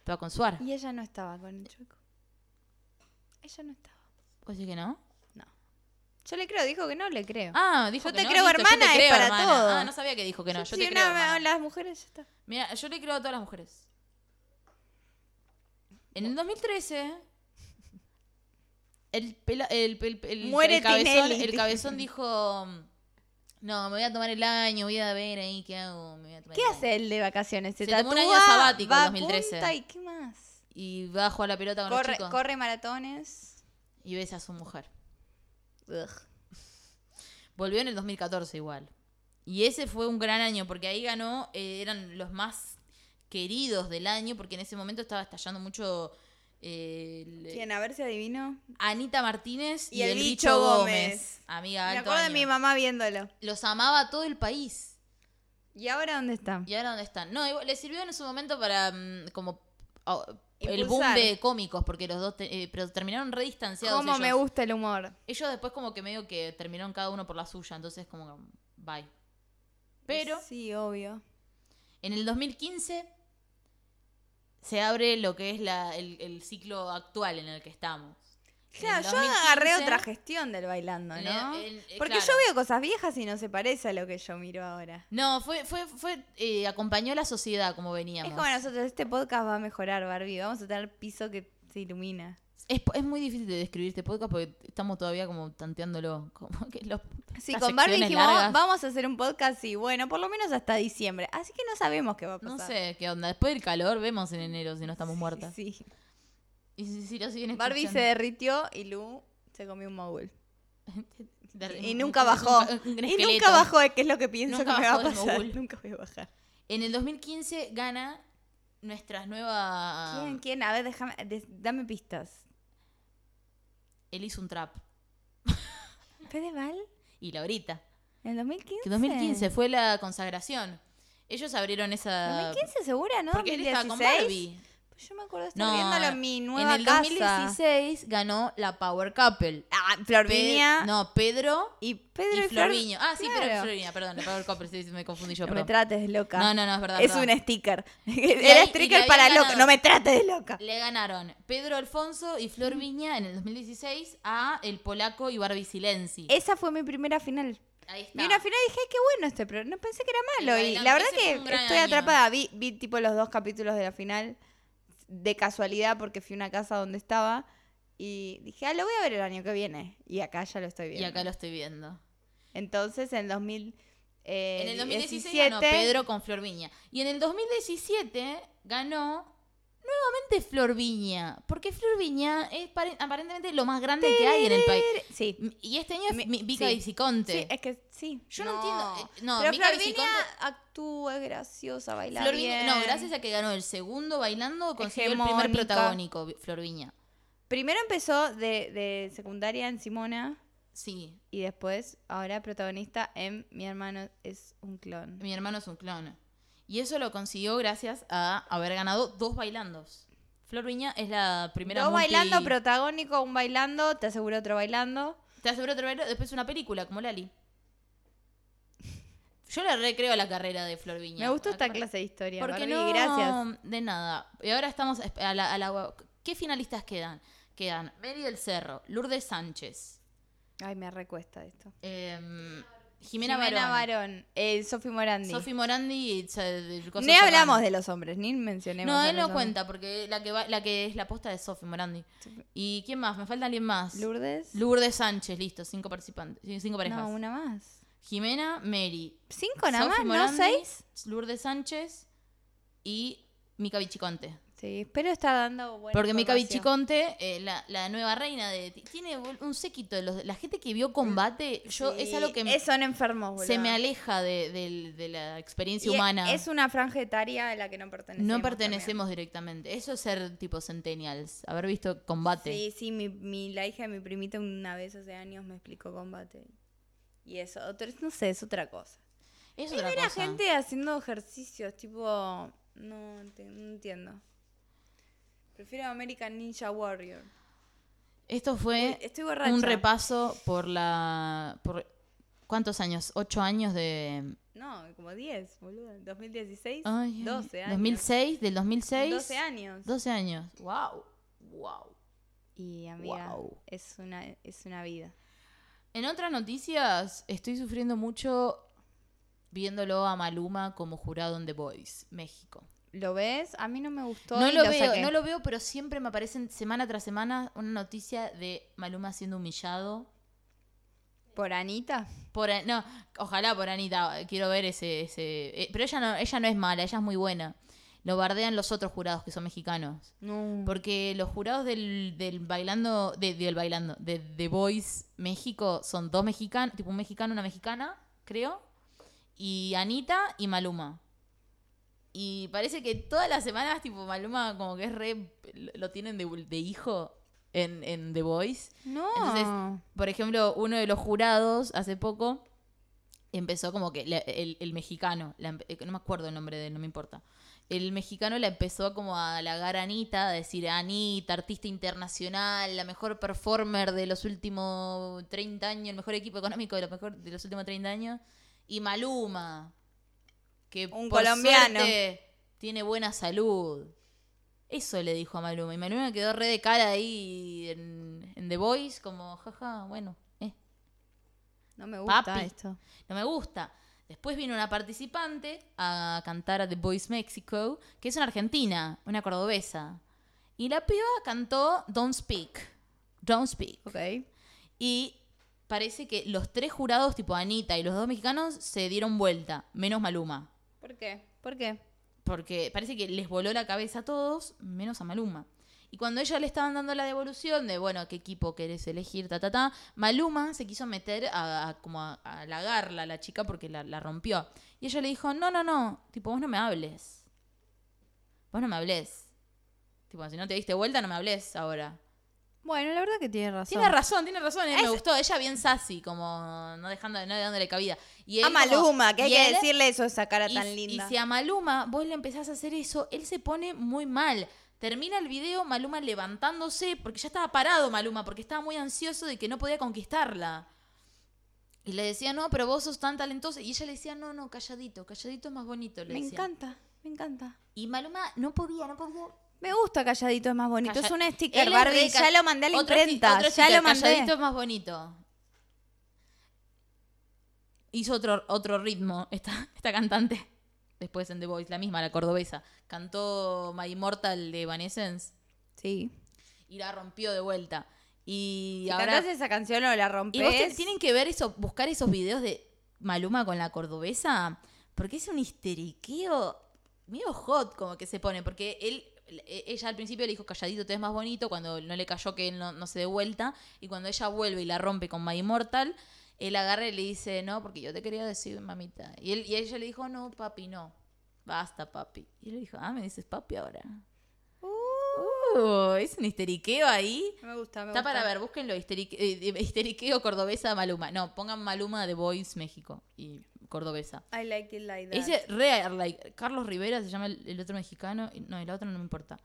[SPEAKER 1] Estaba con Suar.
[SPEAKER 2] Y ella no estaba con el chueco. Ella no estaba.
[SPEAKER 1] ¿Vos decís que no?
[SPEAKER 2] Yo le creo, dijo que no, le creo.
[SPEAKER 1] Ah, dijo
[SPEAKER 2] Yo
[SPEAKER 1] que
[SPEAKER 2] te
[SPEAKER 1] no,
[SPEAKER 2] creo,
[SPEAKER 1] listo, yo te
[SPEAKER 2] hermana, es
[SPEAKER 1] creo,
[SPEAKER 2] para
[SPEAKER 1] hermana.
[SPEAKER 2] todo.
[SPEAKER 1] Ah, no sabía que dijo que no. Yo
[SPEAKER 2] Sí,
[SPEAKER 1] te creo.
[SPEAKER 2] no,
[SPEAKER 1] hermana.
[SPEAKER 2] las mujeres ya está.
[SPEAKER 1] Mira, yo le creo a todas las mujeres. En el 2013, el, pela- el, el- el-
[SPEAKER 2] Muere
[SPEAKER 1] el cabezón,
[SPEAKER 2] Tinelli.
[SPEAKER 1] el cabezón dijo, no, me voy a tomar el año, voy a ver ahí qué hago. me voy a tomar
[SPEAKER 2] ¿Qué
[SPEAKER 1] el año".
[SPEAKER 2] hace él de vacaciones? Se,
[SPEAKER 1] Se tomó un año
[SPEAKER 2] tatúa,
[SPEAKER 1] sabático en
[SPEAKER 2] va a
[SPEAKER 1] 2013.
[SPEAKER 2] punta ¿Y qué más?
[SPEAKER 1] Y va a jugar la pelota con los
[SPEAKER 2] Corre,
[SPEAKER 1] chicos
[SPEAKER 2] corre maratones.
[SPEAKER 1] y besa a su mujer.
[SPEAKER 2] Ugh.
[SPEAKER 1] Volvió en el 2014 igual. Y ese fue un gran año porque ahí ganó, eh, eran los más queridos del año porque en ese momento estaba estallando mucho... eh, el-
[SPEAKER 2] ¿Quién? A ver si adivino.
[SPEAKER 1] Anita Martínez y, el, bicho, Gómez. Amiga,
[SPEAKER 2] Me
[SPEAKER 1] alto
[SPEAKER 2] acuerdo de
[SPEAKER 1] año.
[SPEAKER 2] mi mamá viéndolo.
[SPEAKER 1] Los amaba a todo el país.
[SPEAKER 2] ¿Y ahora dónde está?
[SPEAKER 1] ¿Y ahora dónde están? No, igual- le sirvió en su momento para mm, como oh, el boom
[SPEAKER 2] Impulsar.
[SPEAKER 1] de cómicos, porque los dos te- eh, pero terminaron redistanciados.
[SPEAKER 2] ¿Cómo me
[SPEAKER 1] ellos.
[SPEAKER 2] gusta el humor?
[SPEAKER 1] Ellos después como que medio que terminaron cada uno por la suya, entonces como que, bye. Pero
[SPEAKER 2] Sí, obvio.
[SPEAKER 1] en el 2015 se abre lo que es la- el, el ciclo actual en el que estamos. En
[SPEAKER 2] Claro,
[SPEAKER 1] el
[SPEAKER 2] yo agarré
[SPEAKER 1] 2015,
[SPEAKER 2] otra gestión del bailando,
[SPEAKER 1] en
[SPEAKER 2] ¿no?
[SPEAKER 1] el- en- eh,
[SPEAKER 2] Porque yo
[SPEAKER 1] claro.
[SPEAKER 2] veo cosas viejas y no se parece a lo que yo miro ahora.
[SPEAKER 1] No, fue, fue, fue, eh, acompañó la sociedad como veníamos.
[SPEAKER 2] Es como nosotros, este podcast va a mejorar, Barbie. Vamos a tener piso que se ilumina.
[SPEAKER 1] Es, po- es muy difícil de describir este podcast porque estamos todavía como tanteándolo. Como que los,
[SPEAKER 2] Sí,
[SPEAKER 1] estas
[SPEAKER 2] con Barbie
[SPEAKER 1] secciones
[SPEAKER 2] dijimos, "Oh,
[SPEAKER 1] largas.
[SPEAKER 2] vamos a hacer un podcast y bueno, por lo menos hasta diciembre. Así que no sabemos qué va a pasar.
[SPEAKER 1] No sé qué onda. Después del calor vemos en enero si no estamos muertas. (laughs)
[SPEAKER 2] Sí. sí.
[SPEAKER 1] Y si, si lo siguen
[SPEAKER 2] Barbie se
[SPEAKER 1] escuchando.
[SPEAKER 2] derritió y Lu se comió un mogul.
[SPEAKER 1] De-
[SPEAKER 2] Y nunca
[SPEAKER 1] (laughs)
[SPEAKER 2] bajó.
[SPEAKER 1] un- un
[SPEAKER 2] Y
[SPEAKER 1] esqueleto.
[SPEAKER 2] nunca bajó, es que es lo que pienso
[SPEAKER 1] Nunca
[SPEAKER 2] que me va a
[SPEAKER 1] bajó el
[SPEAKER 2] pasar.
[SPEAKER 1] mogul.
[SPEAKER 2] Nunca voy a bajar.
[SPEAKER 1] En el 2015 gana nuestras nuevas...
[SPEAKER 2] ¿Quién? ¿Quién? A ver, déjame, des- dame pistas.
[SPEAKER 1] Él hizo un trap.
[SPEAKER 2] ¿Fedeval?
[SPEAKER 1] Y Laurita.
[SPEAKER 2] ¿En 2015?
[SPEAKER 1] Que 2015 fue la consagración. Ellos abrieron esa...
[SPEAKER 2] 2015 segura, ¿no?
[SPEAKER 1] Porque él estaba con
[SPEAKER 2] 2016.
[SPEAKER 1] Barbie.
[SPEAKER 2] Pues yo me acuerdo de estar viéndolo en mi nueva
[SPEAKER 1] el
[SPEAKER 2] casa.
[SPEAKER 1] 2016 ganó la Power Couple.
[SPEAKER 2] Ah, Florvinia
[SPEAKER 1] Pe- no, Pedro
[SPEAKER 2] y
[SPEAKER 1] y,
[SPEAKER 2] Pedro y, Flor-
[SPEAKER 1] Florviño. Ah, sí, Pedro y
[SPEAKER 2] Claro.
[SPEAKER 1] Florviño, perdón, la Power Couple, sí, sí, me confundí yo,
[SPEAKER 2] No me
[SPEAKER 1] perdón.
[SPEAKER 2] trates de loca.
[SPEAKER 1] No, no, no, es verdad,
[SPEAKER 2] Es
[SPEAKER 1] verdad.
[SPEAKER 2] un sticker. (laughs)
[SPEAKER 1] ahí-
[SPEAKER 2] Era
[SPEAKER 1] y le
[SPEAKER 2] sticker para
[SPEAKER 1] habían
[SPEAKER 2] loco.
[SPEAKER 1] ganado.
[SPEAKER 2] No me trates de loca.
[SPEAKER 1] Le ganaron Pedro Alfonso y Flor Viña en el 2016 a el polaco y Barbie Silenzi.
[SPEAKER 2] Esa fue mi primera final.
[SPEAKER 1] Ahí está.
[SPEAKER 2] Vi una final y dije, ay, qué bueno este programa. No pensé que era malo.
[SPEAKER 1] El
[SPEAKER 2] Y
[SPEAKER 1] bailando,
[SPEAKER 2] la verdad
[SPEAKER 1] ese
[SPEAKER 2] que
[SPEAKER 1] fue un gran
[SPEAKER 2] estoy
[SPEAKER 1] año.
[SPEAKER 2] atrapada. Vi, vi tipo los dos capítulos de la final de casualidad porque fui a una casa donde estaba. Y dije, ah, lo voy a ver el año que viene. Y acá ya lo estoy viendo.
[SPEAKER 1] y acá lo estoy viendo.
[SPEAKER 2] Entonces, en 2000, eh,
[SPEAKER 1] En el 2016
[SPEAKER 2] 17,
[SPEAKER 1] ganó Pedro con Flor Viña. Y en el 2017 ganó nuevamente Flor Viña. Porque Flor Viña es pare- aparentemente lo más grande que hay en el país.
[SPEAKER 2] Sí.
[SPEAKER 1] Y este año
[SPEAKER 2] Mi-
[SPEAKER 1] es Mi- Vika
[SPEAKER 2] sí.
[SPEAKER 1] Viciconte.
[SPEAKER 2] Sí, es que sí.
[SPEAKER 1] Este, Yo no entiendo, eh, no,
[SPEAKER 2] Pero
[SPEAKER 1] Mica
[SPEAKER 2] Florvinia
[SPEAKER 1] Viciconte-
[SPEAKER 2] actúa, es graciosa, baila
[SPEAKER 1] Flor Viña-
[SPEAKER 2] bien.
[SPEAKER 1] no, gracias a que ganó el segundo bailando, consiguió el primer
[SPEAKER 2] Hegemónica.
[SPEAKER 1] protagónico, Vi- Flor Viña.
[SPEAKER 2] Primero empezó de, de secundaria en Simona
[SPEAKER 1] Sí,
[SPEAKER 2] y después ahora protagonista en Mi hermano es un clon.
[SPEAKER 1] mi hermano es un clon. Y eso lo consiguió gracias a haber ganado dos bailandos. Flor Viña es la primera
[SPEAKER 2] Dos
[SPEAKER 1] multi-
[SPEAKER 2] bailando protagónico, un bailando, te aseguro otro bailando.
[SPEAKER 1] Te aseguro otro bailando, después una película, como Lali. Yo le recreo la carrera de Flor Viña.
[SPEAKER 2] Me gustó esta
[SPEAKER 1] Acá-
[SPEAKER 2] clase de historia,
[SPEAKER 1] Porque
[SPEAKER 2] Barbie,
[SPEAKER 1] no,
[SPEAKER 2] gracias.
[SPEAKER 1] de nada. Y ahora estamos a a la, a la- ¿Qué finalistas quedan? Quedan Mary del Cerro, Lourdes Sánchez,
[SPEAKER 2] Ay, me recuesta esto.
[SPEAKER 1] em, Jimena, Barón,
[SPEAKER 2] Barón, eh, Sofi Morandi.
[SPEAKER 1] Sofi Morandi y... Cha- de- cosa
[SPEAKER 2] Ni hablamos
[SPEAKER 1] Ferrando.
[SPEAKER 2] de los hombres, ni mencionemos.
[SPEAKER 1] No,
[SPEAKER 2] a
[SPEAKER 1] él
[SPEAKER 2] los
[SPEAKER 1] no
[SPEAKER 2] hombres.
[SPEAKER 1] cuenta, porque la que, va- la que es la posta de Sofi Morandi. ¿Y quién más? Me falta alguien más.
[SPEAKER 2] Lourdes.
[SPEAKER 1] Lourdes Sánchez, listo, cinco participantes, sí, cinco parejas.
[SPEAKER 2] No, una más.
[SPEAKER 1] Jimena, Mary.
[SPEAKER 2] ¿Cinco nada
[SPEAKER 1] Sofi
[SPEAKER 2] más?
[SPEAKER 1] Morandi,
[SPEAKER 2] ¿No seis?
[SPEAKER 1] Lourdes Sánchez y Mica Vichiconte.
[SPEAKER 2] Sí, pero está dando buena
[SPEAKER 1] Porque Mica
[SPEAKER 2] información.
[SPEAKER 1] Vichiconte, eh, la, la nueva reina de... Tiene un séquito de los... La gente que vio combate, yo
[SPEAKER 2] Sí,
[SPEAKER 1] es algo que
[SPEAKER 2] eh, Son enfermos, boludo.
[SPEAKER 1] se me aleja de, del- de la
[SPEAKER 2] Y
[SPEAKER 1] experiencia
[SPEAKER 2] e-
[SPEAKER 1] humana.
[SPEAKER 2] Es una franja etaria a la que no pertenecemos.
[SPEAKER 1] no
[SPEAKER 2] también.
[SPEAKER 1] pertenecemos directamente. Eso es ser tipo centennials, haber visto combate.
[SPEAKER 2] Sí, sí, mi, mi- la hija de mi primita una vez hace años me explicó combate. Y eso, otro, no sé, es otra cosa.
[SPEAKER 1] Es
[SPEAKER 2] Y
[SPEAKER 1] otra
[SPEAKER 2] ver a
[SPEAKER 1] cosa.
[SPEAKER 2] gente haciendo ejercicios, tipo. No, ent- no entiendo. Prefiero American Ninja Warrior.
[SPEAKER 1] Esto fue
[SPEAKER 2] Uy, estoy borracha.
[SPEAKER 1] un repaso por la... Por, ¿Cuántos años? ¿Ocho años de...?
[SPEAKER 2] No, como 10, boludo. 2016,
[SPEAKER 1] Ay, ay,
[SPEAKER 2] 12 años.
[SPEAKER 1] 2006, del 2006.
[SPEAKER 2] 12 años.
[SPEAKER 1] 12 años. Wow. Wow.
[SPEAKER 2] Y amiga,
[SPEAKER 1] Guau.
[SPEAKER 2] es, una, es una vida.
[SPEAKER 1] En otras noticias, estoy sufriendo mucho viéndolo a Maluma como jurado en The Voice, México.
[SPEAKER 2] ¿Lo ves? A mí no me gustó.
[SPEAKER 1] No
[SPEAKER 2] y
[SPEAKER 1] lo, veo,
[SPEAKER 2] saqué.
[SPEAKER 1] no lo veo, pero siempre me aparecen semana tras semana una noticia de Maluma siendo humillado.
[SPEAKER 2] ¿Por Anita?
[SPEAKER 1] Por, An- no, ojalá por Anita, quiero ver ese... ese eh, pero ella no, ella no es mala, ella es muy buena. Lo bardean los otros jurados que son mexicanos.
[SPEAKER 2] No.
[SPEAKER 1] Porque los jurados del, del bailando, de, del bailando, de The Voice México son dos mexicanos, tipo un mexicano, una mexicana, creo, y Anita y Maluma. Y parece que todas las semanas, tipo, Maluma como que es re, lo tienen de, de hijo en, en The Voice.
[SPEAKER 2] No.
[SPEAKER 1] Entonces, por ejemplo, uno de los jurados hace poco empezó como que la- el, el mexicano, la empe- eh, no me acuerdo el nombre de él, no me importa. El mexicano la empezó como a halagar a Anita, a decir Anita, artista internacional, la mejor performer de los últimos 30 años, el mejor equipo económico de los, mejor, de los últimos 30 años. Y Maluma, que
[SPEAKER 2] Un
[SPEAKER 1] por
[SPEAKER 2] colombiano.
[SPEAKER 1] suerte tiene buena salud. Eso le dijo a Maluma. Y Maluma quedó re de cara ahí en, en The Voice, como, jaja, bueno, eh,
[SPEAKER 2] no me gusta
[SPEAKER 1] papi.
[SPEAKER 2] esto.
[SPEAKER 1] no me gusta. Después vino una participante a cantar a The Voice Mexico, que es una argentina, una cordobesa. Y la piba cantó Don't Speak. Don't Speak.
[SPEAKER 2] Ok.
[SPEAKER 1] Y parece que los tres jurados, tipo Anita y los dos mexicanos, se dieron vuelta, menos Maluma.
[SPEAKER 2] ¿Por qué? ¿Por qué?
[SPEAKER 1] porque parece que les voló la cabeza a todos, menos a Maluma. Y cuando ella le estaban dando la devolución de, bueno, qué equipo querés elegir, ta, ta, ta, Maluma se quiso meter a, a- como a, a halagarla a la chica porque la, la rompió. Y ella le dijo, no, no, no, tipo, vos no me hables. Vos no me hables. Tipo, si no te diste vuelta, no me hables ahora.
[SPEAKER 2] Bueno, la verdad que tiene razón.
[SPEAKER 1] Tiene razón, tiene razón, eh, me
[SPEAKER 2] Es-
[SPEAKER 1] gustó. Ella bien sassy, como no dejando, no dándole cabida. Y él
[SPEAKER 2] A
[SPEAKER 1] como-
[SPEAKER 2] Maluma, que hay
[SPEAKER 1] y
[SPEAKER 2] que
[SPEAKER 1] él-
[SPEAKER 2] decirle eso, esa cara
[SPEAKER 1] y,
[SPEAKER 2] tan
[SPEAKER 1] s-
[SPEAKER 2] linda.
[SPEAKER 1] y si a Maluma vos le empezás a hacer eso, él se pone muy mal. Termina el video Maluma levantándose, porque ya estaba parado Maluma, porque estaba muy ansioso de que no podía conquistarla. Y le decía, no, pero vos sos tan talentoso. Y ella le decía, no, no, calladito, calladito es más bonito. Le
[SPEAKER 2] me
[SPEAKER 1] decía.
[SPEAKER 2] encanta, me encanta.
[SPEAKER 1] Y Maluma no podía, no podía.
[SPEAKER 2] Me gusta calladito, es más bonito.
[SPEAKER 1] Calla-
[SPEAKER 2] Es un sticker,
[SPEAKER 1] Él es
[SPEAKER 2] Barbie.
[SPEAKER 1] re ca-
[SPEAKER 2] Ya lo mandé a la
[SPEAKER 1] Otro
[SPEAKER 2] imprenta.
[SPEAKER 1] sti- otro
[SPEAKER 2] ya
[SPEAKER 1] sticker,
[SPEAKER 2] lo mandé.
[SPEAKER 1] Calladito es más bonito. Hizo otro, otro ritmo esta, esta cantante. Después en The Voice, la misma, la cordobesa. Cantó My Immortal de Evanescence
[SPEAKER 2] Sí.
[SPEAKER 1] y la rompió de vuelta. Y
[SPEAKER 2] Si
[SPEAKER 1] ahora...
[SPEAKER 2] cantás esa canción o la
[SPEAKER 1] Y vos te-
[SPEAKER 2] rompes.
[SPEAKER 1] tienen que ver eso, buscar esos videos de Maluma con la cordobesa, porque es un histeriqueo medio hot como que se pone, porque él e- ella al principio le dijo calladito te ves más bonito cuando no le cayó que él no, no se dé vuelta y cuando ella vuelve y la rompe con My Immortal él agarra y le dice no porque yo te quería decir mamita y él y ella le dijo no papi no basta papi y él le dijo ah me dices papi ahora Uh, es un histeriqueo ahí.
[SPEAKER 2] No me gusta, me
[SPEAKER 1] Está
[SPEAKER 2] gusta.
[SPEAKER 1] para ver, búsquenlo, histerique- eh, eh, histeriqueo cordobesa Maluma. No, pongan Maluma de Voice México y cordobesa.
[SPEAKER 2] I like it like that.
[SPEAKER 1] Ese re, like, Carlos Rivera se llama el, el otro mexicano. y- No, el otro no me importa.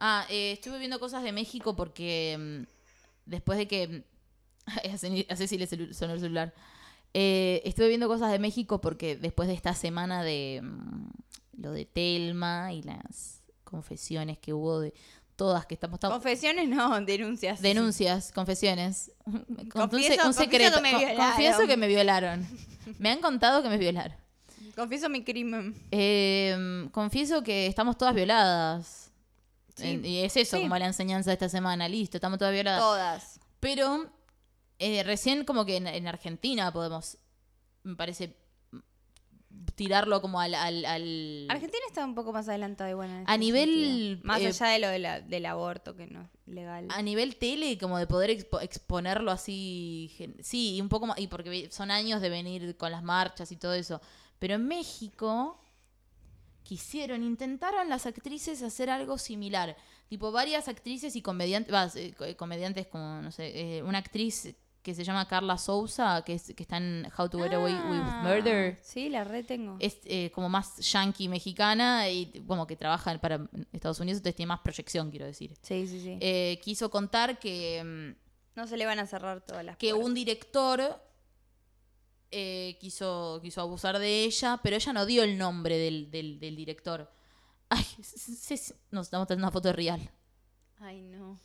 [SPEAKER 1] Ah, eh, estuve viendo cosas de México porque mm, después de que. (laughs) mm, a Ceci- a Ceci le celu- sonó el celular. Eh, estuve viendo cosas de México porque después de esta semana de mm, lo de Telma y las confesiones que hubo de todas que estamos. estamos-
[SPEAKER 2] Confesiones no, (laughs) denuncias.
[SPEAKER 1] Denuncias, confesiones. (laughs) Un-
[SPEAKER 2] Confieso- confieso que me
[SPEAKER 1] Con-
[SPEAKER 2] violaron.
[SPEAKER 1] confieso que me violaron. Me han contado que me violaron.
[SPEAKER 2] Confieso mi crimen.
[SPEAKER 1] Eh, confieso que estamos todas violadas.
[SPEAKER 2] Sí.
[SPEAKER 1] Eh, y es eso
[SPEAKER 2] Sí.
[SPEAKER 1] como la enseñanza de esta semana. Listo, estamos todas violadas.
[SPEAKER 2] Todas.
[SPEAKER 1] Pero eh, recién como que en, en Argentina podemos, me parece, tirarlo como al... al- al-
[SPEAKER 2] Argentina está un poco más adelantada igual. en
[SPEAKER 1] A
[SPEAKER 2] este
[SPEAKER 1] nivel,
[SPEAKER 2] sentido. Más
[SPEAKER 1] eh, Ah,
[SPEAKER 2] allá de lo de la- del aborto, que no es legal.
[SPEAKER 1] a nivel tele, como de poder expo- exponerlo así, gen- sí, y un poco más, y porque vi- son años de venir con las marchas y todo eso. Pero en México quisieron, intentaron las actrices hacer algo similar. Tipo, varias actrices y comediantes, eh, comediantes como, no sé, eh, una actriz que se llama Carla Souza, que, es- que está en How to Get Away with
[SPEAKER 2] Ah,
[SPEAKER 1] Murder
[SPEAKER 2] Sí, la retengo.
[SPEAKER 1] es eh, como más yankee mexicana y como que trabaja para Estados Unidos, entonces tiene más proyección, quiero decir.
[SPEAKER 2] Sí, sí, sí.
[SPEAKER 1] Eh, quiso contar que, mm,
[SPEAKER 2] no se le van a cerrar todas las
[SPEAKER 1] que
[SPEAKER 2] puertas.
[SPEAKER 1] un director eh, quiso, quiso abusar de ella, pero ella no dio el nombre del, del- del director. Ay, (laughs) se- se- nos estamos teniendo una foto real.
[SPEAKER 2] Ay, no.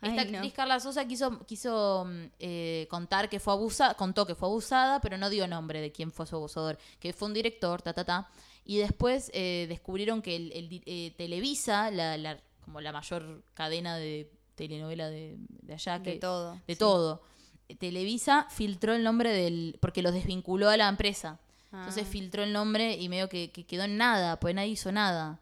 [SPEAKER 1] Esta
[SPEAKER 2] Ay, no.
[SPEAKER 1] actriz Carla Sosa quiso, quiso mm, eh, contar que fue abusada, contó que fue abusada, pero no dio nombre de quién fue su abusador, que fue un director, ta, ta, ta. Y después eh, descubrieron que el, el di- eh, Televisa, la, la- como la mayor cadena de telenovela de, de allá,
[SPEAKER 2] De
[SPEAKER 1] que,
[SPEAKER 2] todo,
[SPEAKER 1] de
[SPEAKER 2] sí.
[SPEAKER 1] todo, eh, Televisa filtró el nombre del, porque los desvinculó a la empresa. Entonces
[SPEAKER 2] Ah.
[SPEAKER 1] filtró el nombre y medio que, que quedó en nada, pues nadie hizo nada.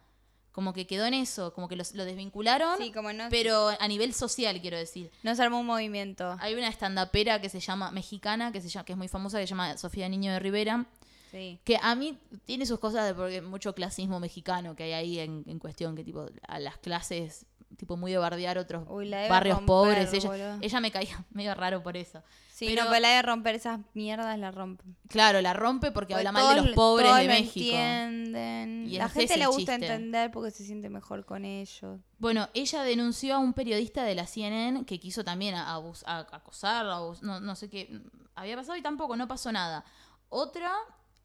[SPEAKER 1] Como que quedó en eso, como que los- lo desvincularon,
[SPEAKER 2] Sí, como no-
[SPEAKER 1] pero Ah. a nivel social, quiero decir.
[SPEAKER 2] Nos armó un movimiento.
[SPEAKER 1] Hay una estandapera que se llama mexicana, que se llama, que es muy famosa, que se llama Sofía Niño de Rivera,
[SPEAKER 2] Sí.
[SPEAKER 1] que a mí tiene sus cosas de porque mucho clasismo mexicano que hay ahí en, en cuestión, que tipo a las clases, tipo muy de bardear otros
[SPEAKER 2] Uy, la debe
[SPEAKER 1] barrios
[SPEAKER 2] romper,
[SPEAKER 1] pobres. Ella,
[SPEAKER 2] boludo.
[SPEAKER 1] ella me caía (laughs) medio raro por eso.
[SPEAKER 2] Sí,
[SPEAKER 1] Pero-
[SPEAKER 2] no, pero la de romper esas mierdas la rompen.
[SPEAKER 1] Claro, la rompe porque habla mal
[SPEAKER 2] Pues Todos
[SPEAKER 1] de los
[SPEAKER 2] lo-
[SPEAKER 1] pobres
[SPEAKER 2] todos
[SPEAKER 1] de
[SPEAKER 2] lo
[SPEAKER 1] México.
[SPEAKER 2] entienden.
[SPEAKER 1] Y
[SPEAKER 2] la
[SPEAKER 1] ese es
[SPEAKER 2] gente
[SPEAKER 1] el
[SPEAKER 2] le gusta
[SPEAKER 1] chiste.
[SPEAKER 2] entender porque se siente mejor con ellos.
[SPEAKER 1] Bueno, ella denunció a un periodista de la CNN que quiso también a- abus- a- acosar, abus- no, no sé qué había pasado y tampoco, no pasó nada. Otra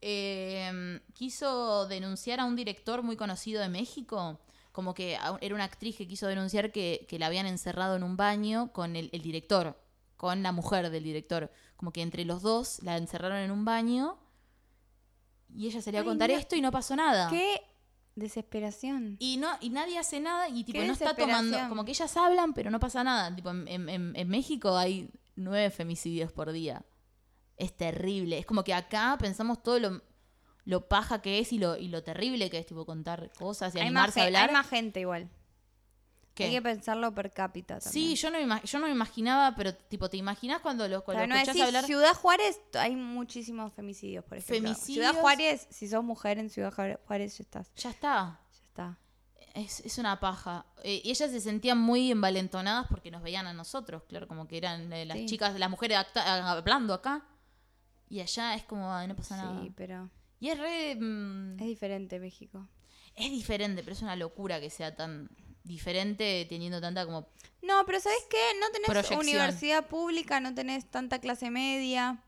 [SPEAKER 1] eh, quiso denunciar a un director muy conocido de México, como que a un- era una actriz que quiso denunciar que, que la habían encerrado en un baño con el, el director, con la mujer del director, como que entre los dos la encerraron en un baño y ella salió a
[SPEAKER 2] Ay,
[SPEAKER 1] contar
[SPEAKER 2] no.
[SPEAKER 1] esto y no pasó nada.
[SPEAKER 2] ¡Qué desesperación!
[SPEAKER 1] Ah. Y no, y nadie hace nada y tipo
[SPEAKER 2] Qué
[SPEAKER 1] no está tomando,
[SPEAKER 2] desesperación.
[SPEAKER 1] como que ellas hablan, pero no pasa nada. Tipo, en, en- en- en México hay nueve femicidios por día. Es terrible. Es como que acá pensamos todo lo, lo paja que es y lo, y lo terrible que es, tipo, contar cosas y
[SPEAKER 2] hay, más,
[SPEAKER 1] animarse a
[SPEAKER 2] gen- hay
[SPEAKER 1] hablar.
[SPEAKER 2] más gente igual.
[SPEAKER 1] ¿Qué?
[SPEAKER 2] Hay que pensarlo per cápita
[SPEAKER 1] sí,
[SPEAKER 2] también.
[SPEAKER 1] yo no, me ima- yo no me imaginaba, pero tipo, ¿te imaginas cuando los
[SPEAKER 2] O
[SPEAKER 1] cuando
[SPEAKER 2] sea, no
[SPEAKER 1] escuchás
[SPEAKER 2] decís,
[SPEAKER 1] hablar?
[SPEAKER 2] Ciudad Juárez, t- hay muchísimos femicidios, por ejemplo.
[SPEAKER 1] Femicidios.
[SPEAKER 2] Ciudad Juárez, si sos mujer en Ciudad Juárez, Juárez ya estás.
[SPEAKER 1] Ya está.
[SPEAKER 2] Ya está.
[SPEAKER 1] Es, es una paja. Eh, y ellas se sentían muy envalentonadas porque nos veían a nosotros, claro, como que eran eh, las
[SPEAKER 2] Sí.
[SPEAKER 1] chicas, las mujeres acta- hablando acá. Y allá es como, "Ay, no pasa nada.
[SPEAKER 2] Sí, Eh. pero
[SPEAKER 1] Y es re. mm,
[SPEAKER 2] es diferente México.
[SPEAKER 1] es diferente, pero es una locura que sea tan diferente teniendo tanta como.
[SPEAKER 2] No, pero ¿sabes qué? No tenés
[SPEAKER 1] Proyección.
[SPEAKER 2] universidad pública, no tenés tanta clase media.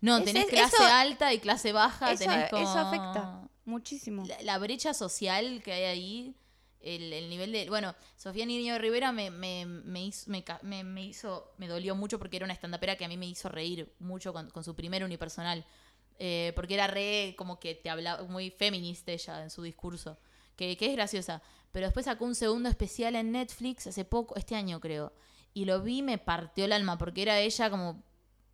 [SPEAKER 1] No,
[SPEAKER 2] Ese-
[SPEAKER 1] tenés clase
[SPEAKER 2] eso-
[SPEAKER 1] alta y clase baja,
[SPEAKER 2] Eso,
[SPEAKER 1] tenés como.
[SPEAKER 2] eso afecta muchísimo.
[SPEAKER 1] la, la brecha social que hay ahí, el, el nivel de... Bueno, Sofía Niño de Rivera me, me, me hizo, me, ca- me- me hizo, me dolió mucho porque era una estandapera que a mí me hizo reír mucho con, con su primer unipersonal. Eh, porque era re como que te hablaba muy feminista ella en su discurso, que, que es graciosa. Pero después sacó un segundo especial en Netflix hace poco, este año creo. Y lo vi y me partió el alma porque era ella como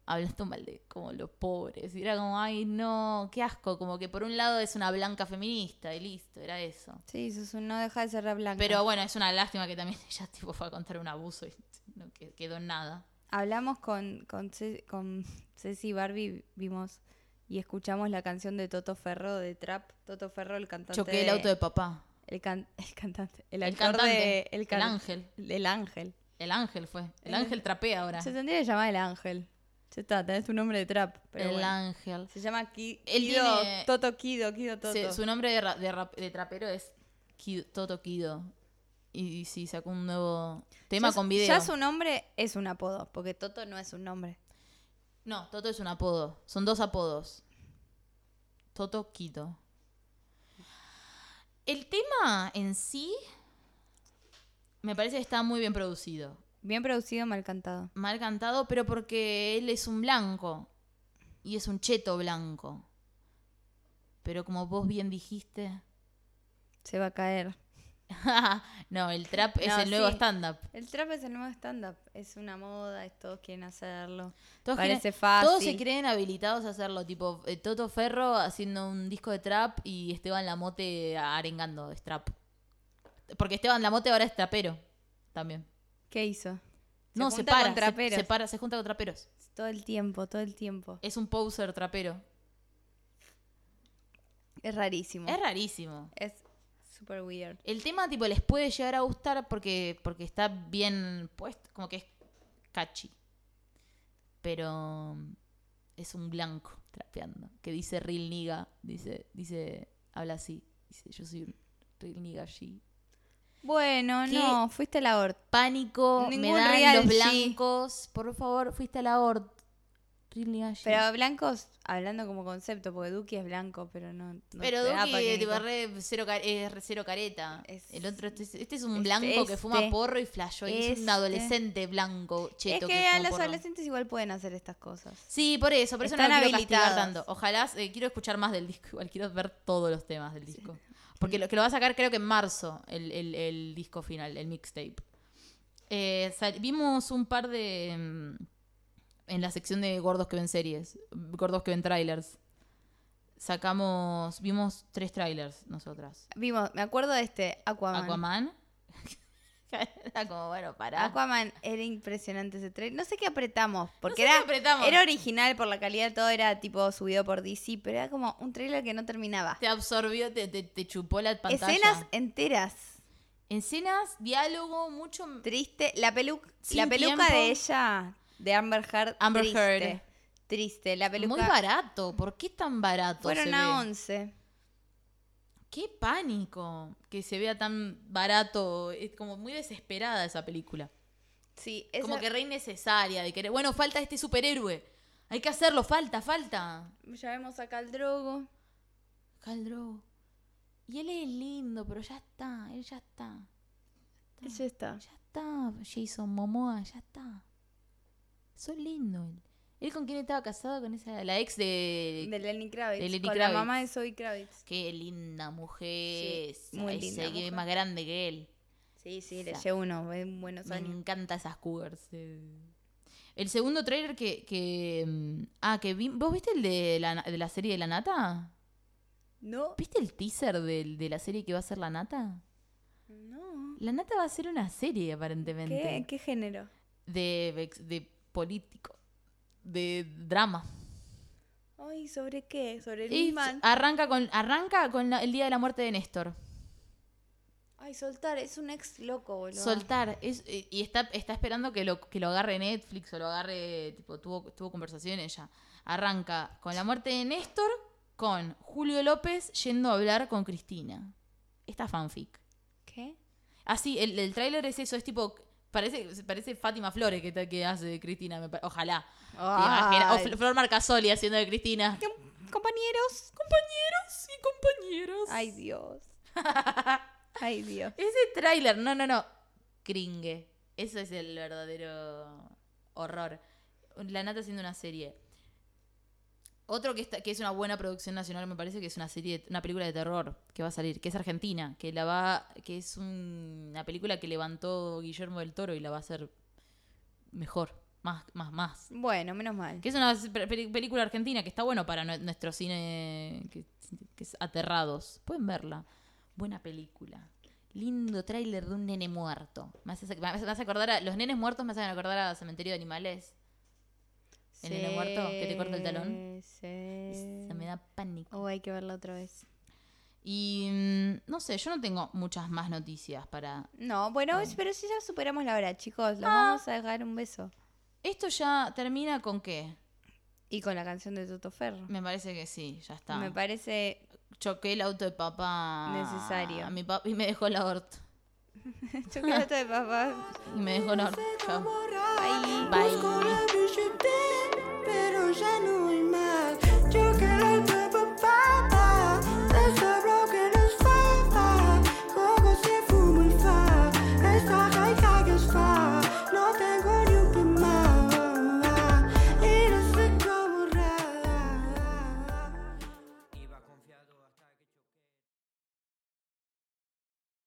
[SPEAKER 1] hablando mal de como los pobres. Y era como, ay, no, qué asco. Como que por un lado es una blanca feminista y listo, era eso.
[SPEAKER 2] Sí, sos un- no deja de ser re blanca.
[SPEAKER 1] Pero bueno, es una lástima que también (laughs) ella tipo fue a contar un abuso y no que- quedó en nada.
[SPEAKER 2] Hablamos con, con, Ce- con Ceci y Barbie, vimos y escuchamos la canción de Toto Ferro de Trap. Toto Ferro, el cantante.
[SPEAKER 1] Choqué el auto de papá.
[SPEAKER 2] El, can- (laughs) el cantante. El,
[SPEAKER 1] El
[SPEAKER 2] actor
[SPEAKER 1] cantante,
[SPEAKER 2] de-
[SPEAKER 1] el ángel.
[SPEAKER 2] El ángel.
[SPEAKER 1] El ángel fue. El
[SPEAKER 2] El-
[SPEAKER 1] ángel trapea ahora.
[SPEAKER 2] Se tendría que llamar el ángel. Ya está, tenés tu nombre de trap. Pero
[SPEAKER 1] el
[SPEAKER 2] bueno.
[SPEAKER 1] ángel.
[SPEAKER 2] Se llama Ki-
[SPEAKER 1] Él
[SPEAKER 2] Kido,
[SPEAKER 1] tiene-
[SPEAKER 2] Toto Kido, Kido Toto.
[SPEAKER 1] Se- su nombre de, ra- de rap- de trapero es Kido- Toto Kido. Y, y sí, sacó un nuevo tema
[SPEAKER 2] Ya su-
[SPEAKER 1] con video.
[SPEAKER 2] Ya su nombre es un apodo, porque Toto no es un nombre.
[SPEAKER 1] No, Toto es un apodo. Son dos apodos. Toto Quito. El tema en sí me parece que está muy bien producido.
[SPEAKER 2] Bien producido, mal cantado.
[SPEAKER 1] Mal cantado, pero porque él es un blanco. Y es un cheto blanco. Pero como vos bien dijiste. (laughs)
[SPEAKER 2] Se va a caer.
[SPEAKER 1] no, el trap es
[SPEAKER 2] No,
[SPEAKER 1] el nuevo
[SPEAKER 2] sí.
[SPEAKER 1] stand-up.
[SPEAKER 2] El trap es el nuevo stand-up. Es una moda, es todos quieren hacerlo.
[SPEAKER 1] Todos
[SPEAKER 2] Parece
[SPEAKER 1] creen-
[SPEAKER 2] fácil.
[SPEAKER 1] Todos se creen habilitados a hacerlo, tipo eh, Toto Ferro haciendo un disco de trap y Esteban Lamote arengando es trap. Porque Esteban Lamote ahora es trapero también.
[SPEAKER 2] ¿Qué hizo?
[SPEAKER 1] no,
[SPEAKER 2] junta
[SPEAKER 1] se para,
[SPEAKER 2] con traperos.
[SPEAKER 1] Se, se para, se junta con traperos.
[SPEAKER 2] Todo el tiempo, todo el tiempo.
[SPEAKER 1] Es un poser trapero.
[SPEAKER 2] Es rarísimo.
[SPEAKER 1] Es rarísimo.
[SPEAKER 2] Es super weird.
[SPEAKER 1] El tema, tipo, les puede llegar a gustar porque, porque está bien puesto, como que es catchy. Pero mm, es un blanco trapeando. Que dice real nigga, dice, dice, habla así. Dice, yo soy un real nigga G.
[SPEAKER 2] Bueno,
[SPEAKER 1] ¿Qué?
[SPEAKER 2] no, fuiste la horta.
[SPEAKER 1] Pánico, me
[SPEAKER 2] Ningún
[SPEAKER 1] dan
[SPEAKER 2] real
[SPEAKER 1] los
[SPEAKER 2] G.
[SPEAKER 1] blancos. Por favor, fuiste a la Hort. Real nigga G.
[SPEAKER 2] Pero blancos, hablando como concepto, porque Duki es blanco, pero no. no
[SPEAKER 1] Pero
[SPEAKER 2] te da pa'
[SPEAKER 1] Duki
[SPEAKER 2] que-
[SPEAKER 1] tipo, re cero, ca- es re cero careta.
[SPEAKER 2] Es-
[SPEAKER 1] el otro, este, es- este es un
[SPEAKER 2] es
[SPEAKER 1] blanco que
[SPEAKER 2] este.
[SPEAKER 1] fuma porro y flasho. Y es un
[SPEAKER 2] Este.
[SPEAKER 1] adolescente blanco
[SPEAKER 2] Es
[SPEAKER 1] cheto.
[SPEAKER 2] que,
[SPEAKER 1] fuma
[SPEAKER 2] a los
[SPEAKER 1] porro.
[SPEAKER 2] adolescentes igual pueden hacer estas cosas.
[SPEAKER 1] Sí, por eso, por eso no
[SPEAKER 2] Están
[SPEAKER 1] lo quiero castigar
[SPEAKER 2] habilitados.
[SPEAKER 1] tanto. Ojalá, eh, quiero escuchar más del disco, (laughs) igual quiero ver todos los temas del disco. Porque lo que lo va a sacar creo que en marzo, el, el- el disco final, el mixtape. Eh, sal- vimos un par de... mm, En la sección de gordos que ven series, gordos que ven trailers. Sacamos, vimos tres trailers nosotras.
[SPEAKER 2] Vimos, me acuerdo de este, Aquaman. Aquaman,
[SPEAKER 1] Aquaman. (laughs) Era como, bueno, pará.
[SPEAKER 2] era impresionante ese trailer. No sé qué apretamos, porque
[SPEAKER 1] sé qué
[SPEAKER 2] era,
[SPEAKER 1] apretamos.
[SPEAKER 2] era original por la calidad, todo era tipo subido por DC, pero era como un trailer que no terminaba.
[SPEAKER 1] te absorbió, te, te- te chupó la pantalla.
[SPEAKER 2] Escenas enteras.
[SPEAKER 1] Escenas, diálogo, mucho.
[SPEAKER 2] Triste. La, pelu
[SPEAKER 1] Sin
[SPEAKER 2] la peluca
[SPEAKER 1] tiempo.
[SPEAKER 2] de ella, de Amber Heard.
[SPEAKER 1] Amber
[SPEAKER 2] triste.
[SPEAKER 1] Heard.
[SPEAKER 2] Triste. La peluca.
[SPEAKER 1] Muy barato. ¿Por qué tan barato? se
[SPEAKER 2] Fueron
[SPEAKER 1] ve?
[SPEAKER 2] a 11.
[SPEAKER 1] Qué pánico que se vea tan barato. Es como muy desesperada esa película.
[SPEAKER 2] Sí, esa-
[SPEAKER 1] Como que re innecesaria de querer. Bueno, falta este superhéroe. Hay que hacerlo, falta, falta.
[SPEAKER 2] Ya vemos acá el drogo.
[SPEAKER 1] Caldro. Y él es lindo, pero ya está, él ya está.
[SPEAKER 2] Ya está.
[SPEAKER 1] Ya está, Jason Momoa, ya está. Sos lindo él. ¿Él con quién estaba casado? Con esa, la ex de...
[SPEAKER 2] De Lenny Kravitz.
[SPEAKER 1] De Lenny
[SPEAKER 2] con
[SPEAKER 1] Kravitz.
[SPEAKER 2] la mamá de Zoe Kravitz.
[SPEAKER 1] Qué linda mujer.
[SPEAKER 2] Sí,
[SPEAKER 1] esa,
[SPEAKER 2] muy
[SPEAKER 1] esa
[SPEAKER 2] linda
[SPEAKER 1] que es
[SPEAKER 2] mujer.
[SPEAKER 1] más grande que él.
[SPEAKER 2] Sí, sí,
[SPEAKER 1] Esa.
[SPEAKER 2] le llevo uno, en buenos
[SPEAKER 1] Me
[SPEAKER 2] años.
[SPEAKER 1] encantan esas cougars. eh. El segundo trailer que... que, mm, ah, que vi- ¿Vos viste el de la, de la serie de la nata?
[SPEAKER 2] No,
[SPEAKER 1] ¿Viste el teaser del- de la serie que va a ser la nata?
[SPEAKER 2] no.
[SPEAKER 1] La nata va a ser una serie, aparentemente.
[SPEAKER 2] ¿Qué, ¿Qué género?
[SPEAKER 1] De, vex- de político. De drama.
[SPEAKER 2] Ay, ¿sobre qué? ¿Sobre el
[SPEAKER 1] Y
[SPEAKER 2] imán?
[SPEAKER 1] arranca con, arranca con la- el día de la muerte de Néstor.
[SPEAKER 2] Ay, soltar, es un ex loco, boludo.
[SPEAKER 1] Soltar. Es, eh, y y está, está esperando que lo, que lo agarre Netflix o lo agarre. Tipo, tuvo, tuvo conversaciones ya. Arranca con la muerte de Néstor, con Julio López yendo a hablar con Cristina. Esta fanfic.
[SPEAKER 2] ¿Qué?
[SPEAKER 1] Ah, sí, el, el tráiler es eso, es tipo. Parece, parece Fátima Flores que, ta- que hace de Cristina, me pa- ojalá. ¿Te imaginas? O
[SPEAKER 2] Ay.
[SPEAKER 1] Fl- Flor Marcasoli haciendo de Cristina.
[SPEAKER 2] ¿Qué- Compañeros.
[SPEAKER 1] Compañeros y compañeros. (laughs)
[SPEAKER 2] Ay, Dios. Ay, Dios.
[SPEAKER 1] Ese tráiler, no, no, no. Cringe. Eso es el verdadero horror. La nata haciendo una serie. Otro que, está, que es una buena producción nacional, me parece que es una serie, una película de terror que va a salir, que es argentina, que la va, que es un- una película que levantó Guillermo del Toro y la va a hacer mejor, más, más, más.
[SPEAKER 2] Bueno, menos mal.
[SPEAKER 1] Que es una pe- peli- película argentina que está bueno para nue- nuestro cine que, que es aterrados. Pueden verla. Buena película. Lindo tráiler de un nene muerto. Me hace, me hace- me hace acordar a. Los nenes muertos me hacen acordar a Cementerio de Animales. ¿El nene muerto? ¿Que te corta el talón?
[SPEAKER 2] Sí.
[SPEAKER 1] Se me da pánico.
[SPEAKER 2] Oh, hay que verla otra vez.
[SPEAKER 1] Y mm, no sé, yo no tengo muchas más noticias para...
[SPEAKER 2] No, bueno, es- pero si ya superamos la hora, chicos, los
[SPEAKER 1] Ah.
[SPEAKER 2] vamos a dejar un beso.
[SPEAKER 1] ¿Esto ya termina con qué?
[SPEAKER 2] Y con la canción de Toto Ferro.
[SPEAKER 1] Me parece que sí, ya está.
[SPEAKER 2] Me parece (laughs)
[SPEAKER 1] Choqué el auto de papá.
[SPEAKER 2] Necesario.
[SPEAKER 1] A mi papá y me dejó el aborto.
[SPEAKER 2] chocolate de papá.
[SPEAKER 1] Y me dejó el aborto. Chao.
[SPEAKER 2] Bye.
[SPEAKER 1] Bye.
[SPEAKER 5] Busco la billetera, pero ya no